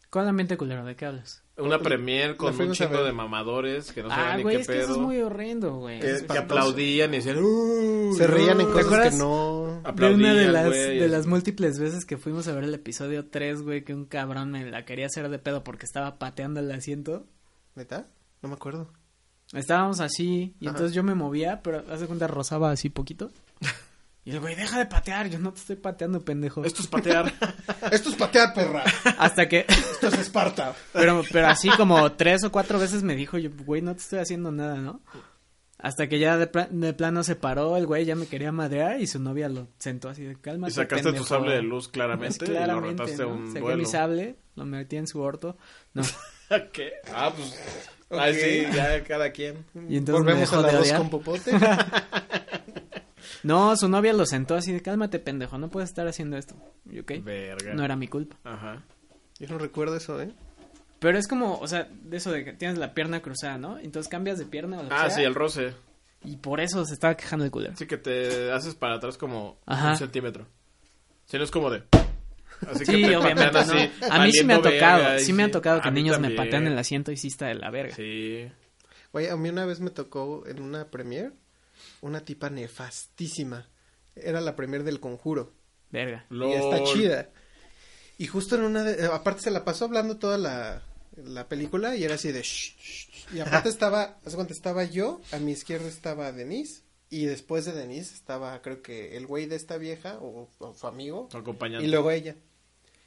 ¿Cuál ambiente culero? ¿De qué hablas? Una premier con un fuimos a chingo ver. de mamadores que no ah, sabían ni güey, qué es que eso pedo. es muy horrendo, güey. que, que espantoso. aplaudían y decían, "Uh", Se reían en ¿te cosas acuerdas? que no... De una Aplaudían, de las, güey, de así. las múltiples veces que fuimos a ver el episodio 3, güey, que un cabrón me la quería hacer de pedo porque estaba pateando el asiento. ¿Neta? No me acuerdo. Estábamos así, y Ajá. entonces yo me movía, pero hace cuenta rozaba así <laughs> poquito. Y el güey, deja de patear, yo no te estoy pateando, pendejo. Esto es patear. <laughs> Esto es patear, perra. Hasta que, <laughs> Esto es Esparta. pero, pero así como tres o cuatro veces me dijo, yo, güey, no te estoy haciendo nada, ¿no? Hasta que ya de, pla- de plano se paró, el güey ya me quería madrear y su novia lo sentó así de calma. y sacaste tu sable <laughs> de luz Pues claramente, y lo claramente, retaste ¿no? a un Saqué duelo. mi <laughs> sable, lo metí en su orto. No. ¿Qué? Ah, pues. Ahí sí, ya cada quien. Y entonces me Volvemos dejó a la de voz odiar. con popote. No, su novia lo sentó así de cálmate, pendejo, no puedes estar haciendo esto. Y, ok, Verga. no era mi culpa. Ajá. Yo no recuerdo eso, ¿eh? Pero es como, o sea, de eso de que tienes la pierna cruzada, ¿no? Entonces cambias de pierna o lo que Ah, sea, sí, el roce. Y por eso se estaba quejando el culero. Así que te haces para atrás como Ajá. un centímetro. Si no es como de. Así Sí, te obviamente, patean así, ¿no? A mí sí me ha valiendo tocado, verga, y sí, me ha tocado a que mí niños me también. patean el asiento y sí está de la verga. Sí. Güey, a mí una vez me tocó en una premier una tipa nefastísima. Era la premier del conjuro. Verga. Y está Lol. chida. Y justo en una de- eh, aparte se la pasó hablando toda la, la película y era así de "Shh, shh, shh". y aparte estaba, haz de cuenta, estaba yo, a mi izquierda estaba Denise y después de Denise estaba creo que el güey de esta vieja o, o su amigo Tu acompañante. y luego ella.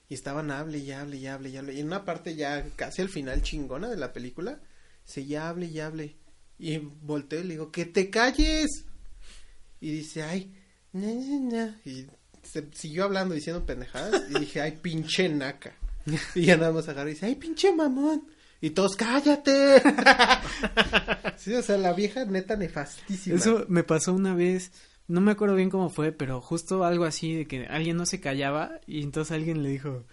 Y estaban hable y hable y hable y hable. Y en una parte ya casi al final chingona de la película, se ya hable y hable. Y volteo y le digo, que te calles. Y dice, ay, na, na, na". Y se siguió hablando diciendo pendejadas. Y dije, ay, pinche naca. Y ya nada más agarra y dice, ay, pinche mamón. Y todos, cállate. <laughs> sí, o sea, la vieja neta nefastísima. Eso me pasó una vez, no me acuerdo bien cómo fue, pero justo algo así de que alguien no se callaba y entonces alguien le dijo,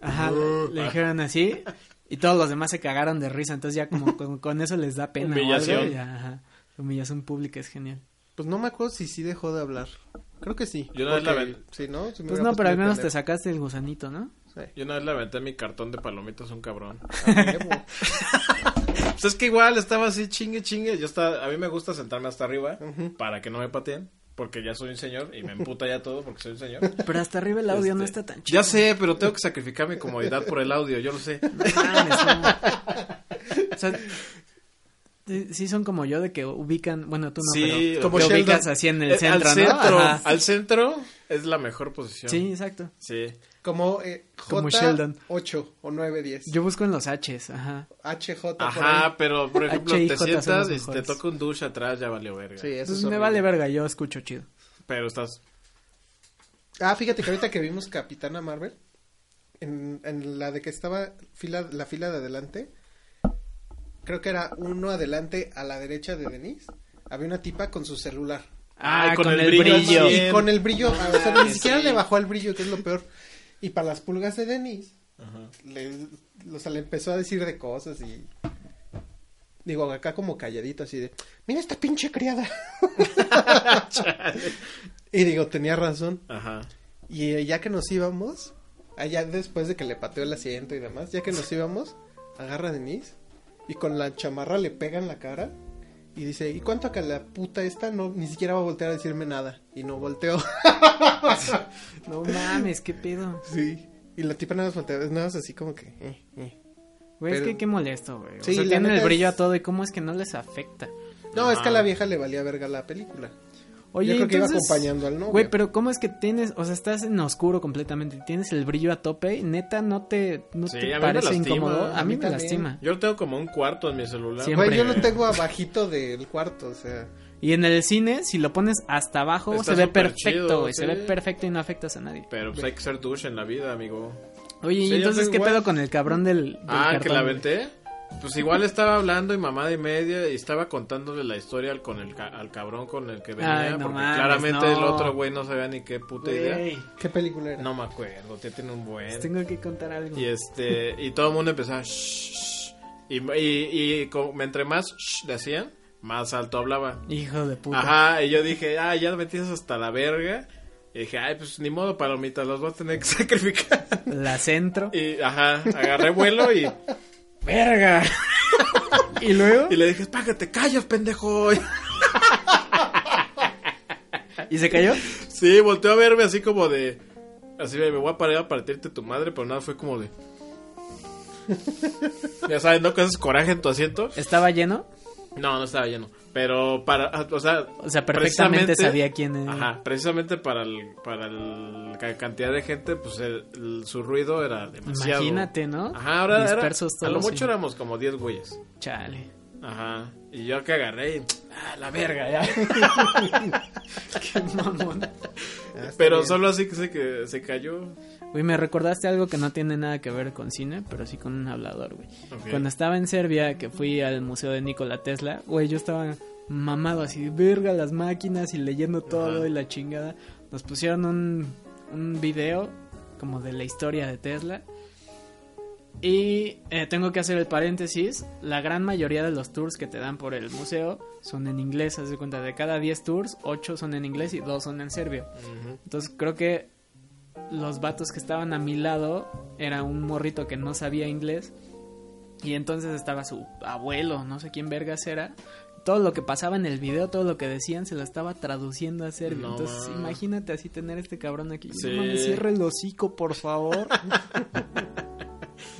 ajá, le, le dijeron así y todos los demás se cagaron de risa, entonces ya <laughs> como con, con eso les da pena. o algo, Humillación. ya, ajá. La humillación pública es genial. Pues no me acuerdo si sí dejó de hablar. Creo que sí. Yo una vez la porque- ven- Sí, ¿no? Sí me Pues hubiera no, puesto pero al muy menos te pendejo. sacaste el gusanito, <laughs> ¿no? Sí. Yo una vez le aventé mi cartón de palomitas a un cabrón. A <laughs> huevo. Pues es que igual estaba así chingue chingue. Yo estaba, a mí me gusta sentarme hasta arriba Ujú. para que no me pateen. Porque ya soy un señor y me emputa ya todo porque soy un señor. Pero hasta arriba el audio no Este, está tan chido. <laughs> Ya sé, pero tengo que sacrificar mi comodidad por el audio, yo lo sé. No mames, no. O sea, sí- sí son como yo de que ubican, bueno, tú no, Sí, pero como te Sheldon. ubicas así en el Eh, centro, al ¿no? centro, Ajá. al centro es la mejor posición. Sí, exacto. Sí. Como, eh, J Como Sheldon. 8 o 9, 10. Yo busco en los H's, ajá. HJ. Ah, por Ajá, pero por ejemplo, HIJ te son los sientas y si te mejores. toca un douche atrás, ya valió verga. ahí. Sí, eso Entonces es me horrible. vale verga, yo escucho chido. Pero estás. Ah, fíjate que ahorita que vimos Capitana Marvel, en, en la de que estaba fila, la fila de adelante, creo que era uno adelante a la derecha de Denise, había una tipa con su celular. Ah, y con el brillo Y también. con el brillo, ah, o sea, ni sí. siquiera le bajó al brillo, que es lo peor. Y para las pulgas de Denise, Ajá. le, o sea, le empezó a decir de cosas y... Digo, acá como calladito, así de, mira esta pinche criada. <laughs> y digo, tenía razón. Ajá. Y eh, ya que nos íbamos, allá después de que le pateó el asiento y demás, ya que nos íbamos, agarra a Denise y con la chamarra le pega en la cara y dice, ¿y cuánto a que la puta esta no, ni siquiera va a voltear a decirme nada? Y no volteó. <laughs> No mames, qué pedo. sí. Y la tipa nada más voltea, nada más así como que... eh, eh. Güey, es Pero- que qué molesto, güey. O Sí, sea, la tienen el neta brillo es- a todo y cómo es que no les afecta. No, es que a Ah. la vieja le valía verga la película. Oye, Yo creo que iba entonces, acompañando al novio. Güey, pero ¿cómo es que tienes, o sea, estás en oscuro completamente, tienes el brillo a tope y neta no te, no Sí, te a mí me parece lastima, incómodo? A a mí mí me también. lastima. Yo tengo como un cuarto en mi celular. Siempre. Güey, yo lo tengo abajito del cuarto, o sea... Y en el cine, si lo pones hasta abajo, Está se ve súper perfecto, chido, güey. Se sí. ve perfecto y no afectas a nadie. Pero pues hay que ser douche en la vida, amigo. Oye, Sí, ¿y yo entonces soy qué igual. pedo con el cabrón del. del Ah, que cartón, la güey? aventé. Pues igual estaba hablando y mamada y media y estaba contándole la historia al, con el ca- al cabrón con el que venía. Ay, no porque mames, claramente no. el otro güey no sabía ni qué puta idea. ¿Qué película era? No me acuerdo, te tiene un buen. Les Tengo que contar algo. Y este, y todo el mundo empezaba. "Shh, shh". Y, y, y como entre más "shh" le hacían, más alto hablaba. Hijo de puta. Ajá, y yo dije, ah, ya metiste hasta la verga. Y dije, ay, pues ni modo, palomita, los vas a tener que <laughs> sacrificar. La centro. Y, ajá, agarré vuelo y, ¡Verga! ¿Y luego? <laughs> y le dije, págate, callas, pendejo. <laughs> Y- ¿Y se cayó? Sí, volteó a verme así como de, así me voy a parar a partirte tu madre, pero nada, fue como <laughs> de... Ya sabes, ¿no? Que haces coraje en tu asiento. ¿Estaba lleno? No, no estaba lleno. Pero para, ah, o sea... O sea, perfectamente precisamente- sabía quién era. Ajá, precisamente para el, para el- la cantidad de gente, pues el- el- su ruido era demasiado. Imagínate, ¿no? Ajá, ahora era, Dispersos a lo todos, mucho sí. éramos como 10 güeyes. Chale. Ajá. Y yo que agarré y, ah, la verga ya. <laughs> Qué mamón. Ah, está Pero bien. solo así que se, que se cayó. Güey, me recordaste algo que no tiene nada que ver con cine, pero sí con un hablador, güey. Ok. Cuando estaba en Serbia, que fui al museo de Nikola Tesla, güey, yo estaba mamado así, verga las máquinas y leyendo todo Ajá. y la chingada. Nos pusieron un, un video como de la historia de Tesla. Y eh, tengo que hacer el paréntesis, la gran mayoría de los tours que te dan por el museo son en inglés, haz de cuenta, de cada 10 tours, 8 son en inglés y 2 son en serbio. Ujú. Entonces creo que los vatos que estaban a mi lado era un morrito que no sabía inglés y entonces estaba su abuelo, no sé quién vergas era. Todo lo que pasaba en el video, todo lo que decían, se lo estaba traduciendo a serbio. No entonces mames. imagínate así tener este cabrón aquí. Sí. No mames, cierra el hocico, por favor.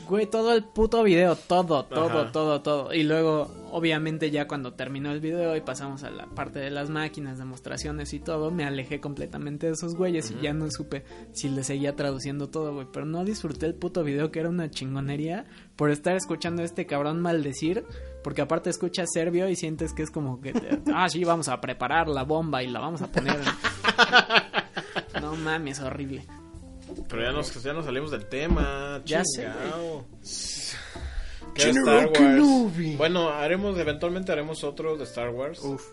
Güey, todo el puto video, todo, todo, Ajá. todo, todo. Y luego, obviamente, ya cuando terminó el video y pasamos a la parte de las máquinas, demostraciones y todo, me alejé completamente de esos güeyes y ya no supe si le seguía traduciendo todo, güey. Pero no disfruté el puto video, que era una chingonería, por estar escuchando a este cabrón maldecir, porque aparte escuchas serbio y sientes que es como que, <laughs> ah, sí, vamos a preparar la bomba y la vamos a poner. en-". <laughs> No mames, horrible. Pero ya nos, ya nos salimos del tema. Ya sé, chingao. ¿Qué General Star Wars? Kenobi. Uh. Bueno, haremos, eventualmente haremos otro de Star Wars. Uf.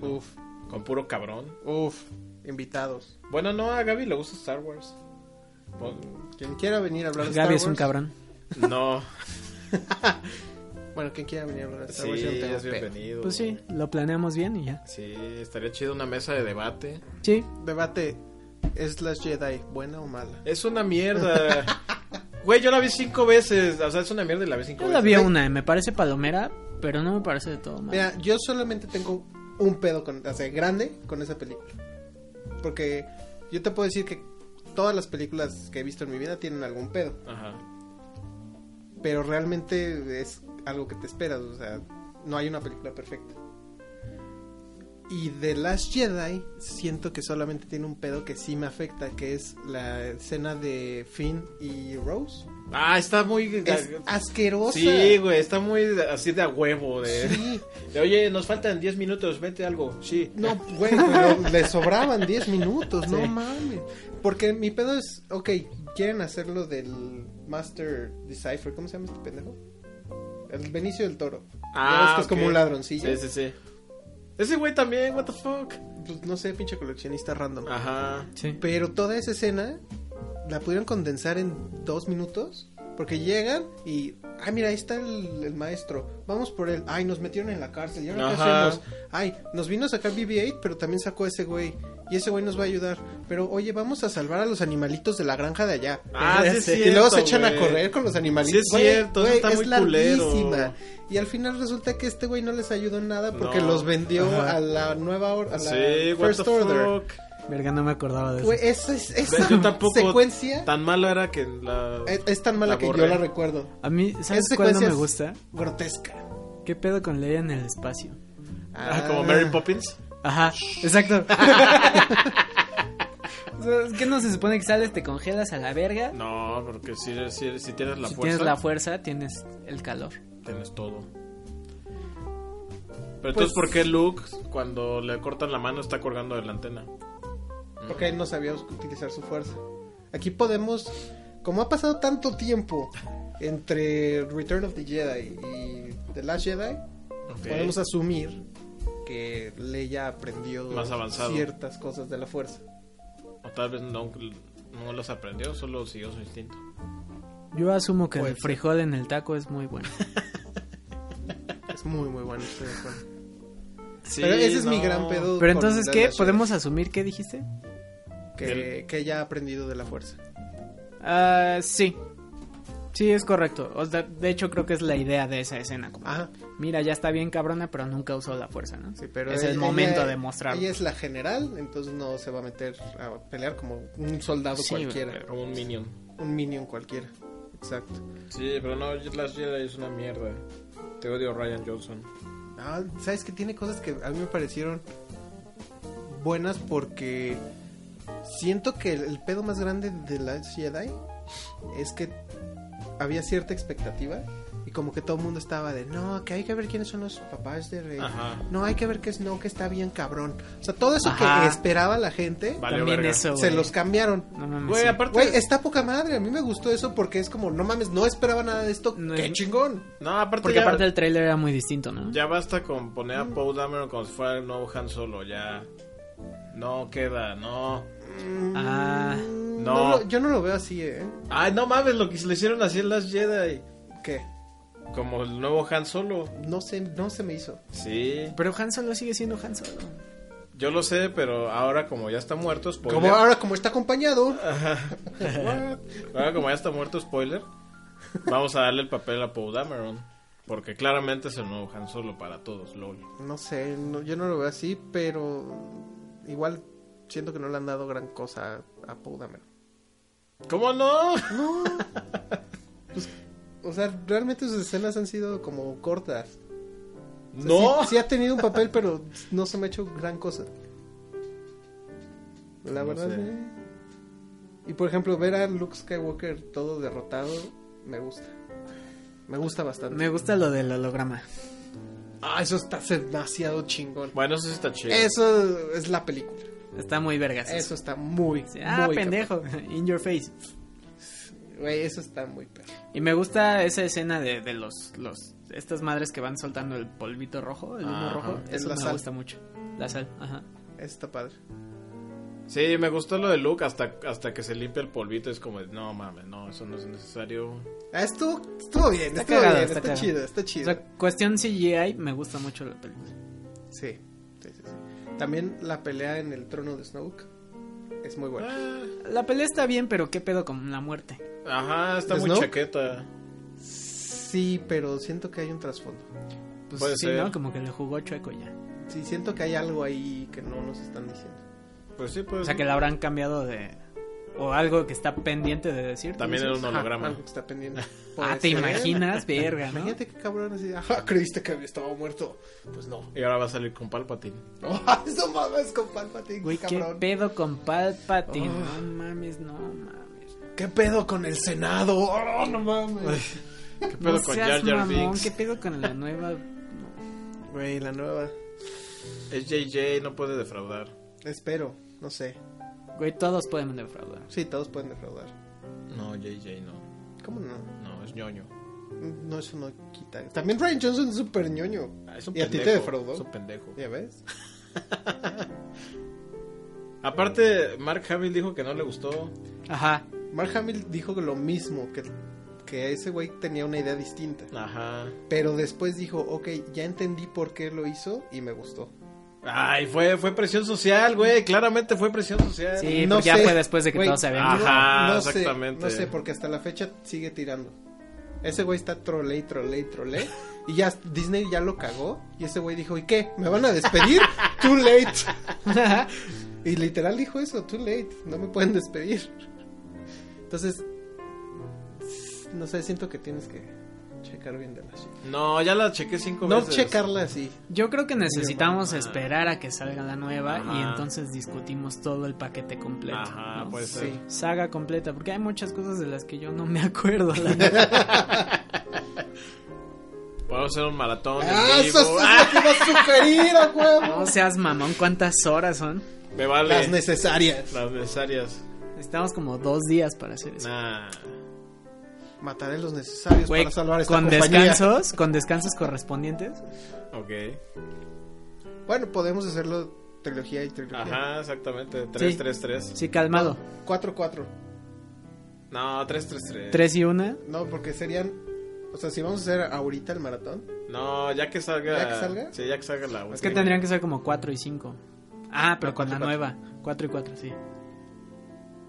Uf. Con puro cabrón. Uf. Invitados. Bueno, no, a Gaby le gusta Star Wars. Pues, <laughs> Quien quiera venir a hablar de Star Gaby es un Wars- cabrón. no, Bueno, quien quiera venir a hablar de Star sí, Wars, yo no tengo es pedo. bienvenido. Pues sí, lo planeamos bien y ya. Sí, estaría chido una mesa de debate. Sí, Debate. ¿Es las Jedi buena o mala? Es una mierda. Güey, yo la vi cinco veces. O sea, es una mierda y la vi cinco yo veces. la vi una, eh, me parece palomera, pero no me parece de todo mal. Mira, yo solamente tengo un pedo con, o sea, grande con esa película. Porque yo te puedo decir que todas las películas que he visto en mi vida tienen algún pedo. Ajá. Pero realmente es algo que te esperas. O sea, no hay una película perfecta. Y The Last Jedi siento que solamente tiene un pedo que sí me afecta, que es la escena de Finn y Rose. Ah, está muy... Es asquerosa. Sí, güey, está muy así de a huevo. De, Sí. de, oye, nos faltan 10 minutos, vete algo. Sí. No, güey, pero le sobraban 10 minutos, no Sí. mames. Porque mi pedo es, ok, quieren hacerlo del Master Decipher, ¿cómo se llama este pendejo? El Benicio del Toro. Ya ves que es Ah, ok. como un ladroncillo. Sí, sí, sí. Ese güey también, what the fuck. Pues no sé, pinche coleccionista random. Ajá. Sí. Pero toda esa escena la pudieron condensar en dos minutos. Porque llegan y. Ay, mira, ahí está el, el maestro. Vamos por él. Ay, nos metieron en la cárcel. ¿Y ahora qué Ajá. hacemos? Ay, nos vino a sacar BB-8, pero también sacó a ese güey. Y ese güey nos va a ayudar. Pero oye, vamos a salvar a los animalitos de la granja de allá. Ah, sí es <laughs> y luego se cierto, echan a güey. correr con los animalitos. Sí es Güey, cierto, eso güey, está es muy culero. larguísima. Y al final resulta que este güey no les ayudó en nada porque No. los vendió Ajá. a la nueva or- a la Sí, what First the <laughs> Order. fuck. Verga, no me acordaba de eso. Güey, esa, es- esa Yo tampoco- secuencia Tan mala era que la... es, es tan mala La que yo borré. la recuerdo. A mí, ¿sabes Esa cuál no secuencia me es- gusta? Grotesca. ¿Qué pedo con Leia en el espacio? Ah, como Mary Poppins. Ajá, <laughs> exacto. O sea, es que no se supone que sales, te congelas a la verga. No, porque si, si, si tienes la si fuerza, tienes la fuerza, tienes el calor. tienes todo. Pero entonces, ¿por qué Luke, cuando le cortan la mano, está colgando de la antena? Ah, Ok, no sabíamos utilizar su fuerza. Aquí podemos, como ha pasado tanto tiempo entre Return of the Jedi y The Last Jedi, Ok. podemos asumir que Leia aprendió Más avanzado. ciertas cosas de la fuerza. O tal vez no, no los aprendió, solo siguió su instinto. Yo asumo que Puede el ser. frijol en el taco es muy bueno. Es muy, muy bueno. estoy de acuerdo. Sí, Pero ese es mi no. gran Pero pedo. con entonces, The ¿qué? Last Jedi, ¿Podemos asumir qué dijiste? Que, que ella ha aprendido de la fuerza. Ah, sí. Sí, es correcto. O sea, de hecho, creo que es la idea de esa escena. Como, Ajá. Mira, ya está bien cabrona, pero nunca usó la fuerza, ¿no? Sí, pero es ella- el momento ella- de mostrarlo. Ella es la general, entonces no se va a meter a pelear como un soldado Sí, cualquiera, Como un minion. un minion cualquiera. Exacto. Sí, pero no, Last Jedi es una mierda. Te odio Ryan Johnson. Ah, Sabes que tiene cosas que a mí me parecieron buenas porque siento que el, el pedo más grande de la Jedi es que había cierta expectativa y como que todo el mundo estaba de, no, que hay que ver quiénes son los papás de Rey. Ajá. No, hay que ver que es no, que está bien cabrón. O sea, todo eso Ajá. que esperaba la gente, Vale, También verga. eso, se güey. los cambiaron. No mames, Güey, Mm, sí. aparte. Güey, está poca madre. A mí me gustó eso porque es como, no mames, no esperaba nada de esto. No ¡Qué es- chingón! No, aparte. Porque ya, aparte el trailer era muy distinto, ¿no? ya basta con poner a Paul Dameron como si fuera el nuevo Han Solo. Ya. No queda, no. Ah, No. lo- yo Mm, no lo veo así, ¿eh? Ay, no mames, lo que se le hicieron así en Last Jedi. ¿Qué? Como el nuevo Han Solo. No sé, no se me hizo. Sí. pero Han Solo sigue siendo Han Solo. Yo lo sé, pero ahora como Pues ya está muerto, spoiler. Como ahora, como está acompañado. What? Ahora como ya está muerto, spoiler. Vamos a darle el papel a Paul Dameron. Porque claramente es el nuevo Han Solo para todos, LOL. No sé, no- yo no lo veo así, pero igual siento que no le han dado gran cosa a, a Paul Dameron. ¿Cómo no? No. Pues, o sea, realmente sus escenas han sido como cortas. O sea, No. Sí, sí ha tenido un papel, pero no se me ha hecho gran cosa. La No verdad. sé. eh. Y por ejemplo, ver a Luke Skywalker todo derrotado, me gusta. Me gusta bastante. Me gusta lo del holograma. Ah, eso está demasiado chingón. Bueno, eso sí está chido. Eso es la película. Está muy vergas. Eso está muy. Sí, Ah, muy pendejo. <laughs> In your face. cabrón. Güey, eso está muy perro. Y me gusta esa escena de, de los, los estas madres que van soltando el polvito rojo, el humo Ajá. rojo. Es Eso la me sal. gusta mucho. La sal, ajá. Eso está padre. Sí, me gustó lo de Luke hasta, hasta que se limpia el polvito. Es como, de, no mames, no, eso no es necesario. Ah, estuvo, estuvo bien, Está estuvo cagado, bien, está está, cagado. chido, está O chido. sea, cuestión CGI, me gusta mucho la película. Sí, sí, sí, sí. También la pelea en el trono de Snoke es muy buena. Ah, La pelea está bien, pero qué pedo con la muerte. ajá, está muy ¿Snoke? chaqueta. Sí, pero siento que hay un trasfondo. Pues Puede sí, ser. ¿no? Como que le jugó chueco ya. Sí, siento que hay algo ahí que no nos están diciendo. Pues sí, pues. O sea, que la habrán cambiado de... O algo que está pendiente de decir. También ¿no? era un holograma. algo que <laughs> está pendiente. Ah, Puede ¿te ser. ¿eh? <laughs> imaginas? Verga, ¿no? Imagínate qué cabrón así. Ajá, <laughs> creíste que había estado muerto. Pues no. <laughs> Y ahora va a salir con Palpatine. No, eso mames con Palpatine, Güey, qué cabrón. pedo con Palpatine. Oh. No mames, no mames. ¿Qué pedo con el Senado? <laughs> Oh, no mames. ¿Qué No pedo con seas Jar Jar mamón, Binks? ¿Qué pedo con la nueva? Güey, la nueva. Es JJ, no puede defraudar. Espero, no sé. Güey, todos pueden defraudar. Sí, todos pueden defraudar. No, JJ no. ¿Cómo no? No, es ñoño. No, eso no quita. También Ryan Johnson es súper ñoño. Ah, es un ¿Y a ti pendejo. te defraudó? Eh. Es un pendejo. ¿Ya ves? Aparte, Mark Hamill dijo que no le gustó. Ajá. Mark Hamill dijo lo mismo, que, que ese güey tenía una idea distinta. Ajá. Pero después dijo, ok, ya entendí por qué lo hizo y me gustó. Ay, fue, fue presión social, güey. Claramente fue presión social. Sí, No pues ya sé. fue después de que Güey, todos se habían... ah. Ajá, sé, exactamente. no sé, porque hasta la fecha sigue tirando. Ese güey está trole y trole y trole. Y ya Disney ya lo cagó. Y ese güey dijo, ¿y qué? ¿Me van <laughs> a despedir? too late. <laughs> y literal dijo eso, too late. No me pueden despedir. Entonces, no sé, siento que tienes que checar bien de la shit. No, ya la chequé cinco No veces. checarla así. Yo creo que necesitamos Ajá. esperar a que salga la nueva y Ajá. entonces discutimos todo el paquete completo. Ajá, ¿no? pues Sí. sí. Saga completa, porque hay muchas cosas de las que yo no me acuerdo. la neta. Podemos hacer un maratón. en ¡Ah, vivo. eso es lo que vas a sugerir, a no huevo! seas mamón, ¿cuántas horas son? Me vale. Las Las, necesarias. necesarias. Necesitamos como dos días para hacer eso. Nah. Mataré los necesarios Güey, para salvar esta con compañía. descansos, con descansos correspondientes. Ok. Bueno, podemos hacerlo trilogía y trilogía. Ajá, exactamente. 3, Sí. 3, 3. Sí, calmado. 4-4. No, 3, 3, 3. Tres y una. No, porque serían. O sea, si vamos a hacer ahorita el maratón. No, ya que salga. ¿Ya que salga? Sí, ya que salga la Es que última. tendrían que ser como cuatro y cinco. Ah, pero Pero con la cuatro y nueva. Cuatro y cuatro, sí.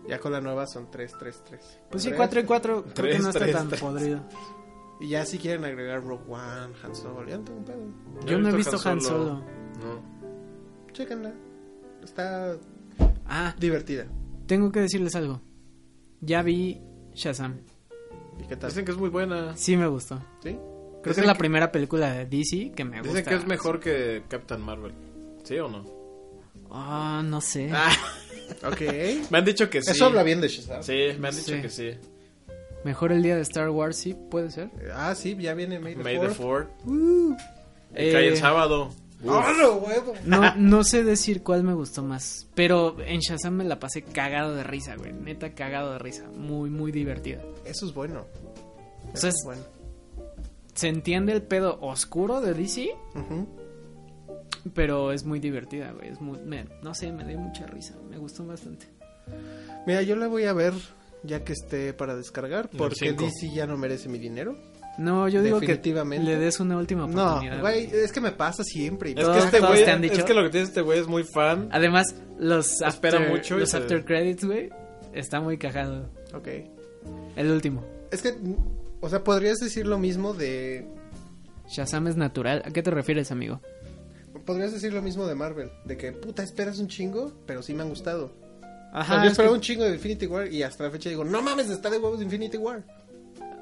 Ya con la nueva son 3-3-3. Pues sí, cuatro y cuatro. Creo que Tres, no está tres, tan tres. podrido. Y ya si quieren agregar Rogue One, Han Solo, ya no tengo pedo. Yo no he visto Han Solo. No. Chéquenla. Está Ah, divertida. tengo que decirles algo. Ya vi Shazam. ¿Y qué tal? Dicen que es muy buena. Sí me gustó. <laughs> ¿Sí? Creo que Dicen es la que- primera película de DC que me gusta. Dicen que es mejor que Captain Marvel. ¿Sí o no? Ah, no sé. Ah, Ok. me han dicho que sí. Eso habla bien de Shazam. Sí, me han dicho Sí. que sí. Mejor el día de Star Wars, sí, puede ser. Ah, sí, ya viene May the May the Fourth. Fourth. Eh, Cae el sábado. ¡Ah, no, huevo! No, no sé decir cuál me gustó más, pero en Shazam me la pasé cagado de risa, güey. Neta, cagado de risa. Muy, muy divertido. Eso es bueno. O sea, Eso es- bueno. Se entiende el pedo oscuro de DC, Ujú. pero es muy divertida, güey. Es muy, me- no sé, me dio mucha risa. Me gustó bastante. Mira, yo la voy a ver ya que esté para descargar el porque cinco. DC ya no merece mi dinero. No, yo digo que Definitivamente. le des una última No, oportunidad. güey, es que me pasa siempre. Es que Todos- este todos güey, te han dicho. es que lo que tiene este güey es muy fan. Además, los Espera after, mucho y los se- after credits, güey, está muy cagado. Ok. El último. Es que, o sea, podrías decir lo mismo de... Shazam es natural. ¿A qué te refieres, amigo? Podrías decir lo mismo de Marvel. De que, puta, esperas un chingo, pero sí me han gustado. O sea, Ajá, yo es esperaba que- un chingo de Infinity War y hasta la fecha digo, no mames, está de huevos Infinity War.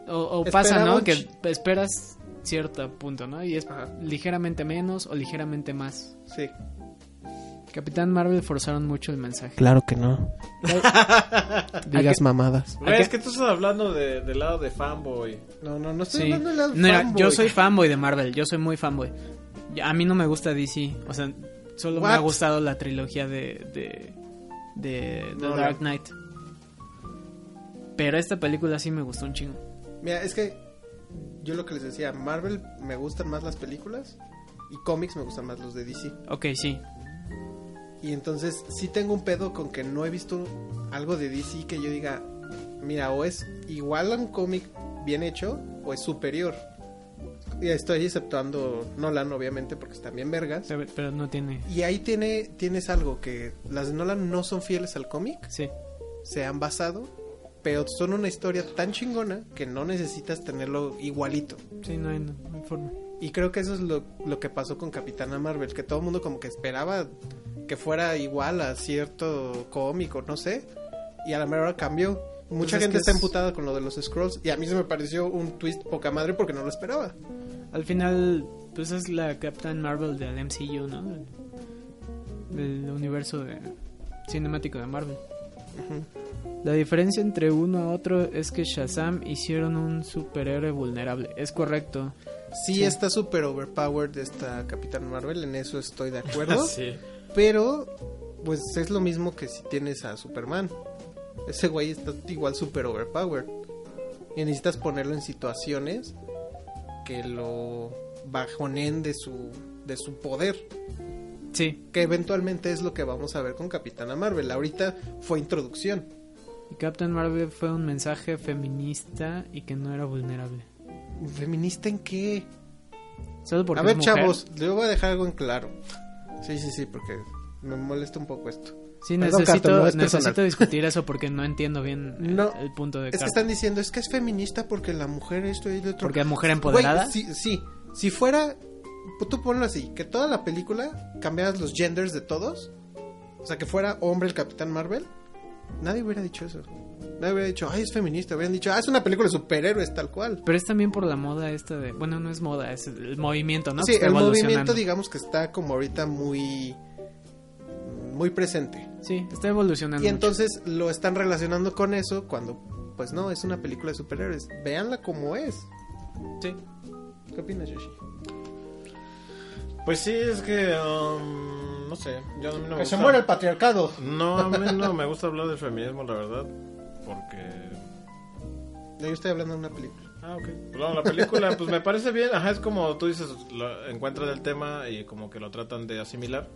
o, o pasa, esperaba ¿no? un Que chi- esperas cierto punto, ¿no? Y es Ajá. ligeramente menos o ligeramente más. Sí. Capitán Marvel forzaron mucho el mensaje. Claro que <laughs> no. Digas mamadas. Güey, ¿A es qué? que tú estás hablando de- del lado de fanboy. No, no, no estoy Sí. hablando de la Mira, fanboy. yo soy fanboy de Marvel, yo soy muy fanboy. Yo- A mí no me gusta DC, o sea, solo me What? ha gustado la trilogía de de, de The No, Dark no. Knight. Pero esta película sí me gustó un chingo. Mira, es que yo lo que les decía, Marvel me gustan más las películas y cómics me gustan más los de DC. Ok, sí. Y entonces sí tengo un pedo con que no he visto algo de DC que yo diga, mira, o es igual a un cómic bien hecho o es superior. Y estoy exceptuando Nolan, obviamente, porque están bien vergas. Pero, pero no tiene. Y ahí tiene, tienes algo que las de Nolan no son fieles al cómic, Sí. se han basado, pero son una historia tan chingona que no necesitas tenerlo igualito. Sí, no hay, no hay forma. Y creo que eso es lo, lo que pasó con Capitana Marvel, que todo el mundo como que esperaba que fuera igual a cierto cómico, no sé, y a la mera hora cambió. Mucha Pues es gente que está es- emputada con lo de los scrolls y a mí se me pareció un twist poca madre porque no lo esperaba. Al final, pues es la Captain Marvel del MCU, ¿no? Del- Del universo de- cinemático de Marvel. La diferencia entre uno a otro es que Shazam hicieron un superhéroe vulnerable. Es correcto. Sí, Sí. está súper overpowered esta Capitana Marvel, en eso estoy de <laughs> acuerdo. Sí. Pero, pues es lo mismo que si tienes a Superman. Ese güey está igual super overpowered. Y necesitas ponerlo en situaciones que lo bajonen de su, de su poder. Sí. Que eventualmente es lo que vamos a ver con Capitana Marvel. Ahorita fue introducción. Y Captain Marvel fue un mensaje feminista y que no era vulnerable. ¿Feminista en qué? Solo porque a ver, es mujer. chavos, yo voy a dejar algo en claro. Sí, sí, sí, porque me molesta un poco esto. Sí, Perdón, necesito, Carton, no es personal. necesito discutir eso porque no entiendo bien el, No. el punto de Es que Carton. están diciendo, es que es feminista porque la mujer esto y lo otro. Porque mujer Güey, empoderada. sí, sí. Si fuera. pu- Tú ponlo así: que toda la película cambiaras los genders de todos. O sea, que fuera hombre el Capitán Marvel. Nadie hubiera dicho eso. Nadie hubiera dicho, ay, es feminista. Hubieran dicho, ah, es una película de superhéroes, tal cual. Pero es también por la moda esta de... Bueno, no es moda, es el movimiento, ¿no? Que sí, está el evolucionando. movimiento, digamos que está como ahorita muy. Muy presente. Sí, está evolucionando. Y mucho. entonces lo están relacionando con eso cuando, pues no, es una película de superhéroes. Véanla como es. Sí. ¿Qué opinas, Yoshi? Pues sí, es que. um, no sé. Yo a mí no me Que se gusta. muera el patriarcado. No, a mí no me gusta hablar del feminismo, la verdad. Porque. Yo estoy hablando de una película. Ah, ok. Pues, no, la película, pues me parece bien. Ajá, es como tú dices, lo- encuentran el tema y como que lo tratan de asimilar.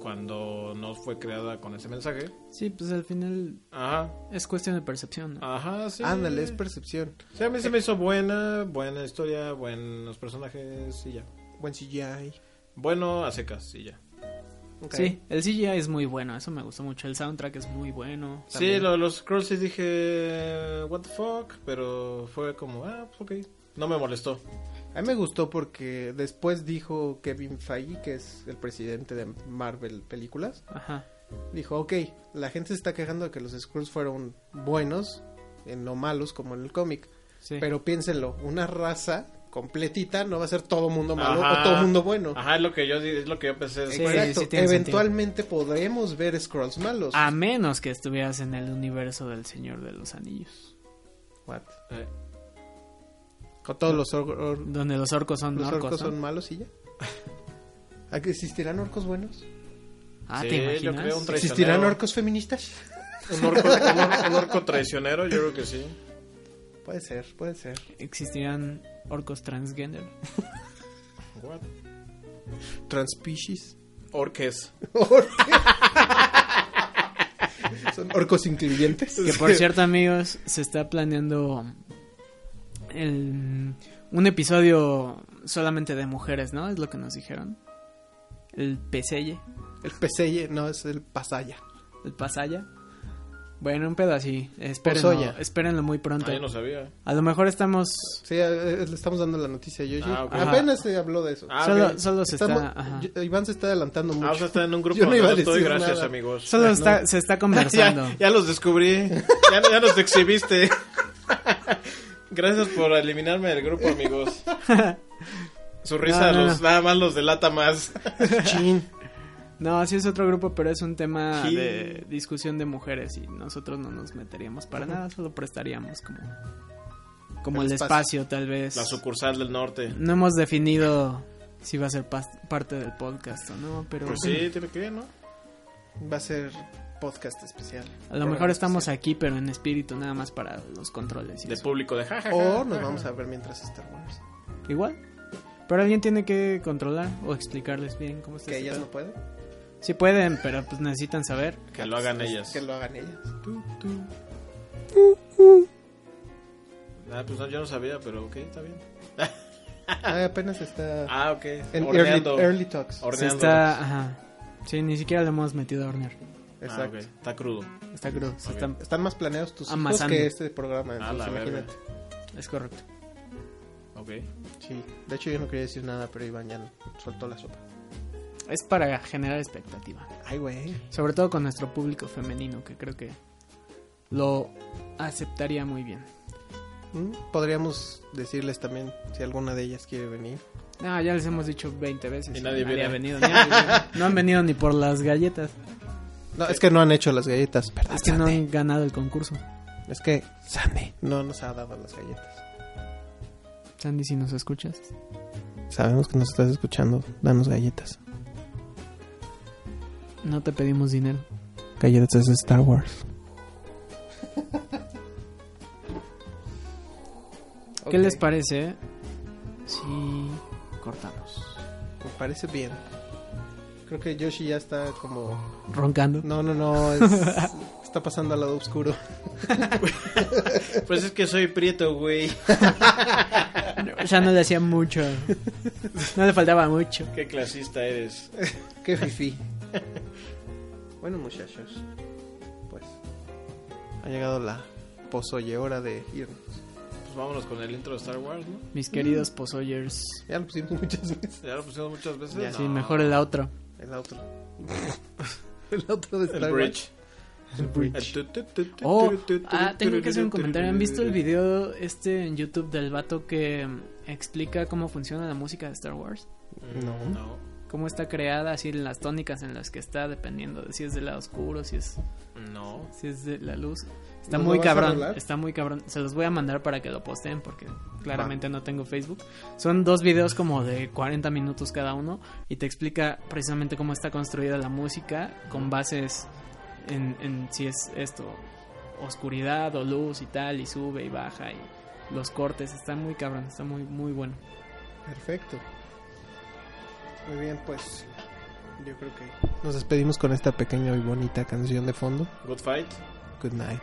Cuando no fue creada con ese mensaje. Sí, pues al final Ajá, es cuestión de percepción. Ah, ¿no? ajá, sí. Ándale, es percepción. Sí, a mí se me hizo buena, buena historia, buenos personajes y ya. Buen CGI. Bueno, a secas y ya. Ok. Sí, el CGI es muy bueno, eso me gustó mucho. El soundtrack es muy bueno. Sí, También. lo, los scrolls sí dije, what the fuck, pero fue como, ah, pues ok. No me molestó. A mí me gustó porque después dijo Kevin Feige, que es el presidente de Marvel Películas, Ajá. dijo, ok, la gente se está quejando de que los Skrulls fueron buenos, en no malos como en el cómic, Sí. pero piénsenlo, una raza completita no va a ser todo mundo malo Ajá. o todo mundo bueno. Ajá, es lo que yo, di- es lo que yo pensé. Sí, Exacto, sí tiene Ah, eventualmente podremos ver Skrulls malos. A menos que estuvieras en el universo del Señor de los Anillos. What? Eh, Con todos los, or- or- Donde los orcos son los orcos. orcos ¿no? son malos <laughs> y ya. ¿A que existirán orcos buenos? Ah, Sí, ¿te yo imaginas? creo un traicionero. ¿Existirán orcos feministas? un, orco, un or- un orco traicionero, yo creo que sí. Puede ser, puede ser. Existirán orcos transgender. What? Transpecies. Orques. Son <laughs> orcos incluyentes. Que por cierto, amigos, se está planeando el- un episodio solamente de mujeres, ¿no? Es lo que nos dijeron. El PCY, El peseye, no, es el pasaya. el Pasaya. Bueno, un pedo así. Espérenlo, Pozoya. espérenlo muy pronto. Ah, yo no sabía. A lo mejor estamos. Sí, eh, eh, le estamos dando la noticia a Yoshi. Ah, ok. Apenas se habló de eso. Ah, solo, ok. solo se Estamos- está. ajá. Yo- Iván se está adelantando mucho. Ah, o sea, están en un grupo Yo no donde iba a no estoy, decir gracias, nada. amigos. Solo <laughs> no. está, se está conversando. Ya, ya los descubrí. Ya, ya nos exhibiste. <laughs> Gracias por eliminarme del grupo, <laughs> amigos. Su risa No, no, los, nada más los delata más. Chin. No, sí es otro grupo, pero es un tema Sí. de discusión de mujeres y nosotros no nos meteríamos para nada, solo prestaríamos como, como El el espacio, tal vez. La sucursal del norte. No hemos definido si va a ser pas- parte del podcast o no, pero Pues sí, tiene que, ¿no? Va a ser podcast especial. a lo mejor estamos aquí, pero en espíritu nada más para los controles. y De eso. público de jajaja. O nos vamos a ver mientras Star Wars. Igual. Pero alguien tiene que controlar o explicarles bien cómo está. Que este ellas no pedo. pueden. Sí pueden, pero pues necesitan saber. Que lo hagan ellas. Que lo <laughs> hagan ellas. Ah, pues no, yo no sabía, pero ok, está bien. Ah, apenas está Ah, ok. en early, horneando. early Talks. Horneando. Se está, ajá. Sí, ni siquiera lo hemos metido a hornear. Ah, ok, Exacto. Está crudo. Está crudo. se Ok. está- Están más planeados tus hijos Amasando. que este programa. Ah, la Entonces, imagínate. es correcto. Ok. Sí. De hecho, yo no quería decir nada, pero Iván ya soltó la sopa. Es para generar expectativa. Ay, güey. Sobre todo con nuestro público femenino, que creo que lo aceptaría muy bien. Mm, Podríamos decirles también si alguna de ellas quiere venir. No, Ah, ya les hemos dicho 20 veces. Y nadie viene. ha venido. ni <laughs> ha- no han venido ni por las galletas. No, es que no han hecho las galletas, ¿verdad? Es que no han ganado el concurso. Es que Sandy no nos ha dado las galletas. Sandy, si nos escuchas. Sabemos que nos estás escuchando. Danos galletas. No te pedimos dinero. Galletas de Star <laughs> Wars. ¿Qué les parece si cortamos? Me parece bien. Creo que Yoshi ya está como... Roncando. No, no, no. <laughs> es- Está pasando al lado oscuro. Pues es que soy prieto, güey. Ya no le hacía mucho. No le faltaba mucho. Qué clasista eres. Qué fifi. <laughs> bueno, muchachos. Pues... Ha llegado la posoye hora de irnos. Pues vámonos con el intro de Star Wars, ¿no? Mis queridos posoyers. Ya lo pusimos muchas veces. Ya lo pusimos muchas veces. Ya, No. Sí, mejor el otro. El otro. <laughs> el otro de Star El Wars. bridge. El bridge. El tu, tu, tu, tu, Oh, tu, tu, tu, ah, tu, tengo tu, que hacer un tu, comentario. tu, ¿Han visto el tu, video este en YouTube del vato que mm, explica cómo funciona la música de Star Wars? No. No. Cómo está creada, así las tónicas en las que está, dependiendo de si es del lado oscuro, si es, No. si es de la luz. Está ¿Nos lo muy vas a cabrón, regalar? está muy cabrón. Se los voy a mandar para que lo posteen porque claramente no tengo Facebook. Son dos videos como de 40 minutos cada uno y te explica precisamente cómo está construida la música con bases en, en si es esto, oscuridad o luz y tal, y sube y baja y los cortes. Está muy cabrón, está muy, muy bueno. Perfecto. Muy bien, pues yo creo que nos despedimos con esta pequeña y bonita canción de fondo. Good fight. Good night.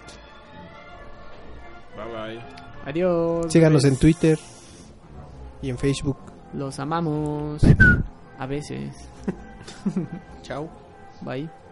Bye bye. Adiós. Síganos en bebés. Twitter y en Facebook. Los amamos. A veces. Chao. Bye.